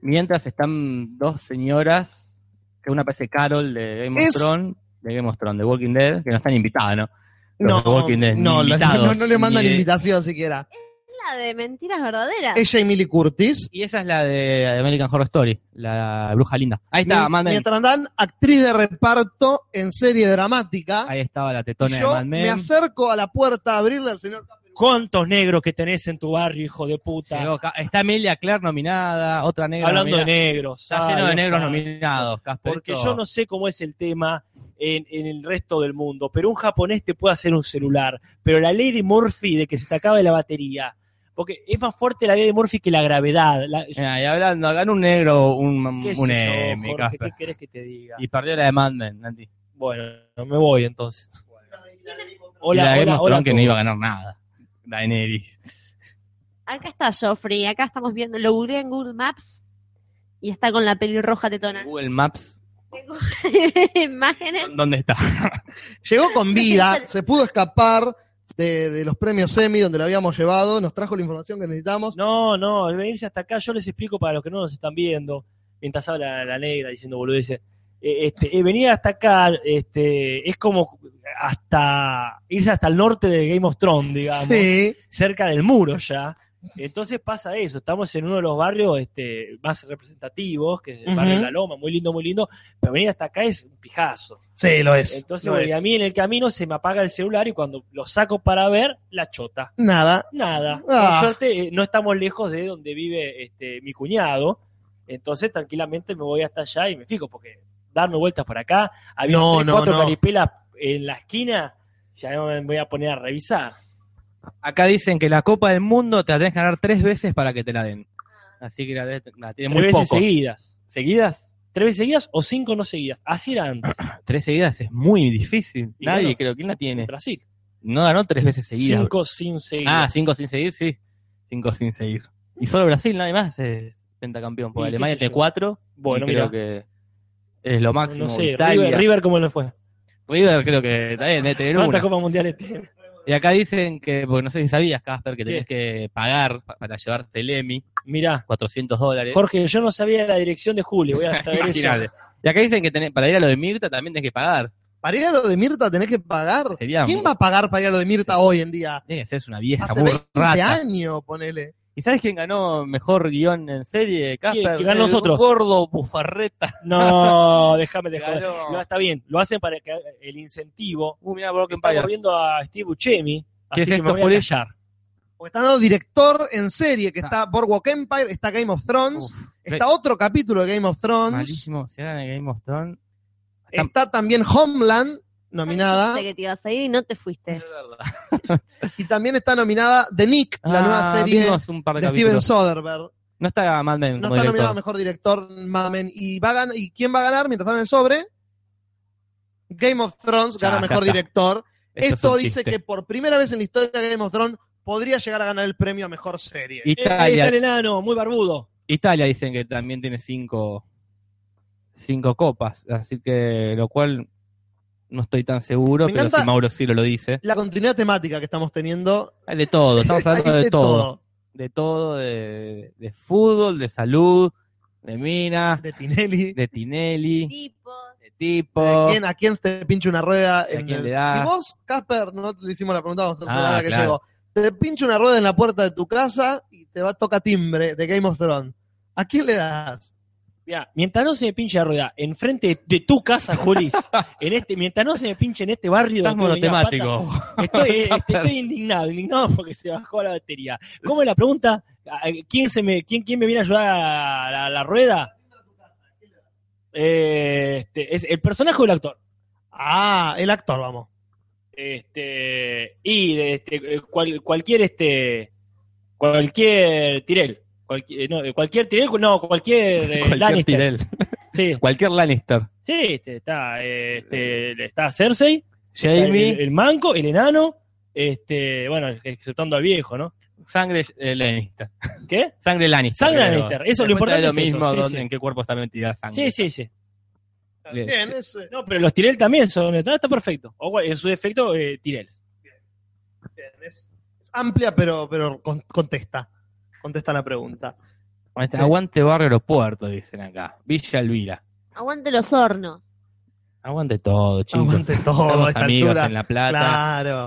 C: mientras están dos señoras, que una parece Carol de Game
A: Es-
C: of Thrones, de Game of Thrones, de Walking Dead, que no están invitadas, ¿no?
A: No,
C: Los de Walking Dead, eh, ni
A: no, la-
C: invitados,
A: no, no le
C: ni
A: mandan
C: de-
A: invitación siquiera.
D: la de mentiras verdaderas.
A: Es Jamie Lee Curtis.
C: Y esa es la de American Horror Story, la bruja linda. Ahí está,
A: Mi-
C: Mad Men.
A: Mientras andan, actriz de reparto en serie dramática.
C: Ahí estaba la tetona de
A: Yo
C: Mad
A: me
C: Men.
A: acerco a la puerta a abrirle al señor.
B: ¿Cuántos negros que tenés en tu barrio, hijo de puta?
C: Llegó acá- Está Emilia Clarke nominada, otra negra
B: Hablando de
C: nominada.
B: negros.
C: Está
B: ay,
C: lleno de
B: o
C: negros
B: sea,
C: nominados, Casper.
B: Porque
C: Esto-
B: yo no sé cómo es el tema en, en el resto del mundo, pero un japonés te puede hacer un celular. Pero la ley de Murphy de que se te acabe la batería, porque es más fuerte la ley de Murphy que la gravedad. La-
C: Mirá, y hablando, ganó un negro un,
B: ¿Qué sé
C: Eh, un
B: yo,
C: M,
B: Jorge?
C: Casper.
B: ¿Qué querés que te diga?
C: Y perdió la demanda, Nati.
B: Bueno, me voy entonces.
C: y la de
B: Hola, hola,
C: Game of
B: hola.
C: Thrones que
B: a
C: no iba a
B: todos.
C: ganar nada. Daenerys.
D: Acá está Joffrey, acá estamos viendo, lo googleé en Google Maps y está con la peli roja tetona.
C: Google Maps,
D: [laughs] Imágenes.
C: ¿dónde está?
A: Llegó con vida, se pudo escapar de, de los premios semi donde lo habíamos llevado, nos trajo la información que necesitamos.
B: No, no, al venirse hasta acá, yo les explico para los que no nos están viendo, mientras habla la negra diciendo boludeces. eh, este, eh, venir hasta acá este, es como hasta irse hasta el norte de Game of Thrones, digamos,
A: sí,
B: cerca del muro ya. Entonces pasa eso, estamos en uno de los barrios este, más representativos, que es el barrio
A: Ujú.
B: de la Loma, muy lindo, muy lindo, pero venir hasta acá es un pijazo.
A: sí, lo es.
B: Entonces,
A: lo
B: bueno, y
A: es.
B: a mí en el camino se me apaga el celular y cuando lo saco para ver, la chota.
A: Nada.
B: Nada.
A: Ah.
B: Por suerte, eh, no estamos lejos de donde vive este, mi cuñado. Entonces, tranquilamente me voy hasta allá y me fijo, porque darme vueltas por acá, había
A: No,
B: tres,
A: no,
B: cuatro
A: no.
B: caripelas en la esquina, ya no me voy a poner a revisar.
C: Acá dicen que la Copa del Mundo te la tenés que ganar tres veces para que te la den. Así que la, la tiene
B: tres
C: muy
B: veces
C: poco.
B: seguidas.
C: ¿Seguidas? Ah,
B: Tres veces seguidas o cinco no seguidas. Así era antes,
C: Tres seguidas es muy difícil.
B: Y
C: Nadie,
B: ganó.
C: creo. ¿Quién la
B: en
C: tiene?
B: Brasil.
C: No ganó tres veces seguidas.
B: Cinco sin seguidas.
C: Ah, cinco sin seguir, sí. Cinco sin seguir. Y solo Brasil, nadie más es pentacampeón.
B: ¿Y
C: Porque
B: qué
C: Alemania
B: sé yo?
C: tiene cuatro.
B: bueno,
C: y creo
B: mira.
C: que es lo
B: No
C: máximo.
B: sé,
C: Italia.
B: River, River, ¿cómo le fue?
C: River creo que también debe tener
B: ¿Cuántas
C: una.
B: Copas Mundiales tiene?
C: Y acá dicen que, porque no sé si sabías, Casper, que
B: ¿Qué?
C: tenías que pagar pa- para llevarte el EMI,
B: Mirá,
C: 400 dólares.
B: Jorge, yo no sabía la dirección de Julio, voy a saber eso.
C: Imagínate. Y acá dicen que tenés- para ir a lo de Mirta también tenés que pagar.
A: Para ir a lo de Mirta tenés que pagar.
C: Sería
A: ¿Quién
C: muy-
A: va a pagar para ir a lo de Mirta hoy en día?
C: Tiene que ser una vieja
A: Hace 20
C: burrata.
A: años, ponele.
C: ¿Y sabes quién ganó mejor guión en serie, Casper?
B: que ganó
C: El
B: nosotros.
C: Gordo Bufarreta.
B: No, déjame de joder.
C: Ganó.
B: No, está bien. Lo hacen para que el incentivo.
C: Uh, mirá, Broken
B: Estamos
C: Empire.
B: viendo a Steve Buscemi. Así
C: ¿Qué es
B: que
C: esto,
B: me voy a
C: Juli?
B: callar. Eh,
A: Porque está dando director en serie, que
C: Ah.
A: está Boardwalk Empire, está Game of Thrones,
C: Uf,
A: está otro capítulo de Game of Thrones,
C: Malísimo. Si ganan el Game of Thrones.
A: está también Homeland nominada,
D: Sabía que te ibas a ir y no te fuiste.
A: y también está nominada The Nick, la
C: Ah,
A: nueva serie
C: vimos un par de
A: de Steven
C: capítulos.
A: Soderbergh.
C: No está Mad Men
A: No
C: como
A: está nominado a
C: director.
A: mejor director, mamen. ¿Y, va a gan- ¿Y quién va a ganar mientras abren el sobre? Game of Thrones
C: Ya,
A: gana
C: ya
A: mejor
C: está.
A: director.
C: es
A: Esto
C: un
A: dice
C: chiste.
A: que por primera vez en la historia de Game of Thrones podría llegar a ganar el premio a mejor serie.
B: Eh, está
C: Italia,
B: el enano, muy barbudo.
C: Italia dicen que también tiene cinco, cinco copas, así que lo cual no estoy tan seguro,
A: Me
C: pero
A: encanta-
C: si Mauro Ciro lo dice.
A: La continuidad temática que estamos teniendo.
C: Hay de todo, estamos hablando
A: [laughs] hay
C: de todo. De todo, de, de fútbol, de salud, de mina,
A: De Tinelli.
C: de Tinelli,
D: Tipo,
C: de tipo.
A: ¿A quién, a quién te pincha una rueda?
C: ¿A
A: en
C: quién
A: el-
C: le da?
A: Y vos, Casper, no te hicimos la pregunta, vamos a hacer
C: Ah,
A: la que
C: claro.
A: llegó. Te pincha una rueda en la puerta de tu casa y te va toca timbre de Game of Thrones. ¿A quién le das?
B: Mirá, mientras no se me pinche la rueda, enfrente de tu casa,
C: [laughs]
B: Julis, en este, mientras no se me pinche en este barrio.
C: Estás
B: donde estoy en La
C: monotemático.
B: Plata, estoy, eh, este, estoy indignado, indignado porque se bajó la batería. ¿Cómo es la pregunta? ¿A- a- ¿Quién, se me, quién, quién me viene a ayudar a la, a la rueda? Eh, este, es el personaje o el actor.
A: Ah, el actor, vamos.
B: este y de este, eh, cual- cualquier este cualquier Tirel cualquier no eh, cualquier Tyrell, no cualquier, eh,
C: [laughs] [laughs] Cualquier
B: Lannister
C: Tirel.
B: sí
C: Cualquier Lannister.
B: sí este, está eh, este, está Cersei está el,
C: Jamie,
B: el manco el enano este bueno exceptando al viejo no
C: sangre eh, Lannister.
B: qué
C: Sangre Lannister.
B: Sangre
C: creo.
B: Lannister, eso, lo
C: Después está
B: importante es
C: lo
B: eso,
C: mismo
B: sí,
C: dónde-
B: sí.
C: en qué cuerpo está metida sangre.
B: sí sí sí
C: Bien.
A: Bien, eh, ese.
B: no pero los Tirel también son está, está perfecto o bueno, en su defecto eh, Tyrell
A: Bien, es amplia, pero, pero con- contesta. Contesta la pregunta.
C: Ahí está, este Aguante Barrio Aeropuerto, dicen acá. Villa Elvira.
D: aguante los hornos.
C: Aguante todo, chicos.
A: Aguante todo a
C: Somos
A: esta
C: amigos
A: altura.
C: en La Plata.
A: Claro.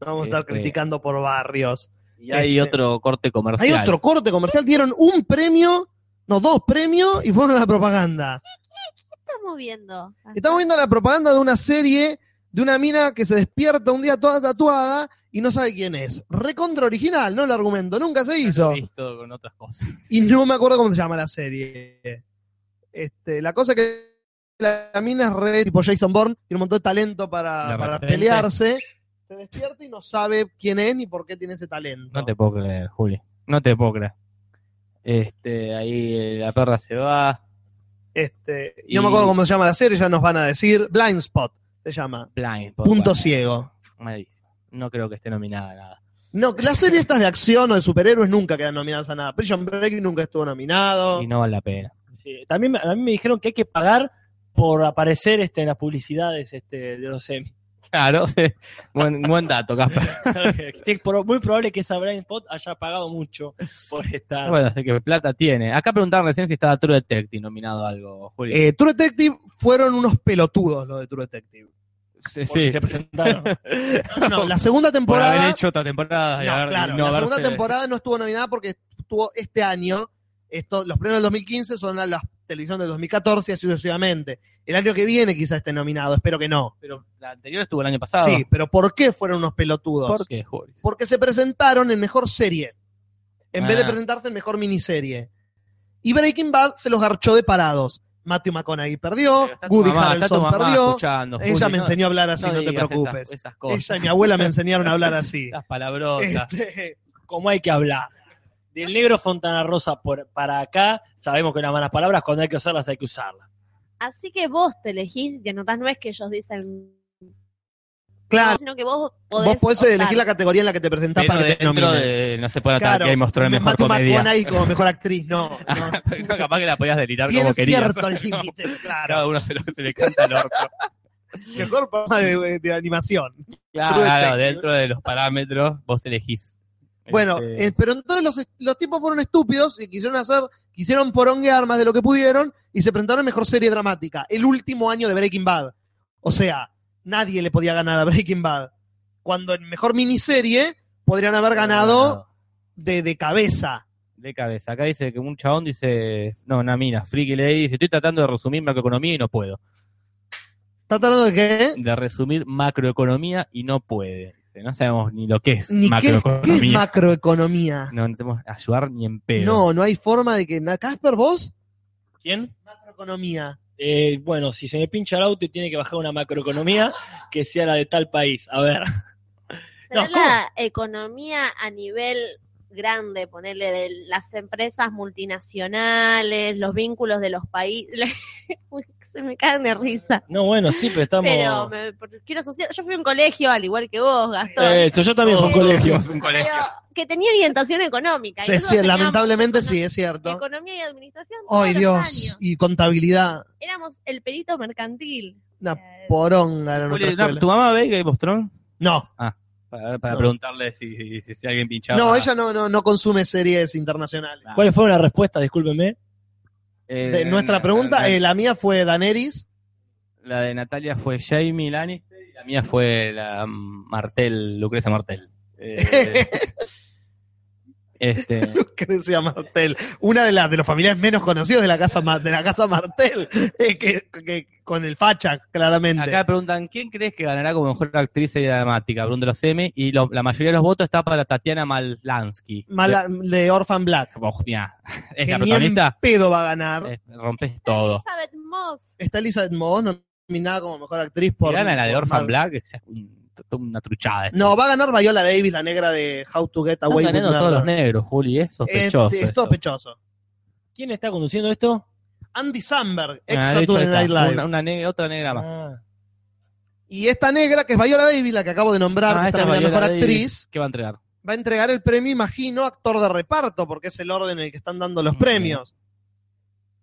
A: No vamos a estar
C: Este.
A: criticando por barrios.
C: Y hay
A: Este.
C: otro corte
A: Hay
C: comercial.
A: otro corte comercial, dieron un premio, no, dos premios y fueron a la propaganda.
D: Estamos viendo.
A: Estamos viendo la propaganda de una serie de una mina que se despierta un día toda tatuada y no sabe quién es. Recontra original, ¿no? El argumento, nunca se hizo.
C: Listo con otras cosas.
A: Y no me acuerdo cómo se llama la serie. Este, la cosa que la mina es re tipo Jason Bourne, tiene un montón de talento para,
C: De
A: para
C: repente.
A: pelearse. Se despierta y no sabe quién es ni por qué tiene ese talento.
C: No te puedo creer, Juli. No te puedo creer. Este, ahí eh, la perra se va.
A: Este, y no
C: Y-
A: me acuerdo cómo se llama la serie, ya nos van a decir. Blind Spot se llama.
C: Blind. por
A: Punto
C: cual.
A: ciego.
C: Malísimo. No creo que esté nominada a nada.
A: No, las series estas de acción o de superhéroes nunca quedan nominadas a nada. Prison Break nunca estuvo nominado.
C: Y no vale la pena.
B: Sí, También me- a mí me dijeron que hay que pagar por aparecer este, en las publicidades este, de los Emmy.
C: Claro, [laughs] sí. buen, buen dato, Casper. [laughs]
B: [laughs] Sí, es pro- muy probable que esa Blind Spot haya pagado mucho por estar.
C: Bueno, así que plata tiene. Acá preguntaron recién si estaba True Detective nominado a algo, Juli.
A: Eh, True Detective fueron unos pelotudos los de True Detective.
C: sí,
B: porque
C: sí. [laughs]
B: se presentaron.
A: No, no, la segunda
C: Por
A: temporada.
C: haber hecho otra temporada. y
A: No,
C: haber-
A: claro,
C: no
A: la
C: haberse-
A: segunda temporada no estuvo nominada porque estuvo este año. Esto, los premios del 2015 son a la televisión del 2014 y así sucesivamente. El año que viene quizás esté nominado, espero que no.
C: Pero la anterior estuvo el año pasado.
A: Sí, pero ¿por qué fueron unos pelotudos?
C: ¿Por qué, Juli?
A: Porque se presentaron en mejor serie, en vez de
C: Ah.
A: presentarse en mejor miniserie. Y Breaking Bad se los garchó de parados. Matthew McConaughey perdió,
C: Pero está tu
A: Woody
C: mamá, está tu
A: Harrelson
C: mamá
A: perdió.
C: escuchando,
A: Ella
C: Juli,
A: me
C: no-
A: enseñó a hablar así, no, te
C: digas
A: preocupes.
C: Esas, esas cosas.
A: Ella y mi abuela me enseñaron a hablar
C: [laughs]
A: así.
C: Las palabrotas.
A: Este,
B: ¿Cómo hay que hablar? Del negro Fontana Rosa por, para acá, sabemos que las malas palabras, cuando hay que usarlas, hay que usarlas.
D: Así que vos te elegís y te anotás, no es que ellos dicen,
A: claro,
D: no, sino que vos podés.
A: vos podés
D: optar.
A: elegir la categoría en la que te presentás
C: Pero
A: para que te
C: dentro
A: nominen.
C: de, no se puede atacar
A: Claro,
C: que mostró la mejor
A: Matthew
C: comedia.
A: McConaughey como mejor actriz, no.
C: [laughs]
A: no.
C: No, [laughs] capaz que la podías delirar
A: Tiene
C: como querías.
A: cierto límite, claro.
C: Cada uno se, lo, se le canta al orto.
A: Mejor forma de, de animación.
C: Claro,
A: Detective.
C: dentro de los parámetros vos elegís.
A: Bueno,
C: Este,
A: eh, pero entonces los, los tipos fueron estúpidos y quisieron hacer, quisieron poronguear más de lo que pudieron y se presentaron en mejor serie dramática, el último año de Breaking Bad. O sea, nadie le podía ganar a Breaking Bad. Cuando en mejor miniserie podrían haber
C: Ah.
A: ganado de, de cabeza.
C: De cabeza. Acá dice que un chabón dice, no, una mina, friki le dice, estoy tratando de resumir macroeconomía y no puedo.
A: ¿Está tratando de qué?
C: De resumir macroeconomía y no puede. Dice, No sabemos ni lo que es
A: Ni qué, qué es
C: macroeconomía.
A: macroeconomía.
C: no podemos ayudar ni en pedo.
A: No, no hay forma de que. na- Casper, vos,
B: ¿Quién?
A: macroeconomía.
B: Eh, bueno, si se me pincha el auto y tiene que bajar una macroeconomía, que sea la de tal país. A ver. [laughs]
D: Será
B: No, ¿cómo?
D: la economía a nivel grande, ponerle de las empresas multinacionales, los vínculos de los países. [laughs] Uy, Se me caen de risa.
B: No, bueno, sí, pero estamos.
D: Pero me- porque quiero asociar. Yo fui a un colegio, al igual que vos, Gastón.
B: Eh, esto, yo también fui a un
D: Oh.
B: colegio.
C: Es un
D: pero
C: colegio.
D: que tenía orientación económica. y
A: Sí,
D: nosotros
A: sí,
D: teníamos
A: lamentablemente
D: econo-
A: sí, es cierto.
D: Economía y administración. todos
A: Ay,
D: los
A: Dios.
D: años.
A: Y contabilidad.
D: Éramos el perito mercantil.
A: Una
D: Eh,
A: poronga era nuestra
C: Juli, no,
A: escuela.
C: ¿Tu mamá ve Game of Thrones?
A: No,
C: Para, para
A: No.
C: preguntarle si, si, si- si alguien pinchaba.
A: no, ella no, no, no consume series internacionales.
C: Ah.
B: ¿Cuál fue la respuesta? Discúlpeme.
C: Eh,
A: De nuestra pregunta,
C: La,
A: eh, la mía fue Daneris.
C: la de Natalia fue Jamie Lannister y la mía fue la mm, Martel, Lucrecia Martel.
A: [laughs]
C: Eh, este,
A: [laughs] que decía Martel, una de las de los familiares menos conocidos de la casa Ma- de la casa Martel, [laughs] eh, que, que- con el facha, claramente.
C: acá preguntan, ¿quién crees que ganará como mejor actriz serie dramática? Bruno los M y lo- la mayoría de los votos está para Tatiana Malansky.
A: Mala- de Orphan Black.
C: Oh, mirá, es
A: que
C: la
A: ni en
C: protagonista.
A: pedo va a ganar.
C: Eh, rompes todo.
D: Elizabeth Moss.
A: Está Elizabeth Moss nominada como mejor actriz
C: Si
A: por.
C: gana la de
A: por
C: Orphan
A: Mad-
C: Black, es un- una truchada. esto.
A: No, va a ganar Viola Davis, la negra de How to Get
C: Están
A: Away with
C: ganando todos los
A: Murder.
C: negros, Juli, es
A: Es,
C: sospechoso.
A: es
C: eso.
A: sospechoso.
B: ¿Quién está conduciendo esto?
A: Andy Samberg, ex
C: Ah, de hecho,
A: Saturday
C: está.
A: Night Live.
C: Una, una negra, otra negra más.
B: Ah,
A: Y esta negra, que es Viola Davis, la que acabo de nombrar,
C: Ah,
A: que está
C: esta
A: nominada
C: Viola
A: mejor
C: Davis,
A: actriz,
C: ¿Qué va a entregar?
A: va a entregar el premio, imagino, actor de reparto, porque es el orden en el que están dando los
C: Mm.
A: premios.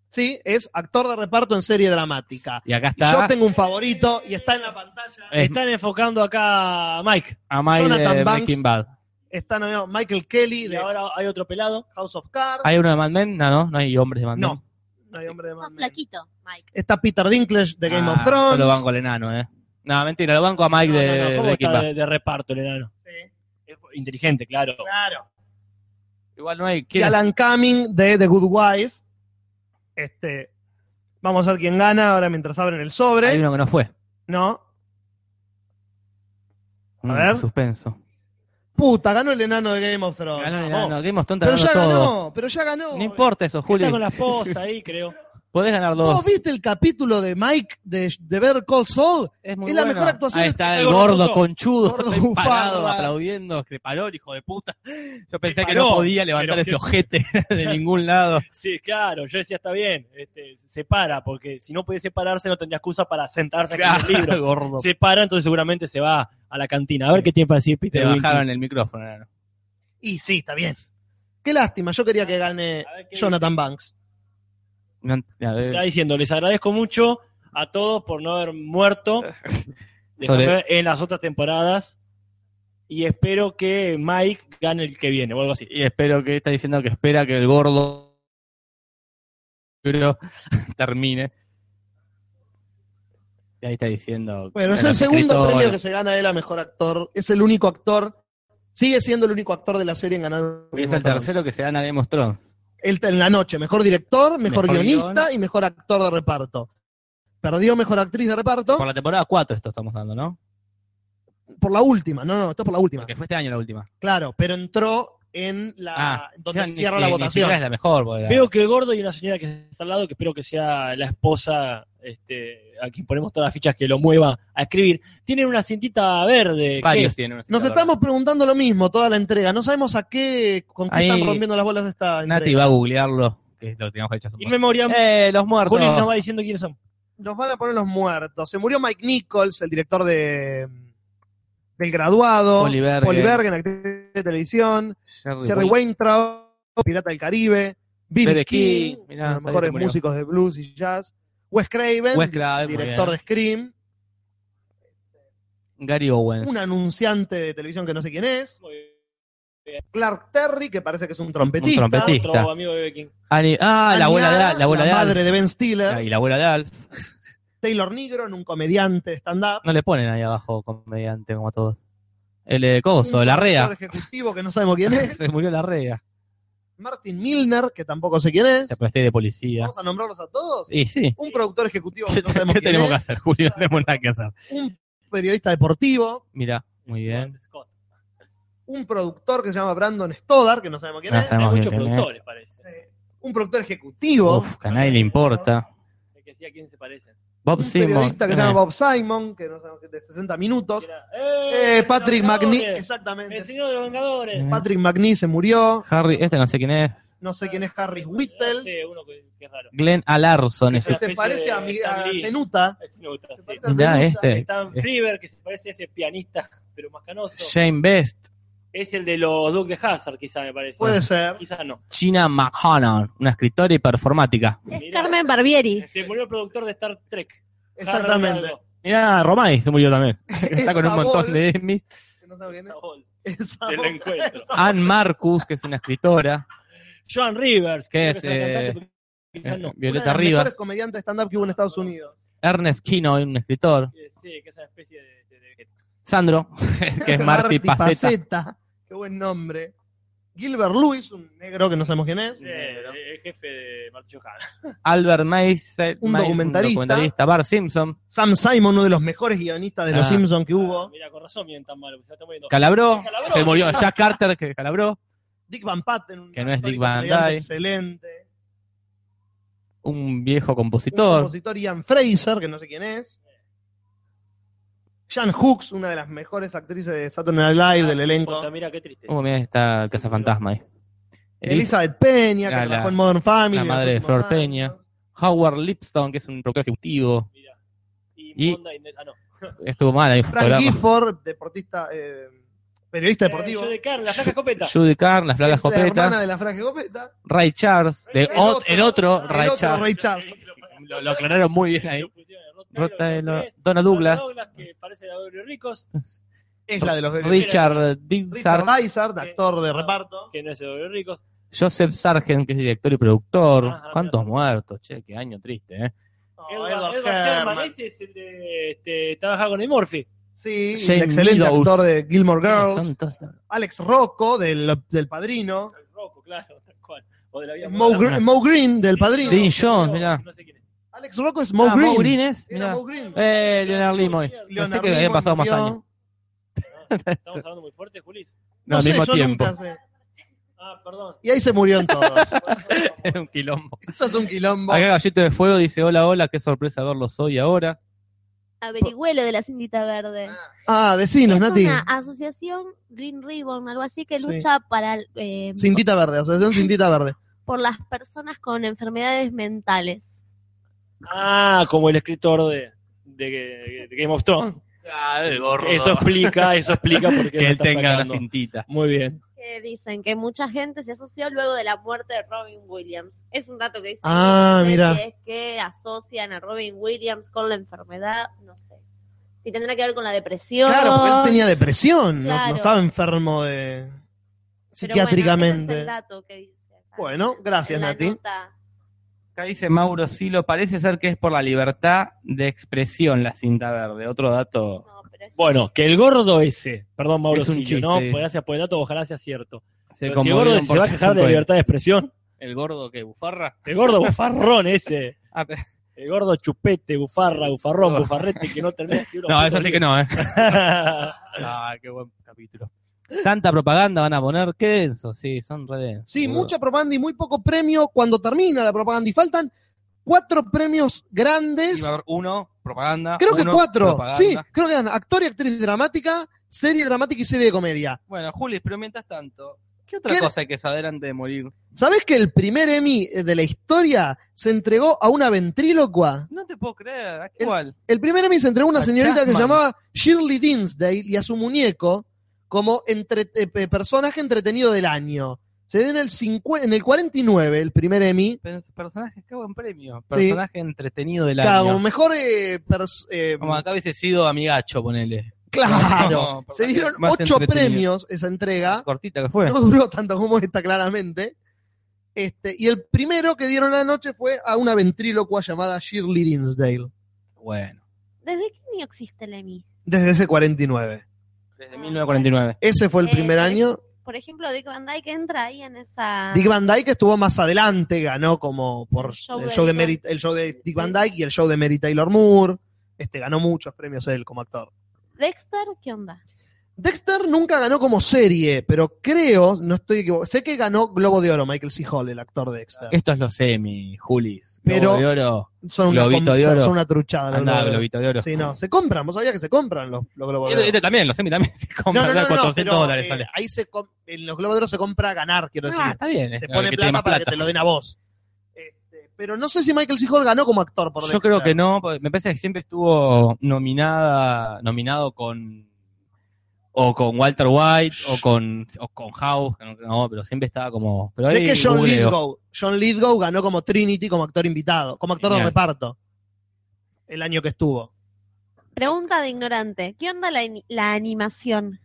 A: Sí, es actor de reparto en serie dramática.
C: Y acá
A: Y Yo
C: está
A: tengo un favorito y está en la pantalla.
C: Es-
B: Están enfocando acá a Mike.
C: a Mike
A: Jonathan
C: de
A: Banks.
C: Breaking Bad.
A: Está nominado Michael Kelly
B: Y
A: de
B: ahora hay otro pelado.
A: House of Cards.
C: ¿Hay uno de Mad Men? No, no, no hay hombres de Mad Men.
A: No, no hay hombre de
D: Más
A: más.
D: flaquito, Mike.
A: Está Peter Dinklage de Game
C: Ah,
A: of Thrones.
C: Yo lo banco al enano, eh. No, mentira, lo banco a Mike
B: No, no,
C: de
B: no, ¿cómo
C: Breaking
B: está
C: Bad.
B: de, de reparto el enano?
A: Sí,
B: Es Inteligente, claro.
A: claro.
C: Igual no hay.
A: Y
C: ¿quién es?
A: Alan Cumming de The Good Wife. Este, vamos a ver quién gana ahora mientras abren el sobre.
C: Hay uno que no fue.
A: No.
C: Mm,
A: ver.
C: Suspenso.
A: Puta, ganó el enano de Game of Thrones.
C: Ganó el
B: vamos.
C: enano, Game of Thrones
A: pero
C: está
A: ya
C: ganando todo.
A: ganó, pero ya ganó.
C: No importa eso, Juli.
B: Está con la esposa ahí, creo.
C: Podés ganar dos.
A: ¿Vos viste el capítulo de Mike de, de Better Call Saul?
C: Es, muy
A: es la
C: bueno.
A: mejor actuación
C: Ahí
A: de-
C: está el
B: El gordo
C: gordo
B: puto.
C: conchudo,
A: Gordo
C: ahí [laughs] parado,
A: bufarra.
C: aplaudiendo. Se paró el hijo de puta. Yo pensé
B: Se
C: que no
B: paró,
C: podía levantar
B: pero
C: ese
B: qué-
C: ojete [laughs] de ningún lado.
B: [laughs] Sí, claro, yo decía, está bien, este, se para, porque si no pudiese pararse no tendría excusa para sentarse a escribir el
C: [laughs]
B: libro.
C: gordo.
B: Se para, entonces seguramente se va a la cantina. A ver qué tiene para decir Peter
C: Te
B: Wilkie.
C: bajaron el micrófono. nano.
A: Y sí, está bien. Qué lástima, yo quería que gane
B: A ver qué
A: Jonathan Banks.
C: No, a ver,
B: Está diciendo, les agradezco mucho a todos por no
C: [laughs]
B: haber muerto de
C: Sobre-
B: comer en las otras temporadas y espero que Mike gane el que viene o algo así.
C: Y espero que está diciendo que espera que el gordo pero [laughs] termine. Y ahí está diciendo.
A: Bueno, es
C: Bueno,
A: el segundo
C: escritor.
A: premio que se gana él a mejor actor. Es el único actor. Sigue siendo el único actor de la serie en ganar.
C: Es el tercero que se gana Game of Thrones.
A: Él en la noche, mejor director, mejor,
C: Mejor
A: guionista y mejor actor de reparto. Perdió mejor actriz de reparto
C: Por
A: por
C: la temporada 4 esto estamos dando, ¿no?
A: la, última. No, no, esto es por la última.
C: Porque fue este año la última.
A: Claro, pero entró en la
C: Ah,
A: donde
C: Ya, ni-
A: cierra
C: ni-
A: la
C: ni
A: votación.
C: siquiera es la mejor. porque la-
B: Veo que el gordo y una señora que está al lado, que espero que sea la esposa, este, a quien ponemos todas las fichas que lo mueva a escribir, tienen una cintita verde. ¿Qué
C: varios
B: es?
C: tienen. una
A: Nos
C: cita,
A: estamos preguntando lo mismo toda la entrega. No sabemos a qué, con qué
C: Ahí-
A: están rompiendo las bolas esta
C: ¿verdad? Nati
A: entrega.
C: va a googlearlo, que es lo que teníamos hecho hace un
B: Y memoria,
C: Eh, los muertos.
B: Colin nos va diciendo quiénes son.
A: Nos van a poner los muertos. Se murió Mike Nichols, el director de del graduado.
C: Polly Bergen.
A: Polly Bergen, actriz de televisión.
C: Jerry
A: Jerry
C: Wayne.
A: Weintraub, Pirata del Caribe. B.B.
C: B.B.
A: King,
C: King,
A: uno
C: mirá,
A: de los
C: sabía
A: mejores
C: que murió.
A: músicos de blues y jazz. Wes Craven,
C: Wes Craven, muy
A: director de
C: bien.
A: Scream.
C: Gary Owens.
A: Un anunciante de televisión que no sé quién es. Clark Terry, que parece que es un trompetista.
C: Un trompetista.
B: Otro
C: Está.
B: amigo de Bebe King.
C: Ani- Ah,
A: Annie
C: la abuela de
A: Ada,
C: Al. La abuela de Al.
A: madre de Ben Stiller.
C: Ah, Y la abuela de Al.
A: Taylor Negron, un comediante de stand-up.
C: No le ponen ahí abajo comediante como a todos. El eh, coso, la
A: rea.
C: rea.
A: ejecutivo que no sabemos quién es.
C: [laughs] Se murió la rea.
A: Martin Milner, que tampoco sé quién es.
C: Te aplaste de policía.
A: Vamos a nombrarlos a todos.
C: Y sí.
A: Un productor ejecutivo que
C: [laughs] ¿Qué,
A: no sabemos quién
C: tenemos que
A: es.
C: hacer, Julio? No tenemos nada que hacer.
A: Un periodista deportivo.
C: Mira, muy bien.
B: Scott.
A: Un productor que se llama Brandon Stoddard, que no sabemos quién
C: No
A: es.
B: Hay
C: sabemos
B: muchos
C: quién es.
B: productores, parece.
A: Un productor ejecutivo.
C: Uf, que a nadie le importa.
B: El que decía quién se parece.
C: Bob eh,
A: un
C: Simon.
A: periodista que se llama Bob Simon, que no sabemos quién es, de 60 minutos.
B: Era,
A: Oh. Eh, Patrick
B: los Vengadores!
A: McNee,
B: El
A: exactamente.
B: señor de los Vengadores.
C: Mm.
A: Patrick McNee se murió.
C: Harry, este no sé quién es.
A: No sé quién es Harris Whittle.
B: Sí, uno que, que es raro.
C: Glenn Alarson.
A: Que
C: ese-
A: se parece a, mi- a
B: Stan Lee.
A: Tenuta.
B: Este no gusta,
A: Se
B: sí.
A: parece a
C: Mirá,
A: Tenuta.
C: este.
B: Stan Freeberg, que se parece a ese pianista, pero más canoso.
C: Shane Best.
B: Es el de los Duke de Hazard, quizá me parece.
A: Puede ser.
B: Quizá no.
C: Gina McHonor, una escritora y performática.
D: Es
B: Mirá.
D: Carmen Barbieri.
B: Se murió el productor de Star Trek.
A: Exactamente.
C: Mirá, Romay se murió también. Está con un
A: Esa
C: montón
A: bol-
C: de Emmy.
A: que no sabe quién es.
B: Harald algo.
A: Esa
B: Del
A: bol-
B: encuentro.
A: esa
C: Ann Marcus, que es una escritora.
B: [laughs] Joan Rivers.
C: ¿Qué
B: que
C: es,
B: creo que era
C: eh,
B: cantante, pero quizá no.
A: Una de
C: Violeta
A: las mejores
C: Rivas.
A: comediantes de stand-up que hubo en Estados Unidos.
C: Ernest Kino, un escritor.
B: Eh, Sí, que es una especie de... de- de-
C: Sandro, [laughs]
A: [laughs]
C: que es Marty Paceta.
A: Qué buen nombre. Gilbert Lewis, un negro que no sabemos quién es.
B: Sí, eh, el jefe de Marty Johan.
C: Albert Mace,
A: Un
C: Mace-
A: documentarista.
C: Bart Simpson.
A: Sam Simon, uno de los mejores guionistas de Los
C: Ah.
A: Simpsons que hubo.
B: Mira, con razón miren tan malo, porque se está muriendo.
C: Calabró,
B: Calabró.
C: se murió. Jack Carter, que calabró.
A: Dick Van Patten, un
C: Que no es Dick
A: actor y
C: Van
A: comediante
C: Dyke.
A: Excelente.
C: Un viejo
A: Un
C: compositor.
A: compositor Ian Fraser, que no sé quién es. Jan Hooks, una de las mejores actrices de Saturday Night Live
B: Ah,
A: del elenco.
B: Posta, Mira, qué triste.
C: Oh, mira, está el cazafantasma ahí. Elisa
A: Elizabeth Peña, que
C: Ah, la-
A: trabajó en Modern Family.
C: la
A: en
C: madre de
A: los
C: Flor
A: últimos
C: Peña.
A: años.
C: Howard Lipstone, que es un productor ejecutivo.
B: Mira. Y,
C: Y-
B: Monda y Ned- ah, no.
C: Estuvo mal ahí.
A: Frank
C: fotógrafo.
A: Gifford, deportista, eh, periodista deportivo.
B: Eh, yo de Carl, la flaca escopeta.
C: Judy Carr, las
A: Es
C: flacas
A: la hermana
C: copetas.
A: de la Franja Copeta.
C: Ray Charles, de
B: El
C: ot- el otro,
B: el
C: Ray
A: otro
C: Charles.
A: Ray Charles.
B: [laughs]
C: Lo, lo aclararon muy bien ahí.
B: Lo pusieron en Rod Taylor,
C: Rod Taylor,
B: Andrés,
C: Donna Douglas,
B: Douglas, que parece de Aurelio Ricos,
A: Es la de los Beatles.
C: Richard
A: Richard
C: Dizzard,
A: Dysart, actor de reparto.
B: que no es de Aurelio Ricos.
C: Joseph Sargent, que es director y productor.
A: Ah,
B: Ajá,
C: ¿Cuántos
B: mira.
C: muertos? Che, qué año triste, ¿eh?
A: No,
B: Edward, Edward Herman, ese es el de. Este, trabajaba con el Murphy.
A: Sí,
C: Shane
A: el excelente
C: Meadows.
A: actor de Gilmore
C: Son
A: Girls.
C: todos-
A: Alex Rocco, del, del Padrino.
B: El Rocco, claro, tal cual. O de la vida
A: Mo,
B: moderna.
A: Gr- Mo Green, del Padrino.
C: Dean Jones,
B: No,
C: mirá.
B: No sé quién es.
A: Alex Rocco es Mo
C: Ah,
A: Green.
C: Mo Green es,
A: Era
C: mirá.
A: Mo Green.
C: Eh, Leonard Nimoy.
A: Leonard
C: Pensé que habían
A: Nimoy
C: pasado más
A: murió.
C: años.
B: No, Estamos hablando muy fuerte, Julis.
A: No,
C: No, al
A: sé, [laughs]
C: mismo
A: yo
C: tiempo.
A: nunca sé.
B: Ah, perdón.
A: Y ahí se murieron
C: [laughs]
A: todos.
C: Es un quilombo.
A: Esto es un quilombo.
C: Acá Gallito de Fuego dice, hola, hola, qué sorpresa verlos hoy ahora.
D: Averigüelo de la cintita verde.
A: Ah, decinos,
D: es
A: Nati.
D: una asociación Green Ribbon, algo así, que
A: Sí.
D: lucha para eh,
A: Cintita verde, asociación cintita verde.
D: por las personas con enfermedades mentales.
B: Ah, como el escritor de, de- de Game of Thrones. Ah, Eso explica, eso explica por qué
C: Que
B: lo
C: él
B: están
C: tenga la
B: sacando.
C: cintita.
B: Muy bien.
D: Que dicen que mucha gente se asoció luego de la muerte de Robin Williams. Es un dato que dice.
A: Ah,
D: que
A: mira.
D: Es que asocian a Robin Williams con la enfermedad, no sé. Si tendrá que ver con la depresión.
A: Claro, porque él tenía depresión, no- no,
D: Claro.
A: estaba enfermo de
D: pero bueno,
A: psiquiátricamente.
D: ese es
A: Bueno,
D: el dato que dice acá.
A: gracias
D: En la
A: Nati.
D: nota.
C: Acá dice Mauro Silo, parece ser que es por la libertad de expresión la cinta verde. Otro dato.
D: No, pero es-
B: Bueno, que el gordo ese, perdón Mauro,
C: Es un
B: Silio,
C: chiste.
B: no, pues, gracias por el dato, ojalá sea cierto.
C: Se
B: Pero si el gordo
C: conmovieron
B: ese se
C: por
B: va a quejar de
C: 65
B: la libertad de expresión,
C: El gordo que bufarra.
B: el gordo bufarrón ese,
C: Ah, pe-
B: el gordo chupete, bufarra, bufarrón,
C: [laughs] No.
B: bufarrete que no termina.
C: No, eso sí que no, ¿eh?
B: no.
C: Ah, qué buen capítulo. Tanta propaganda van a poner. Qué denso, sí, son re densos,
A: Sí,
C: boludo.
A: mucha propaganda y muy poco premio cuando termina la propaganda. Y faltan cuatro premios grandes.
C: Iba a haber uno, propaganda.
A: Creo que
C: uno,
A: cuatro.
C: propaganda.
A: Sí, creo que eran actor y actriz dramática, serie dramática y serie de comedia.
C: Bueno, Juli, pero mientras tanto, ¿qué otra
A: ¿Qué-
C: cosa hay que saber antes de morir?
A: ¿Sabés que el primer Emmy eh, de la historia se entregó a una ventrílocua?
C: No te puedo creer, ¿a
A: El-
C: cuál?
A: El primer Emmy se entregó a una
C: A
A: señorita que se
C: Chapman.
A: llamaba Shirley Dinsdale y a su muñeco como entre- eh, pe- personaje entretenido del año. Se dio en el, cincu- en el 49 el primer Emmy.
C: Pe- Personaje, qué buen premio.
A: Sí.
C: Personaje entretenido del
A: Como
C: año.
A: mejor eh, pers- eh,
C: Como acá hubiese sido amigacho, ponele.
A: Claro.
C: Como
A: Se
C: personaje
A: dieron
C: más
A: ocho
C: entretenido.
A: premios esa entrega.
C: Cortita que fue.
A: No duró tanto como esta, claramente. Este, y el primero que dieron la noche fue a una ventrílocua llamada Shirley Dinsdale,
C: Bueno,
D: ¿Desde qué año existe el EMI?
A: desde ese 49.
C: desde 1949.
A: Ese fue el
D: Eh,
A: primer
D: por
A: año.
D: Por ejemplo, Dick Van Dyke entra ahí en esa.
A: Dick Van Dyke estuvo más adelante, ganó como por el show,
D: show
A: de,
D: de Dick
A: Mary- el show de Dick Van Dyke y el show de Mary Taylor Moore. Este, ganó muchos premios él como actor.
D: Dexter, ¿qué onda?
A: Dexter nunca ganó como serie, pero creo, no estoy equivocado, sé que ganó Globo de Oro Michael C. Hall, el actor de Dexter.
C: Estos los semi, Julis.
A: Pero-
C: Globo de oro.
A: Son una,
C: Globito
A: com-
C: de
A: son-
C: Oro.
A: son una truchada. los
C: Andá,
A: Globos de Oro.
C: globito de oro.
A: Sí, no, se compran, vos sabías que se compran los, los globos de
C: Este-
A: oro.
C: este también, los semi también se compra
A: No, no, no, no,
C: 400
A: pero,
C: dólares.
A: eh,
C: sale.
A: ahí se com- en los globos de oro se compra a ganar, quiero decir.
C: Ah, está bien.
A: se
C: eh,
A: pone plata
C: que tiene más
A: para que te lo den a vos. Este, pero no sé si Michael C. Hall ganó como actor por
C: Yo creo que no, porque me parece que siempre estuvo nominada, nominado con o con Walter White o con o con House, que no, no, pero siempre estaba como pero
A: Sé
C: ahí
A: que John
C: googleo.
A: Lithgow, John Lithgow ganó como Trinity como actor invitado, como actor de
C: Genial.
A: reparto. El año que estuvo.
D: Pregunta de ignorante. ¿Qué onda la, ani- la animación?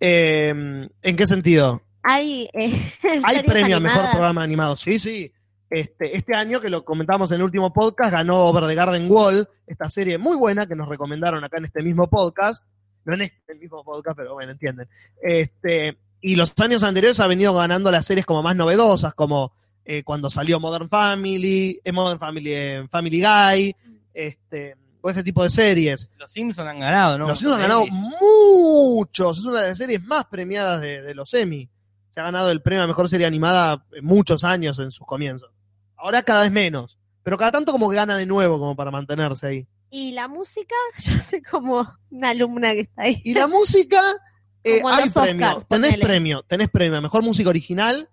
A: Eh, ¿En qué sentido?
D: Hay, eh, [laughs]
A: Hay
D: series
A: premio a mejor
D: animadas.
A: programa animado. Sí, sí. Este, este año, que lo comentamos en el último podcast, ganó Over the Garden Wall, esta serie muy buena que nos recomendaron acá en este mismo podcast. No en este mismo podcast, pero bueno, entienden. Este, y los años anteriores ha venido ganando las series como más novedosas, como eh, cuando salió Modern Family, eh, Modern Family, eh, Family Guy, este, o ese tipo de series.
C: Los Simpsons han ganado, ¿no?
A: los Simpsons han ganado
C: Series.
A: muchos, es una de las series más premiadas de, de los Emmy. Se ha ganado el premio a mejor serie animada en muchos años en sus comienzos. Ahora cada vez menos, pero cada tanto como que gana de nuevo como para mantenerse ahí.
D: Y la música, [laughs] yo soy como una alumna que está ahí.
A: Y la música eh,
D: Como en
A: hay
D: los Oscars,
A: premio, tenés
D: ponele.
A: premio, tenés premio a mejor música original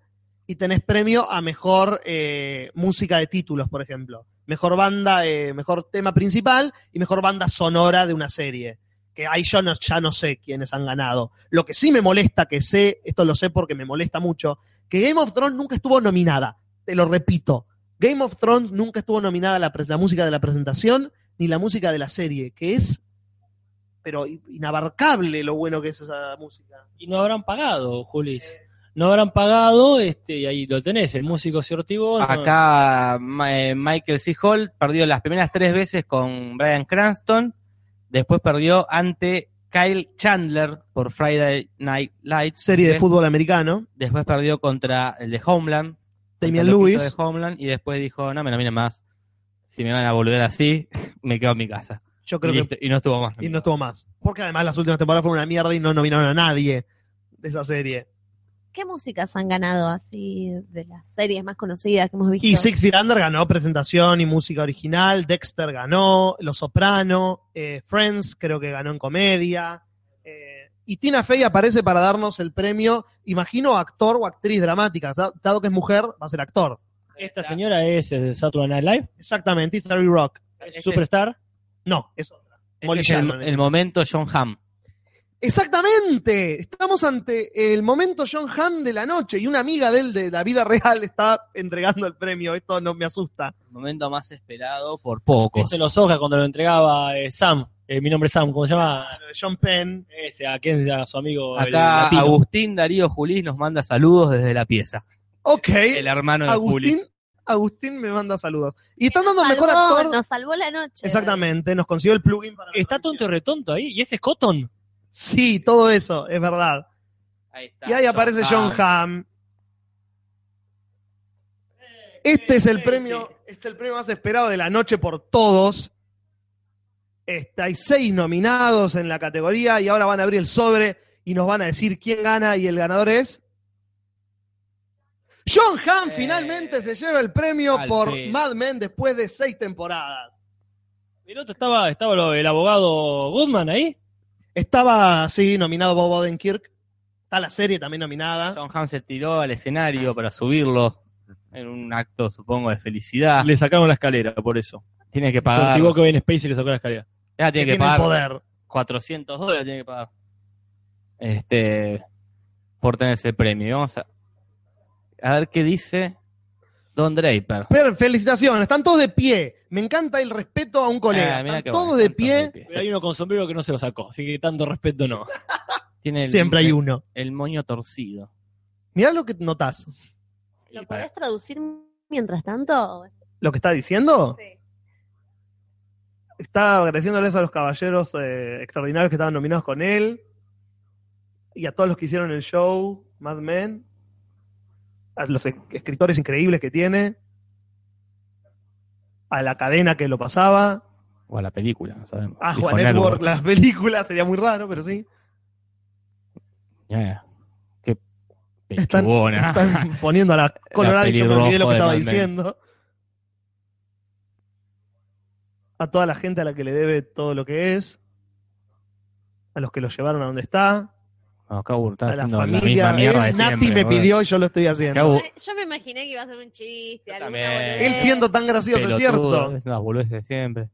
A: y tenés premio a mejor eh, música de títulos, por ejemplo. Mejor banda, eh, mejor tema principal y mejor banda sonora de una serie. Que ahí yo no, ya no sé quiénes han ganado. Lo que sí me molesta, que sé, esto lo sé porque me molesta mucho, que Game of Thrones nunca estuvo nominada. Te lo repito. Game of Thrones nunca estuvo nominada la, pres- la música de la presentación ni la música de la serie, que es pero i- inabarcable lo bueno que es esa música.
B: [laughs] Y no habrán pagado, Julis. No habrán pagado, este, y ahí lo tenés, el músico Sortivo.
C: Acá ma- eh, Michael C. Hall perdió las primeras tres veces con Brian Cranston, después perdió ante Kyle Chandler por Friday Night Lights,
A: Serie de
C: Des-
A: fútbol americano,
C: después perdió contra el de Homeland,
A: Damian
C: el loquito
A: Lewis.
C: de Homeland y después dijo, no me miren más. Si me van a volver así, [laughs] me quedo en mi casa.
A: Yo creo
C: y,
A: que
C: listo, y no estuvo más.
A: y no estuvo más. Porque además las últimas temporadas fueron una mierda y no nominaron a nadie de esa serie.
D: ¿Qué músicas han ganado así de las series más conocidas que hemos visto?
A: Y Six Feet Under ganó presentación y música original, Dexter ganó, Los Soprano, eh, Friends creo que ganó en comedia. eh, y Tina Fey aparece para darnos el premio, imagino, actor o actriz dramática. da- Dado que es mujer, va a ser actor.
B: Esta señora es eh, de Saturday Night Live,
A: Exactamente, It's Terry Rock.
B: es superstar.
A: No, eso.
C: Este
A: Molly
C: es el,
A: Shannon.
C: el momento John Hamm.
A: Exactamente. Estamos ante el momento John Hamm de la noche y una amiga de él de la vida real está entregando el premio. Esto no me asusta.
C: El momento más esperado por pocos.
B: Eso los Oscar cuando lo entregaba eh, Sam. Eh, mi nombre es Sam, ¿cómo se llama?
A: Claro, de John Penn.
B: Ese, a quién a su amigo el
C: Acá
B: latino.
C: Agustín Darío Julís nos manda saludos desde la pieza.
A: Ok.
C: El hermano de
A: Eh, Agustín,
C: Julís.
A: Agustín me manda saludos. Y están dando mejor
D: Salvó,
A: actor.
D: Nos salvó la noche.
A: Exactamente, nos consiguió el plugin para. la
B: Está
A: noticia.
B: tonto y retonto ahí. ¿Y ese es Cotton?
A: Sí, todo eso, es verdad.
C: Ahí está,
A: Y ahí aparece John Hamm. Este es el premio, este es el premio más esperado de la noche por todos. Este, hay seis nominados en la categoría y ahora van a abrir el sobre y nos van a decir quién gana y el ganador es. John Hamm
C: Eh.
A: finalmente se lleva el premio
C: Al
A: por
C: fin.
A: Mad Men después de seis temporadas.
B: El otro estaba, estaba lo- el abogado Goodman ahí.
A: Estaba, sí, nominado Bob Odenkirk. Está la serie también nominada.
C: John Hamm se tiró al escenario para subirlo. En un acto, supongo, de felicidad.
B: Le sacaron la escalera, por eso.
C: Tiene que
B: Se
C: pagar.
B: equivocó bien Space y le sacó la escalera.
C: Ya tiene
A: tiene
C: que
A: el
C: pagar
A: poder.
C: 400 dólares tiene que pagar. Este. Por tener ese premio. Y Vamos a, a ver qué dice Don Draper.
A: Pero, felicitaciones, están todos de pie. Me encanta el respeto a un colega.
C: Ah, mirá
A: están
C: qué
A: todos
C: bueno,
A: de
C: están
A: pie.
C: todos de
B: Pero hay uno con sombrero que no se lo sacó, así que tanto respeto no.
C: Tiene el-
A: Siempre hay uno.
C: El moño torcido.
A: Mirá lo que notás.
D: ¿Lo
C: Y para-
D: podés traducir mientras tanto?
A: Lo que está diciendo
D: Sí.
A: está agradeciéndoles a los caballeros eh, extraordinarios que estaban nominados con él y a todos los que hicieron el show, Mad Men, a los e- escritores increíbles que tiene, a la cadena que lo pasaba,
C: O a la película, no sabemos.
A: a
C: Dijo
A: Ah, Juan Network, las películas, sería muy raro, pero sí.
C: Ya. Eh, Qué
A: Están-
C: pechugona. [laughs]
A: Están poniendo a la colorada y yo me
C: pelirrojo
A: olvidé lo que
C: de
A: estaba
C: Mad Men.
A: diciendo. A toda la gente a la que le debe todo lo que es. A los que lo llevaron a donde está.
C: No, Cabo, está
A: A la
C: haciendo la
A: familia.
C: misma mierda de
A: Él- Nati
C: siempre,
A: me
C: boludo.
A: pidió y yo lo estoy haciendo.
C: Cabo,
D: Ay, Yo me imaginé que iba a ser un chiste.
C: Yo
D: alguna
C: también.
D: boludez.
A: Él siendo tan gracioso, es
C: pelotudo,
A: cierto.
C: es una boludez de siempre.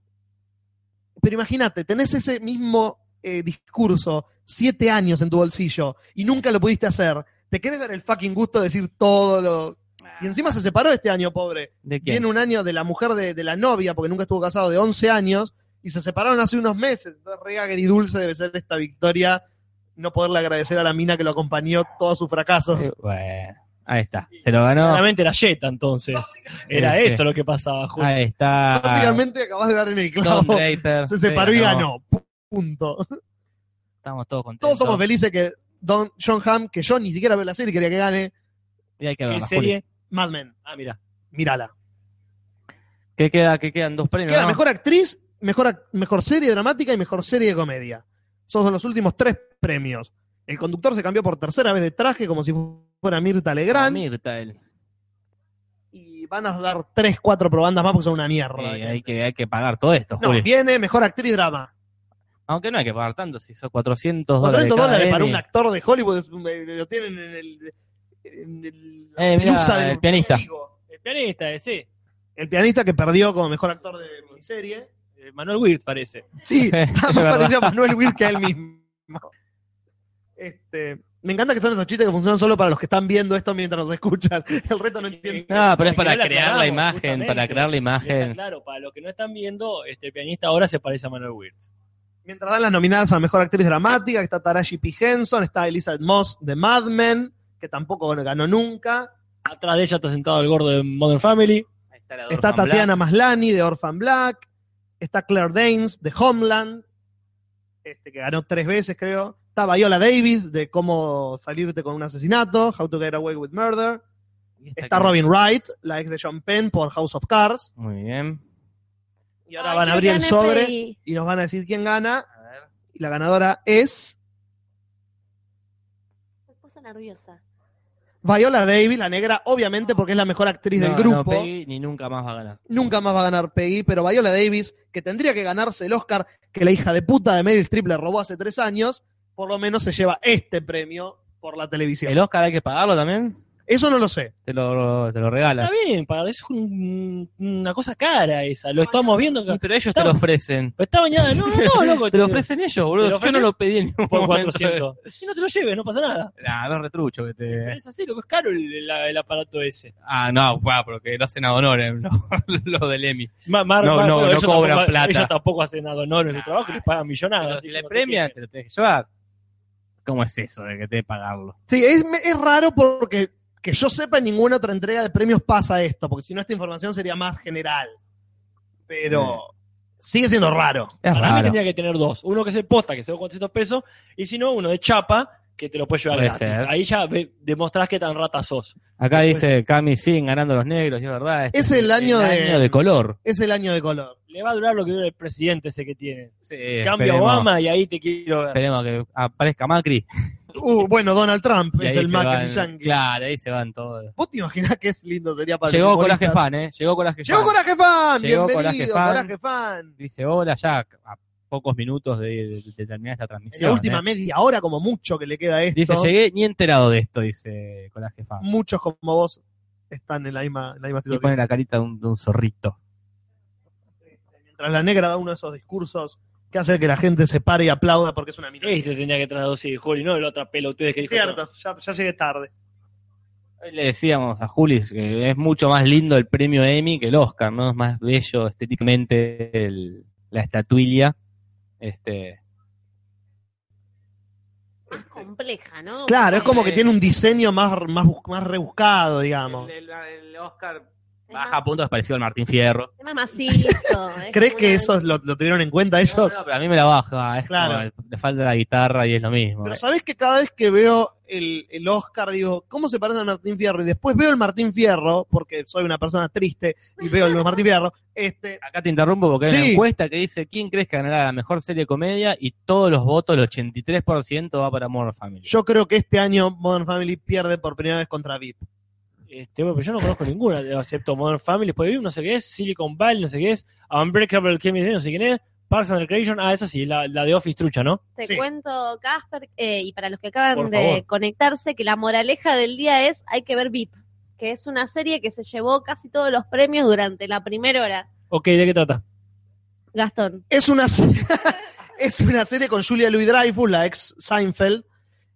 A: Pero imagínate, tenés ese mismo eh, discurso siete años en tu bolsillo y nunca lo pudiste hacer. Te querés dar el fucking gusto de decir todo lo. Y encima se separó este año, pobre.
C: ¿De quién?
A: Viene un año de la mujer de, de la novia, porque nunca estuvo casado, de 11 años, y se separaron hace unos meses. Entonces, re agridulce debe ser esta victoria, no poderle agradecer a la mina que lo acompañó todos sus fracasos.
C: Eh, Bueno, ahí está. Se lo ganó.
B: Claramente era Jetta entonces. Era
C: Este.
B: eso lo que pasaba, Julio.
C: Ahí está.
A: Básicamente acabas de dar en el
C: Don
A: clavo.
C: Draper.
A: Se separó y
C: Sí,
A: ganó. Pu- Punto.
C: Estamos todos contentos.
A: Todos somos felices que Don John Hamm, que yo ni siquiera veo la serie, quería que gane
C: Y hay que
B: ¿En
C: verla, Juli.
B: serie?
A: Mad Men.
B: Ah, mira.
A: Mírala.
C: ¿Qué queda? ¿Qué quedan? Dos premios.
A: Queda
C: ¿no?
A: mejor actriz, mejor, ac- mejor serie dramática y mejor serie de comedia. Esos son los últimos tres premios. El conductor se cambió por tercera vez de traje como si fuera Mirta
C: Ah,
A: Legrand.
C: Mirta, él.
A: y van a dar tres, cuatro probandas más porque son una
C: Sí,
A: mierda.
C: Eh, hay, que, hay que pagar todo esto,
A: no,
C: Juli.
A: viene mejor actriz drama.
C: Aunque no hay que pagar tanto, si son 400 dólares.
A: 400
C: cada
A: dólares para
C: Emmy.
A: un actor de Hollywood eh, lo tienen en el. En el la
C: Eh, mirá,
A: pelusa del
C: el pianista.
A: amigo.
B: El pianista, eh, sí.
A: El pianista que perdió como mejor actor de miniserie.
B: Eh, Manuel Wirt parece.
A: Sí, está
C: [laughs] Es
A: más
C: verdad.
A: parecido a Manuel Weir que a él mismo. Este, me encanta que son esos chistes que funcionan solo para los que están viendo esto mientras nos escuchan. El resto no entiende.
C: No, pero es
B: Porque
C: para
B: no la
C: crear la
B: aclaramos,
C: imagen, para
B: justamente.
C: crear la
B: Y está
C: imagen.
B: claro, para los que no están viendo, este el pianista ahora se parece a Manuel Wirt.
A: Mientras dan las nominadas a Mejor Actriz Dramática, que está Taraji P. Henson, está Elizabeth Moss de Mad Men, que tampoco ganó nunca.
B: Atrás de ella está sentado el gordo de Modern Family.
C: Ahí Está, la de
A: Está
C: Orphan Black.
A: Tatiana Maslany de Orphan Black. Está Claire Danes de Homeland, este, que ganó tres veces, creo. Está Viola Davis de Cómo salirte con un asesinato, How to Get Away with Murder.
C: Y
A: Está Robin Wright, la ex de John Penn, por House of Cards.
C: Muy bien.
A: Y ahora
D: Ay,
A: van a abrir
D: creo que
A: el
D: gané
A: sobre
D: Freddy.
A: y nos van a decir quién gana.
C: A ver.
A: Y la ganadora es
D: Me puse nerviosa.
A: Viola Davis, la negra, obviamente porque es la mejor actriz del
C: No,
A: grupo.
C: no, Peggy ni nunca más va a ganar.
A: Nunca más va a ganar Peggy, pero Viola Davis, que tendría que ganarse el Oscar que la hija de puta de Meryl Streep le robó hace tres años, por lo menos se lleva este premio por la televisión.
C: ¿El Oscar hay que pagarlo también?
A: Eso no lo sé.
C: Te lo, te lo
B: Está
C: regalan.
B: bien, para eso es un- una cosa cara esa. Lo estamos viendo.
C: Sí,
B: acá.
C: Pero ellos te lo ofrecen.
B: Está mañana. No, no, no,
C: [laughs]
B: loco.
C: Te lo ofrecen ellos,
B: ¿Te lo
C: boludo. Yo
B: ofrecen?
C: no lo pedí en ningún
B: por
C: momento.
B: 400. Y no te lo lleves, no pasa nada.
C: [laughs] Nah, no retrucho que te...
B: Pero Es así, loco, es caro el, la- el aparato ese.
C: Ah, no, guau, porque no hacen a honores [laughs] lo, del Emmy.
B: Ma- Mar-
C: No,
B: Mar-
C: no, no
B: ellos
C: cobran
B: tampoco-
C: plata.
B: Ellos tampoco hacen nada, no, en su
C: Ah,
B: trabajo les pagan millonadas.
C: Pero
B: así
C: si
B: que
C: le
B: no sé
C: premian,
B: qué.
C: te lo tenés que llevar. ¿Cómo es eso de que te pagarlo?
A: Sí, es, me- es raro porque que yo sepa en ninguna otra entrega de premios pasa esto, porque si no esta información sería más general. Pero sigue siendo raro.
C: Es
B: Para mí
C: raro.
B: tendría que tener dos. Uno que es el posta, que se da 400 pesos, y si no, uno de chapa, que te lo puedes llevar
C: Puede
B: gratis.
C: ser.
B: Ahí ya ve- demostrás que tan rata sos.
C: Acá
A: Después-
C: dice Cami siguen ganando los negros, y es verdad. este
A: Es el año de-
C: color.
A: Es el año de color.
B: Le va a durar lo que dura el presidente ese que tiene.
C: Sí,
B: Cambia
C: esperemos-
B: Obama y ahí te quiero ver.
C: Esperemos que aparezca Macri.
A: Uh, bueno, Donald Trump
C: y
A: es
C: ahí
A: el
C: se
A: Macri
C: van-
A: Yankee.
C: Claro, ahí se van todos.
A: ¿Vos te imaginás qué es lindo sería para los
C: Llegó
A: futbolistas?
C: Coraje Fan, ¿eh? Llegó Coraje
A: Llegó
C: Fan.
A: Coraje Fan,
C: Llegó
A: bienvenido,
C: Coraje Fan.
A: Coraje Fan.
C: Dice hola, ya a pocos minutos de, de- de terminar esta
A: En
C: transmisión.
A: la última
C: ¿eh?
A: media hora, como mucho que le queda a esto,
C: Dice, llegué ni enterado de esto, dice Coraje Fan.
A: muchos como vos están en la misma, en la misma
C: Y
A: situación.
C: pone la carita de un, de un zorrito.
A: Mientras la negra da uno de esos discursos que hace que la gente se pare y aplauda porque es una minoría.
B: Este tendría que traer dos, sí, Juli, no el otro pelo ustedes que
A: Es
B: dijo,
A: cierto, ya, ya llegué tarde.
C: Hoy Le decíamos a Julis que es mucho más lindo el premio Emmy que el Oscar, ¿no? Es más bello estéticamente el- la estatuilla. Este,
D: Más compleja, ¿no?
A: Claro, es como que
C: Eh.
A: tiene un diseño más, más, bus- más rebuscado, digamos.
C: Oscar
D: Es más-
C: baja puntos parecido al Martín Fierro.
D: Es más
A: [laughs]
D: macizo. es
A: ¿Crees
D: como
A: que
D: una-
A: eso lo, lo tuvieron en cuenta ellos?
C: No, no, pero a mí me la baja, es
A: Claro.
C: como, le falta la guitarra y es lo mismo.
A: Pero sabés que cada vez que veo el, el Oscar, digo, ¿cómo se parece al Martín Fierro? Y después veo el Martín Fierro, porque soy una persona triste y veo el Martín Fierro, este,
C: Acá te interrumpo porque hay una
A: Sí.
C: encuesta que dice quién crees que ganará la mejor serie de comedia y todos los votos, el 83% va para Modern Family.
A: yo creo que este año Modern Family pierde por primera vez contra VIP.
B: Este, bueno, pero yo no conozco ninguna, [laughs] excepto Modern Family, después Vivir, no sé qué es, Silicon Valley, no sé qué es, Unbreakable Kimmy, no sé quién es, Parks and Recreation, ah, esa sí, la, la de Office Trucha, ¿no?
D: Te
A: Sí.
D: cuento, Casper, eh, y para los que
B: Por
D: acaban
B: favor.
D: de conectarse, que la moraleja del día es hay que ver VIP, que es una serie que se llevó casi todos los premios durante la primera hora.
B: Ok, ¿de qué trata?
D: Gastón.
A: Es una, se- [laughs] es una serie con Julia Louis Dreyfus, la ex Seinfeld,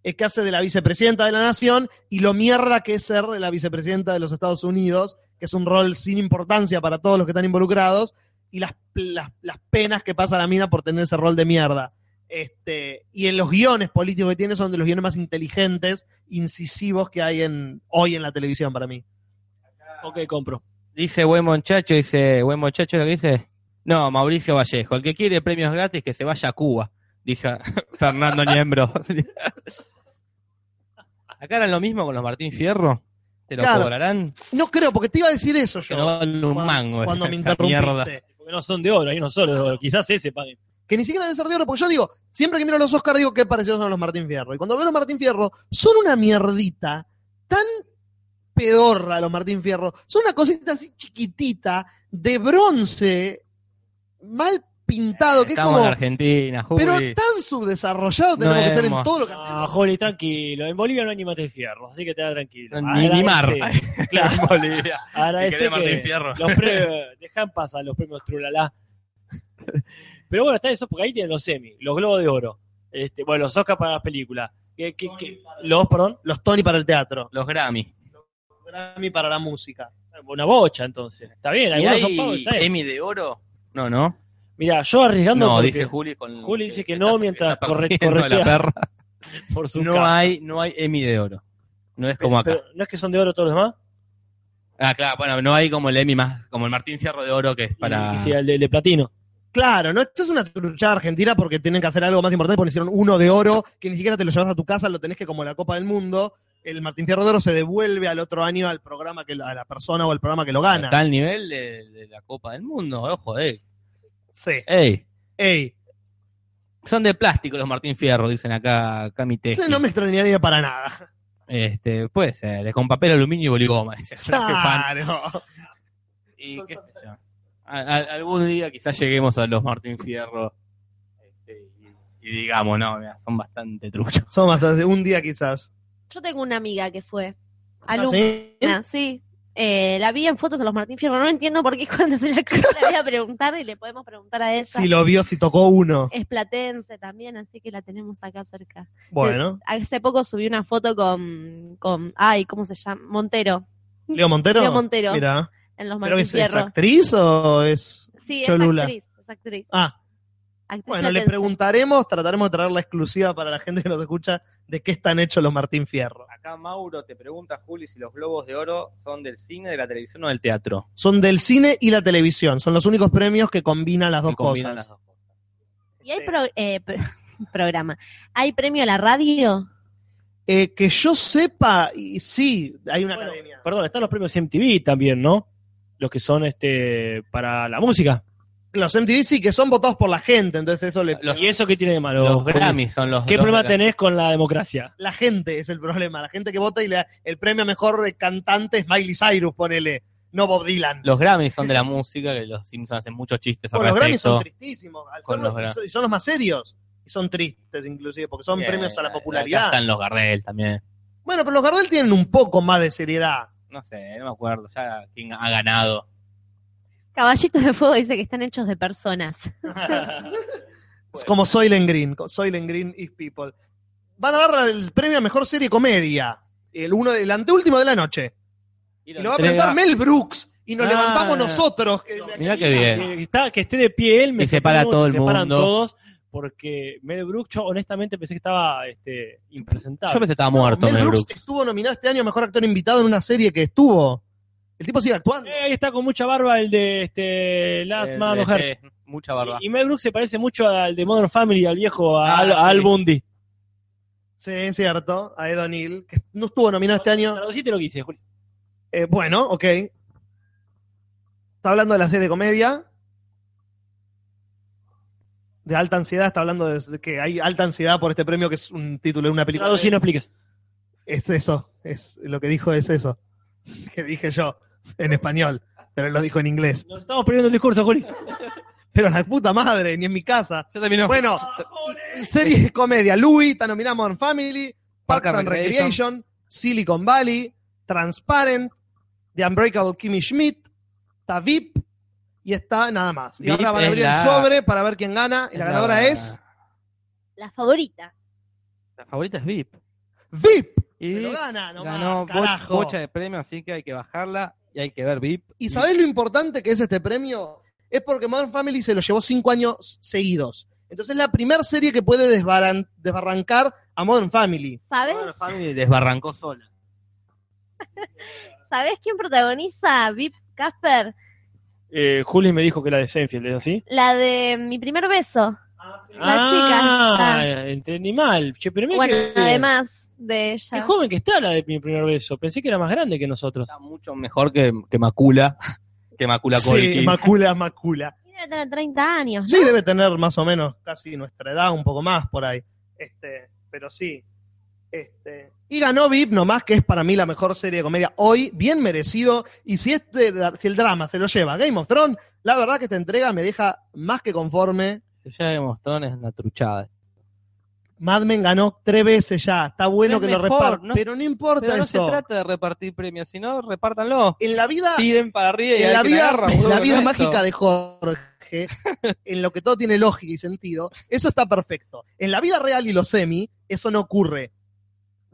A: eh, que hace de la vicepresidenta de la nación y lo mierda que es ser la vicepresidenta de los Estados Unidos, que es un rol sin importancia para todos los que están involucrados, y las, las, las penas que pasa la mina por tener ese rol de mierda. Este, y en los guiones políticos que tiene son de los guiones más inteligentes, incisivos que hay en, hoy en la televisión para mí.
B: Ok, compro.
C: Dice buen muchacho, dice buen muchacho lo que dice. No, Mauricio Vallejo, el que quiere premios gratis que se vaya a Cuba, dijo [laughs] Fernando Niembro. [laughs] Acá eran lo mismo con los Martín Fierro, te lo
A: Claro.
C: cobrarán,
A: No creo, porque te iba a decir eso
C: que
A: yo.
C: no valen un
A: cuan- cuando
C: mango. [laughs] esa
A: me
C: mierda.
A: interrumpiste.
B: Porque no son de oro, hay uno solo de oro, quizás ese paguen.
A: que ni siquiera deben ser de oro, porque yo digo, siempre que miro los Oscar digo qué parecidos son los Martín Fierro. Y cuando veo los Martín Fierro, son una mierdita tan pedorra los Martín Fierro. Son una cosita así chiquitita, de bronce, mal pintado, que es
C: Estamos
A: como...
C: en Argentina, Juli.
A: Pero tan subdesarrollado tenemos
C: No
A: que ser en
C: hemos-
A: todo lo que
B: Ah,
A: hacemos.
B: Juli, tranquilo. En Bolivia no hay ni mate de fierro, así que te da tranquilo.
C: Ni- ni mar.
B: Agradece, [laughs] Claro,
C: Bolivia.
B: agradece
C: Te querés, Martín
B: que
C: Fierro.
B: los pre- dejan pasar los premios Trulalá. Pero bueno, está eso, porque ahí tienen los semi, los globos de oro, este, bueno, los Oscars para las películas. ¿Qué- qué- qué- Los, perdón,
A: Los Tony para el teatro,
C: [laughs] Los Grammy.
A: los Grammy para la música.
B: una bocha entonces. Está bien,
C: ¿Y
B: algunos son
C: hay
B: pagos, está bien.
C: Emmy de oro? No, no.
B: Mira, yo arriesgando
C: No,
B: porque-
C: dice Juli con
B: Juli dice que no mientras corre-
C: persiguiendo a la
B: corretea.
C: perra.
B: por su
C: No
B: cara.
C: hay, no hay Emmy de oro. No es como acá.
B: Pero, ¿No es que son de oro todos los demás?
C: ah, claro, bueno, no hay como el Emmy más, como el Martín Fierro de oro que es para.
B: Y, y sí, el de, el de platino.
A: Claro, no, esto es una truchada argentina porque tienen que hacer algo más importante, porque hicieron uno de oro, que ni siquiera te lo llevas a tu casa, lo tenés que como la Copa del Mundo. El Martín Fierro de Oro se devuelve al otro año al programa que lo- a la persona o al programa que lo gana.
C: Está al nivel de, de la Copa del Mundo, ojo, eh.
A: Sí.
C: Ey,
A: Ey,
C: son de plástico los Martín Fierro, dicen acá Cami Teji.
A: no me extrañaría para nada.
C: Este, puede ser, es con papel aluminio y boligoma. dice, no
A: [laughs]
C: sé,
B: Ah,
C: fan.
A: Claro.
C: Y qué sé yo. A- a- algún día quizás lleguemos a los Martín Fierro este, y, y digamos, no, mirá, son bastante truchos.
A: Son bastante, un día quizás.
D: Yo tengo una amiga que fue
A: ¿Ah,
D: alumna,
A: sí?
D: sí. Eh, la vi en fotos de los Martín Fierro. No entiendo por qué [laughs] cuando me la crucé la voy a preguntar y le podemos preguntar a ella.
A: Si lo vio, si tocó uno.
D: Es platense también, así que la tenemos acá cerca.
A: Bueno,
D: Hace poco subí una foto con, con ay, ¿cómo se llama? Montero,
A: Leo Montero.
D: Leo Montero.
A: Mira.
D: en
A: ¿Pero
D: los Martín
A: es, es
D: Fierro.
A: actriz o es.?
D: sí, es
A: Cholula.
D: actriz, es actriz.
A: Ah,
D: actriz
A: bueno, le
D: platense.
A: preguntaremos, trataremos de traer la exclusiva para la gente que nos escucha de qué están hechos los Martín Fierro.
C: Acá Mauro te pregunta, Juli, si los globos de oro son del cine, de la televisión o del teatro.
A: Son del cine y la televisión. Son los únicos premios que combinan las dos
C: Que combinan
A: cosas.
C: las dos cosas.
D: Y hay pro- eh, pro- [laughs] programa. ¿Hay premio a la radio?
A: Eh, que yo sepa, y sí, hay una
B: Bueno,
A: academia.
B: Perdón, están los premios MTV también, ¿no? Los que son este para la música.
A: Los MTV sí, que son votados por la gente, entonces eso le...
C: Los-
B: ¿Y eso qué tiene de malo?
C: Los,
B: Julis?
C: Grammys son los
B: ¿Qué
C: los-
B: problema
C: los-
B: tenés con
C: [laughs]
B: la democracia?
A: La gente es el problema, la gente que vota y le da el premio a mejor eh, cantante es Miley Cyrus, ponele, no Bob Dylan.
C: Los Grammys son de la música, que los Simpsons hacen muchos chistes al
A: Bueno, los Grammys
C: respecto.
A: son tristísimos, al-
C: Con
A: son
C: los
A: los-
C: Gra-
A: y son los más serios, y son tristes inclusive, porque son
C: Bien,
A: premios a la
C: acá
A: popularidad.
C: Están Eh, los Gardel también.
A: Bueno, pero los Gardel tienen un poco más de seriedad.
C: No sé, no me acuerdo ya quién ha ganado.
D: Caballitos de Fuego dice que están hechos de personas.
A: Es como Soylent Green, co- Soylent Green is People. Van a dar el premio a mejor serie comedia, el, uno, el anteúltimo de la noche. Y lo va a
C: entrega-
A: presentar Mel Brooks. Y nos
C: Ah.
A: levantamos nosotros. que-
C: Mirá qué bien.
B: que, está- que esté de pie él, me
C: Que se para
B: sorprende
C: todo
B: que
C: el
B: se paran
C: mundo.
B: todos, porque Mel Brooks, yo honestamente pensé que estaba este, impresentable.
C: Yo pensé que estaba muerto
A: Mel
C: Mel
A: Brooks
C: Brooks.
A: estuvo nominado este año a mejor actor invitado en una serie que estuvo. El tipo sigue actuando.
B: Eh, ahí está con mucha barba el de este, Last
C: Eh,
B: Man on
C: eh,
B: Earth.
C: eh, Mucha barba.
B: Y, y Mel Brooks se parece mucho al de Modern Family, al viejo, a,
C: Ah,
B: Al- a Al
C: sí.
B: Bundy.
A: Sí, es cierto. A Ed O'Neill, que no estuvo nominado este año.
B: Traducite lo que hice, Juli.
A: Eh, bueno, ok. Está hablando de la serie de comedia. De alta ansiedad, está hablando de de que hay alta ansiedad por este premio, que es un título de una película.
B: Traducí y no expliques.
A: Es eso, es lo que dijo es eso. [laughs] Que dije yo en español, pero él lo dijo en inglés.
B: Nos estamos perdiendo el
C: [laughs]
B: discurso, Juli.
A: Pero la puta madre, ni en mi casa.
C: Yo también no.
A: Bueno, serie de comedia. Louis, está nominada Modern Family, Parks and Recreation, Silicon Valley, Transparent, The Unbreakable Kimmy Schmidt, está VIP y está nada más. Y
C: VIP
A: ahora van a
C: es
A: abrir
C: la-
A: el sobre para ver quién gana. Y la ganadora es
D: La favorita.
C: La favorita es VIP.
A: VIP.
C: Y
A: Se lo
C: VIP
A: gana nomás,
C: ganó bo-
A: carajo.
C: bocha de premio, así que hay que bajarla y hay que ver VIP.
A: ¿Y sabés lo importante que es este premio? Es porque Modern Family se lo llevó cinco años seguidos. Entonces es la primera serie que puede desbaran- desbarrancar a Modern Family.
D: ¿Sabes?
C: Modern Family desbarrancó sola.
D: ¿Sabes quién protagoniza a Vip Casper?
B: Eh, Juli me dijo que la de Seinfeld, ¿es así?
D: La de Mi primer beso. La
B: ah,
D: chica.
B: entendí mal. Che, pero mirá
D: Bueno,
B: que-
D: además de
B: Qué
D: ella.
B: joven que está la de mi primer beso. Pensé que era más grande que nosotros.
C: Está mucho mejor que, que Macula. [laughs] Que Macula
A: Sí,
C: Colkin.
A: Macula, Macula.
D: Debe tener 30 años.
A: Sí, debe tener más o menos casi nuestra edad, un poco más por ahí. Este, pero sí. Este. Y ganó VIP nomás, que es para mí la mejor serie de comedia hoy, bien merecido. Y si, este, si el drama se lo lleva Game of Thrones, la verdad que esta entrega me deja más que conforme.
C: ya de Mostrón es una truchada.
A: Mad Men ganó tres veces ya, está bueno
C: Pero
A: que
C: es
A: lo
C: mejor,
A: repartan,
C: no-
A: pero no importa
C: Pero no se
A: eso.
C: trata de repartir premios, sino repártanlo.
A: en la vida,
C: Piden para arriba y
A: en la
C: alguien
A: vida,
C: agarra,
A: [laughs] en
C: boludo,
A: la
C: con
A: vida
C: esto.
A: mágica de Jorge, en lo que todo tiene lógica y sentido, eso está perfecto. En la vida real y los semi, eso no ocurre.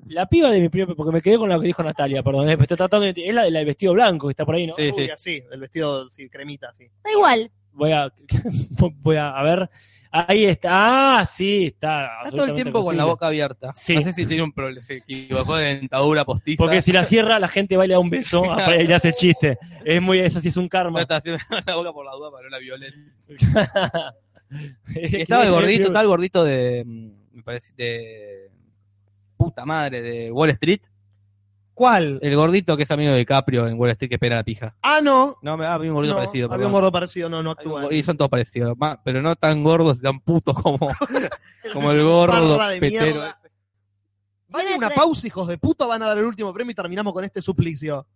B: La piba de mi primer porque me quedé con lo que dijo Natalia, perdón. eh, pero estoy tratando de- es la del vestido blanco que está por ahí, ¿no?
C: Sí,
A: Uy,
C: sí.
A: así, el vestido sí, cremita, así.
D: Da igual.
B: Voy a [laughs] voy a, a ver. Ahí está. Ah, sí,
C: Está todo
B: está.
C: el
B: absolutamente
C: tiempo con
B: posible.
C: la boca abierta.
B: Sí.
C: No sé si tiene un problema, se equivocó de dentadura postiza.
B: Porque si la cierra, la gente va y le da un
C: [laughs]
B: beso y le hace chiste. Es muy, es así, es un
C: No
B: karma.
C: está haciendo [laughs] la boca por la duda para no la violen.
B: [laughs] Es que
C: Estaba el
B: es
C: gordito,
B: primer-
C: estaba el gordito de. mm, Me parece. de. puta madre, de Wall Street.
A: ¿Cuál?
C: El gordito que es amigo de Caprio en Wall Street que espera la pija.
A: Ah, no.
C: No, me- ah, había un gordito
A: no,
C: parecido,
A: había un
C: perdón.
A: gordo parecido, no, no
C: Hay un
A: actúa.
C: go- Y son todos parecidos, ma-
A: [laughs]
C: pero no tan gordos y tan putos como, como el gordo
A: Barra de
C: petero. eh.
A: mierda. Vale
D: Tiene
A: una
D: tres.
A: pausa, hijos de puta, van a dar el último premio y terminamos con este suplicio.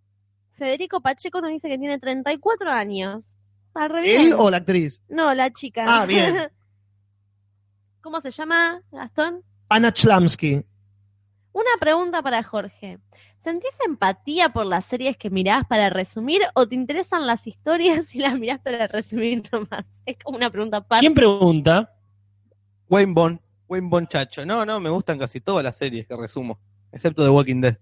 D: Federico Pacheco nos dice que tiene 34 años. Está re
A: ¿Él
D: bien.
A: o la actriz?
D: No, la chica.
A: Ah, bien.
D: [laughs] ¿Cómo se llama, Gastón?
A: Ana Chlamsky.
D: Una pregunta para Jorge. ¿Sentís empatía por las series que mirás para resumir o te interesan las historias y las mirás para resumir nomás? Es como una pregunta aparte.
B: [laughs] ¿Quién pregunta?
C: Wayne Bond, Wayne Bond Chacho. No, no, me gustan casi todas las series que resumo, excepto The Walking Dead.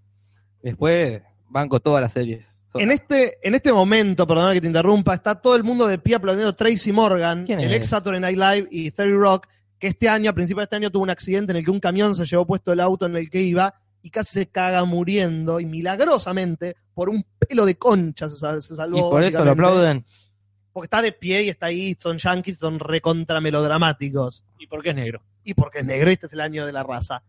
C: Después banco todas las series. Son-
A: En este, en este momento, perdona que te interrumpa, está todo el mundo de pie aplaudiendo a Tracy Morgan,
C: ¿Quién
A: el
C: es?
A: ex Saturday Night Live y Theory Rock, que este año, a principios de este año, tuvo un accidente en el que un camión se llevó puesto el auto en el que iba y casi se caga muriendo y milagrosamente, por un pelo de concha se, sal- se salvó.
C: y por eso lo
A: básicamente.
C: aplauden.
A: Porque está de pie y está ahí, son yankees, son recontra melodramáticos.
B: ¿Y por qué es negro?
A: Y porque es negro, este es el año de la raza.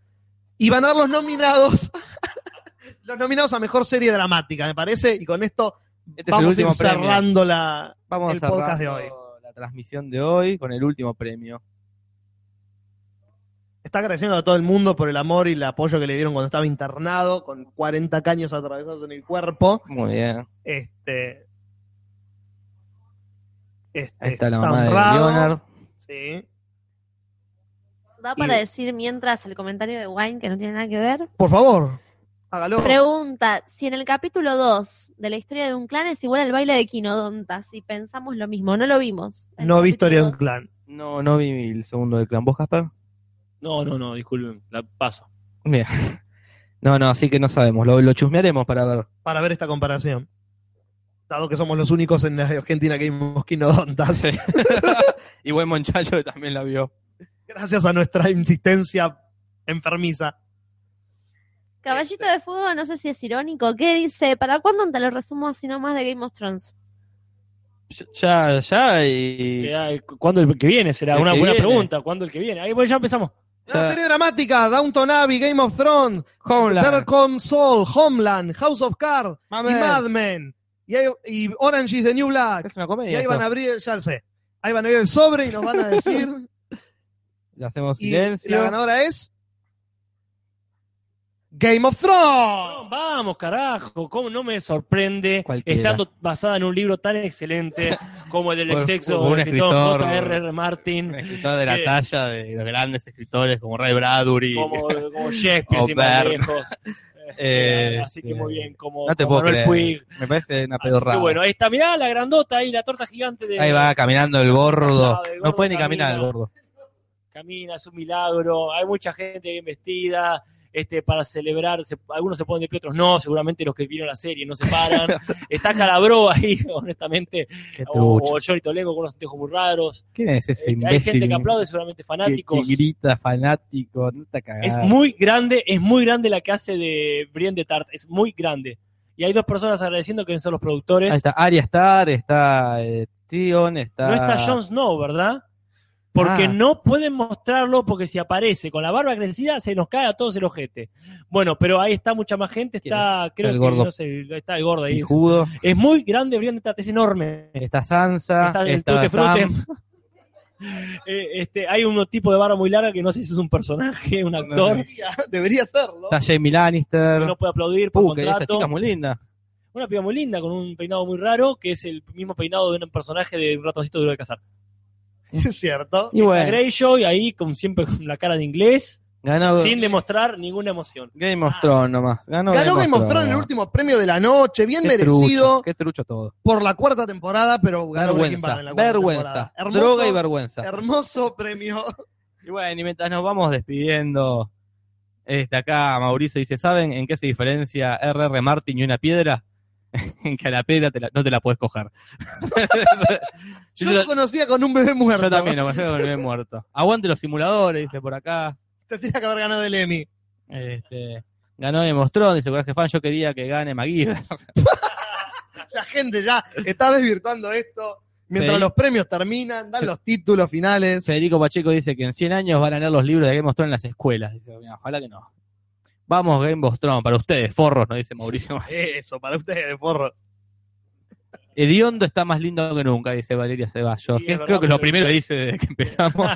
A: Y van a dar los nominados, [laughs] los nominados a mejor serie dramática, me parece, y con esto
C: Este es el
A: vamos a ir
C: último premio.
A: cerrando la.
C: Vamos
A: el
C: cerrando
A: podcast de hoy.
C: La transmisión de hoy con el último premio.
A: Está agradeciendo a todo el mundo por el amor y el apoyo que le dieron cuando estaba internado, con 40 caños atravesados en el cuerpo.
C: Muy bien.
A: Este. este,
C: Ahí está la mamá de
A: honrado,
C: Leonard.
A: sí.
D: Da para
A: Y-
D: decir mientras el comentario de Wine que no tiene nada que ver.
A: Por favor, hágalo.
D: Pregunta, si en el capítulo 2 de la historia de un clan es igual al baile de Quinodontas y pensamos lo mismo, no lo vimos. El
A: no vi historia de
D: capítulo
A: un clan.
C: No, no vi el segundo de Clan. ¿Vos, Casper?
B: No, no, no, disculpen, la paso.
C: Bien. [laughs] No, no, así que no sabemos. Lo, lo chusmearemos para ver.
A: para ver esta comparación. Dado que somos los únicos en la Argentina que vimos quinodontas.
C: y buen monchacho que también la vio.
A: Gracias a nuestra insistencia enfermiza.
D: dos. Caballito de Fuego, no sé si es irónico, ¿qué dice? ¿Para cuándo te lo resumo así nomás de Game of Thrones?
C: Ya, ya, y.
B: Eh, ¿Cuándo el que viene? Será
C: El
B: una
C: que
B: buena
C: viene.
B: pregunta. ¿Cuándo el que viene? Ahí bueno, ya empezamos.
A: Una serie dramática, Downton Abbey, Game of Thrones,
C: Homeland.
A: Better Call Saul, Homeland, House of Cards y
C: Mamen.
A: Mad Men. Y, hay- y Orange is the New Black.
C: Es una
A: Y
C: comedia.
A: ahí van
C: esto.
A: a abrir, el- ya sé, ahí van a abrir el sobre y nos van a decir.
C: [laughs] Le hacemos
A: y
C: silencio.
A: la ganadora es. Game of Thrones.
B: No, vamos, carajo, cómo no me sorprende
C: Cualquiera.
B: estando basada en un libro
C: [laughs]
B: tan excelente como el del
C: Por-
B: exceso
C: por un
B: del
C: escritor.
B: escritor J.R.R. Martin,
C: Un escritor de la
B: Eh.
C: talla de los grandes escritores como Ray Bradbury.
B: como,
C: [laughs]
B: como Shakespeare,
C: O
B: sin más
C: Verne.
B: lejos.
C: [laughs] Eh,
B: Así que muy bien, como
C: No te
B: como
C: puedo
B: Manuel
C: creer.
B: Puig.
C: Me parece una
B: Así que
C: pedorrada.
B: bueno, ahí está, mirá la grandota ahí, la torta gigante de
C: ahí va caminando el gordo.
B: Ah, el gordo
C: No puede ni caminar el
B: camina.
C: gordo.
B: camina, es un milagro, hay mucha gente bien vestida. Este, para celebrar, se- algunos se ponen de pie, otros no, seguramente los que vieron la serie no se paran.
C: [laughs]
B: Está Calabro ahí, [laughs] honestamente,
C: Qué
B: o,
C: trucho.
B: o Johnny Tolengo con unos anteojos muy raros.
C: ¿Quién es ese
B: Eh, hay
C: imbécil?
B: gente que aplaude, seguramente fanáticos.
C: Que, que grita fanático. No está cagado.
B: es muy grande, es muy grande la que hace de Brienne de Tart, es muy grande. Y hay dos personas agradeciendo que son los productores.
C: Ahí está Arya Star, está eh, Tion, está.
B: No está Jon Snow, ¿verdad? Porque
C: Ah.
B: no pueden mostrarlo, porque si aparece con la barba crecida se nos cae a todos el ojete. Bueno, pero ahí está mucha más gente, está, creo
C: el
B: que
C: gordo.
B: no sé, ahí está el gordo ahí.
C: Pijudo,
B: Es muy grande Brienne de Tart, es enorme.
C: está Sansa,
B: Está
C: está,
B: el Tutti
C: Sam.
B: Frutti. Eh, este, hay un tipo de barba muy larga que no sé si es un personaje, un actor.
A: Debería, debería serlo.
C: Está Jamie Lannister.
B: no puede aplaudir por
C: Uh, que esa
B: contrato.
C: chica es muy linda.
B: Una piba muy linda con un peinado muy raro, que es el mismo peinado de un personaje de un ratoncito duro de cazar.
A: Es cierto.
C: Y
B: La
C: bueno,
B: Greyjoy ahí con siempre con la cara de inglés,
C: ganó
B: sin demostrar ninguna emoción.
C: Game of Thrones nomás. Ganó,
A: Ganó Game of Thrones el último premio de la noche, bien merecido
C: Trucho, qué trucho todo.
A: por la cuarta temporada, pero ganó Breaking
C: Vergüenza.
A: Bad en la cuarta
C: Vergüenza.
A: temporada. Hermoso,
C: Droga y vergüenza.
A: hermoso premio.
C: Y bueno, y mientras nos vamos despidiendo, este, acá Mauricio dice, ¿saben en qué se diferencia RR Martin y una piedra? [laughs] en que a la piedra te la- no te la puedes coger.
A: Yo lo conocía con un bebé muerto.
C: yo también lo conozco con el bebé muerto. Aguante los simuladores, dice por acá.
A: Te tenía que haber ganado el Emmy.
C: Este, ganó y mostró, dice Coraje Fan, yo quería que gane Maguire.
A: La gente ya está desvirtuando esto. Mientras
C: Sí.
A: los premios terminan, dan
C: Sí.
A: los títulos finales.
C: [laughs] Federico Pacheco dice que en 100 años van a leer los libros de Game of Thrones en las escuelas. Dice, "Mira, ojalá que no. Vamos, Game of Thrones, para ustedes, forros, nos dice Mauricio.
A: Eso, para ustedes de forro.
C: Ediondo está más lindo que nunca, dice Valeria Ceballos.
B: Sí,
C: que
B: es verdad,
C: creo que es lo
B: [laughs] pero-
C: primero que dice desde que empezamos.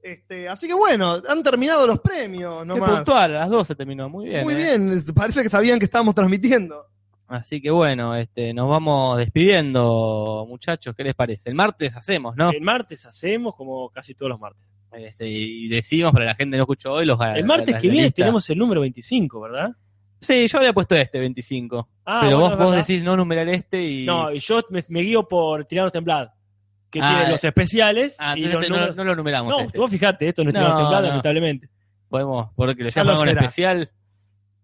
A: Este, así que bueno, han terminado los premios
C: Qué
A: nomás.
C: puntual, a las 12 terminó, muy bien.
A: Muy
C: eh.
A: bien, es- parece que sabían que estábamos transmitiendo.
C: Así que bueno, este, nos vamos despidiendo, muchachos, ¿qué les parece? El martes hacemos, [laughs] ¿no?
B: El martes hacemos como casi todos los martes.
C: Este, y decimos para la gente que no escuchó hoy los ganadores.
B: El martes
C: las
B: que viene
C: listas.
B: tenemos el número 25, ¿verdad?
C: Sí, yo había puesto este, 25.
B: Ah,
C: pero
B: bueno,
C: vos,
B: es
C: vos
B: verdad.
C: decís no numeral este y...
B: No, y yo me, me guío por Tiranos Temblad, que
C: Ah,
B: tiene los especiales
C: Ah,
B: y
C: entonces
B: los
C: este no,
B: números.
C: no lo numeramos.
B: No,
C: este.
B: vos fijate, esto no es
C: No,
B: Tiranos Temblad,
C: no.
B: lamentablemente.
C: Podemos, porque le
A: Ya lo
C: llamamos un
A: será.
C: especial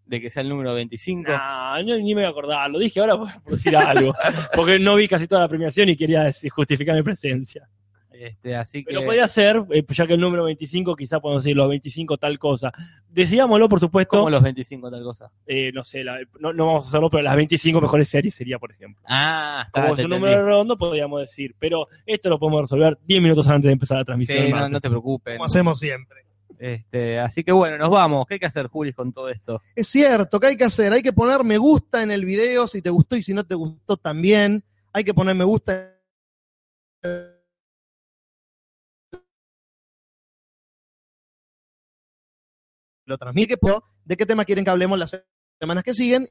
C: de que sea el número 25.
B: Nah, no, ni me voy a acordar, lo dije ahora [laughs] por, por decir algo, porque no vi casi toda la premiación y quería decir- justificar mi presencia.
C: Este, así que...
B: Pero podía ser, eh, ya que el número 25 quizá podemos decir los 25 tal cosa. Decidámoslo, por supuesto,
C: Como los 25 tal cosa.
B: eh, no sé, la- no, no vamos a hacerlo, pero las 25 mejores series sería, por ejemplo.
C: Ah, está,
B: Como
C: te
B: es un
C: entendí.
B: número redondo, podríamos decir, pero esto lo podemos resolver 10 minutos antes de empezar la transmisión.
C: Sí,
B: el
C: no,
B: martes.
C: no te preocupes.
A: Como hacemos siempre.
C: Este, así que bueno, nos vamos. ¿Qué hay que hacer, Julis, con todo esto?
A: Es cierto, ¿qué hay que hacer? Hay que poner me gusta en el video si te gustó y si no te gustó también. Hay que poner me gusta lo transmite que puedo, de qué tema quieren que hablemos las semanas que siguen.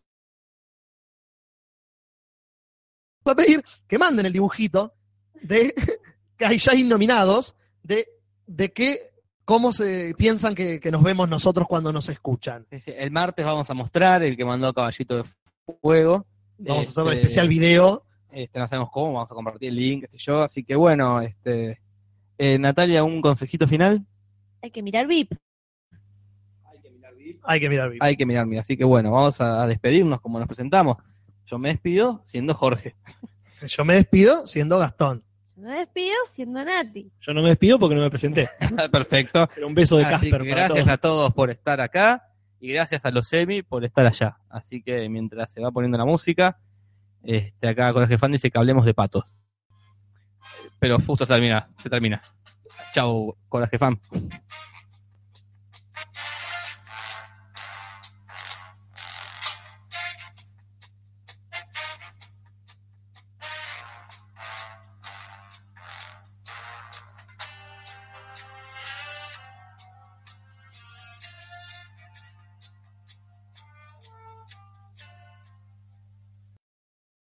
A: Voy a pedir que manden el dibujito de [laughs] que hay ya hay nominados de, de qué, cómo se piensan que, que nos vemos nosotros cuando nos escuchan.
C: Eh, El martes vamos a mostrar el que mandó Caballito de Fuego.
A: Vamos a hacer un
C: Este,
A: especial video.
C: Este, no sabemos cómo, vamos a compartir el link, qué sé yo. Así que bueno, este, eh, Natalia, ¿un consejito final?
D: Hay que mirar VIP.
A: Hay que mirar video.
C: Hay que mirar, mira. Así que bueno, vamos a, a despedirnos como nos presentamos. Yo me despido siendo Jorge.
A: Yo me despido siendo Gastón.
D: Yo me despido siendo Nati.
B: Yo no me despido porque no me presenté.
C: [laughs] Perfecto.
B: Pero un beso de
C: Así
B: Casper
C: que
B: para
C: gracias
B: todos.
C: a todos por estar acá y gracias a los semi por estar allá. Así que mientras se va poniendo la música, este, acá Jorge Fan dice que hablemos de patos. Pero justo se termina, se termina. Chau, Coraje Fan.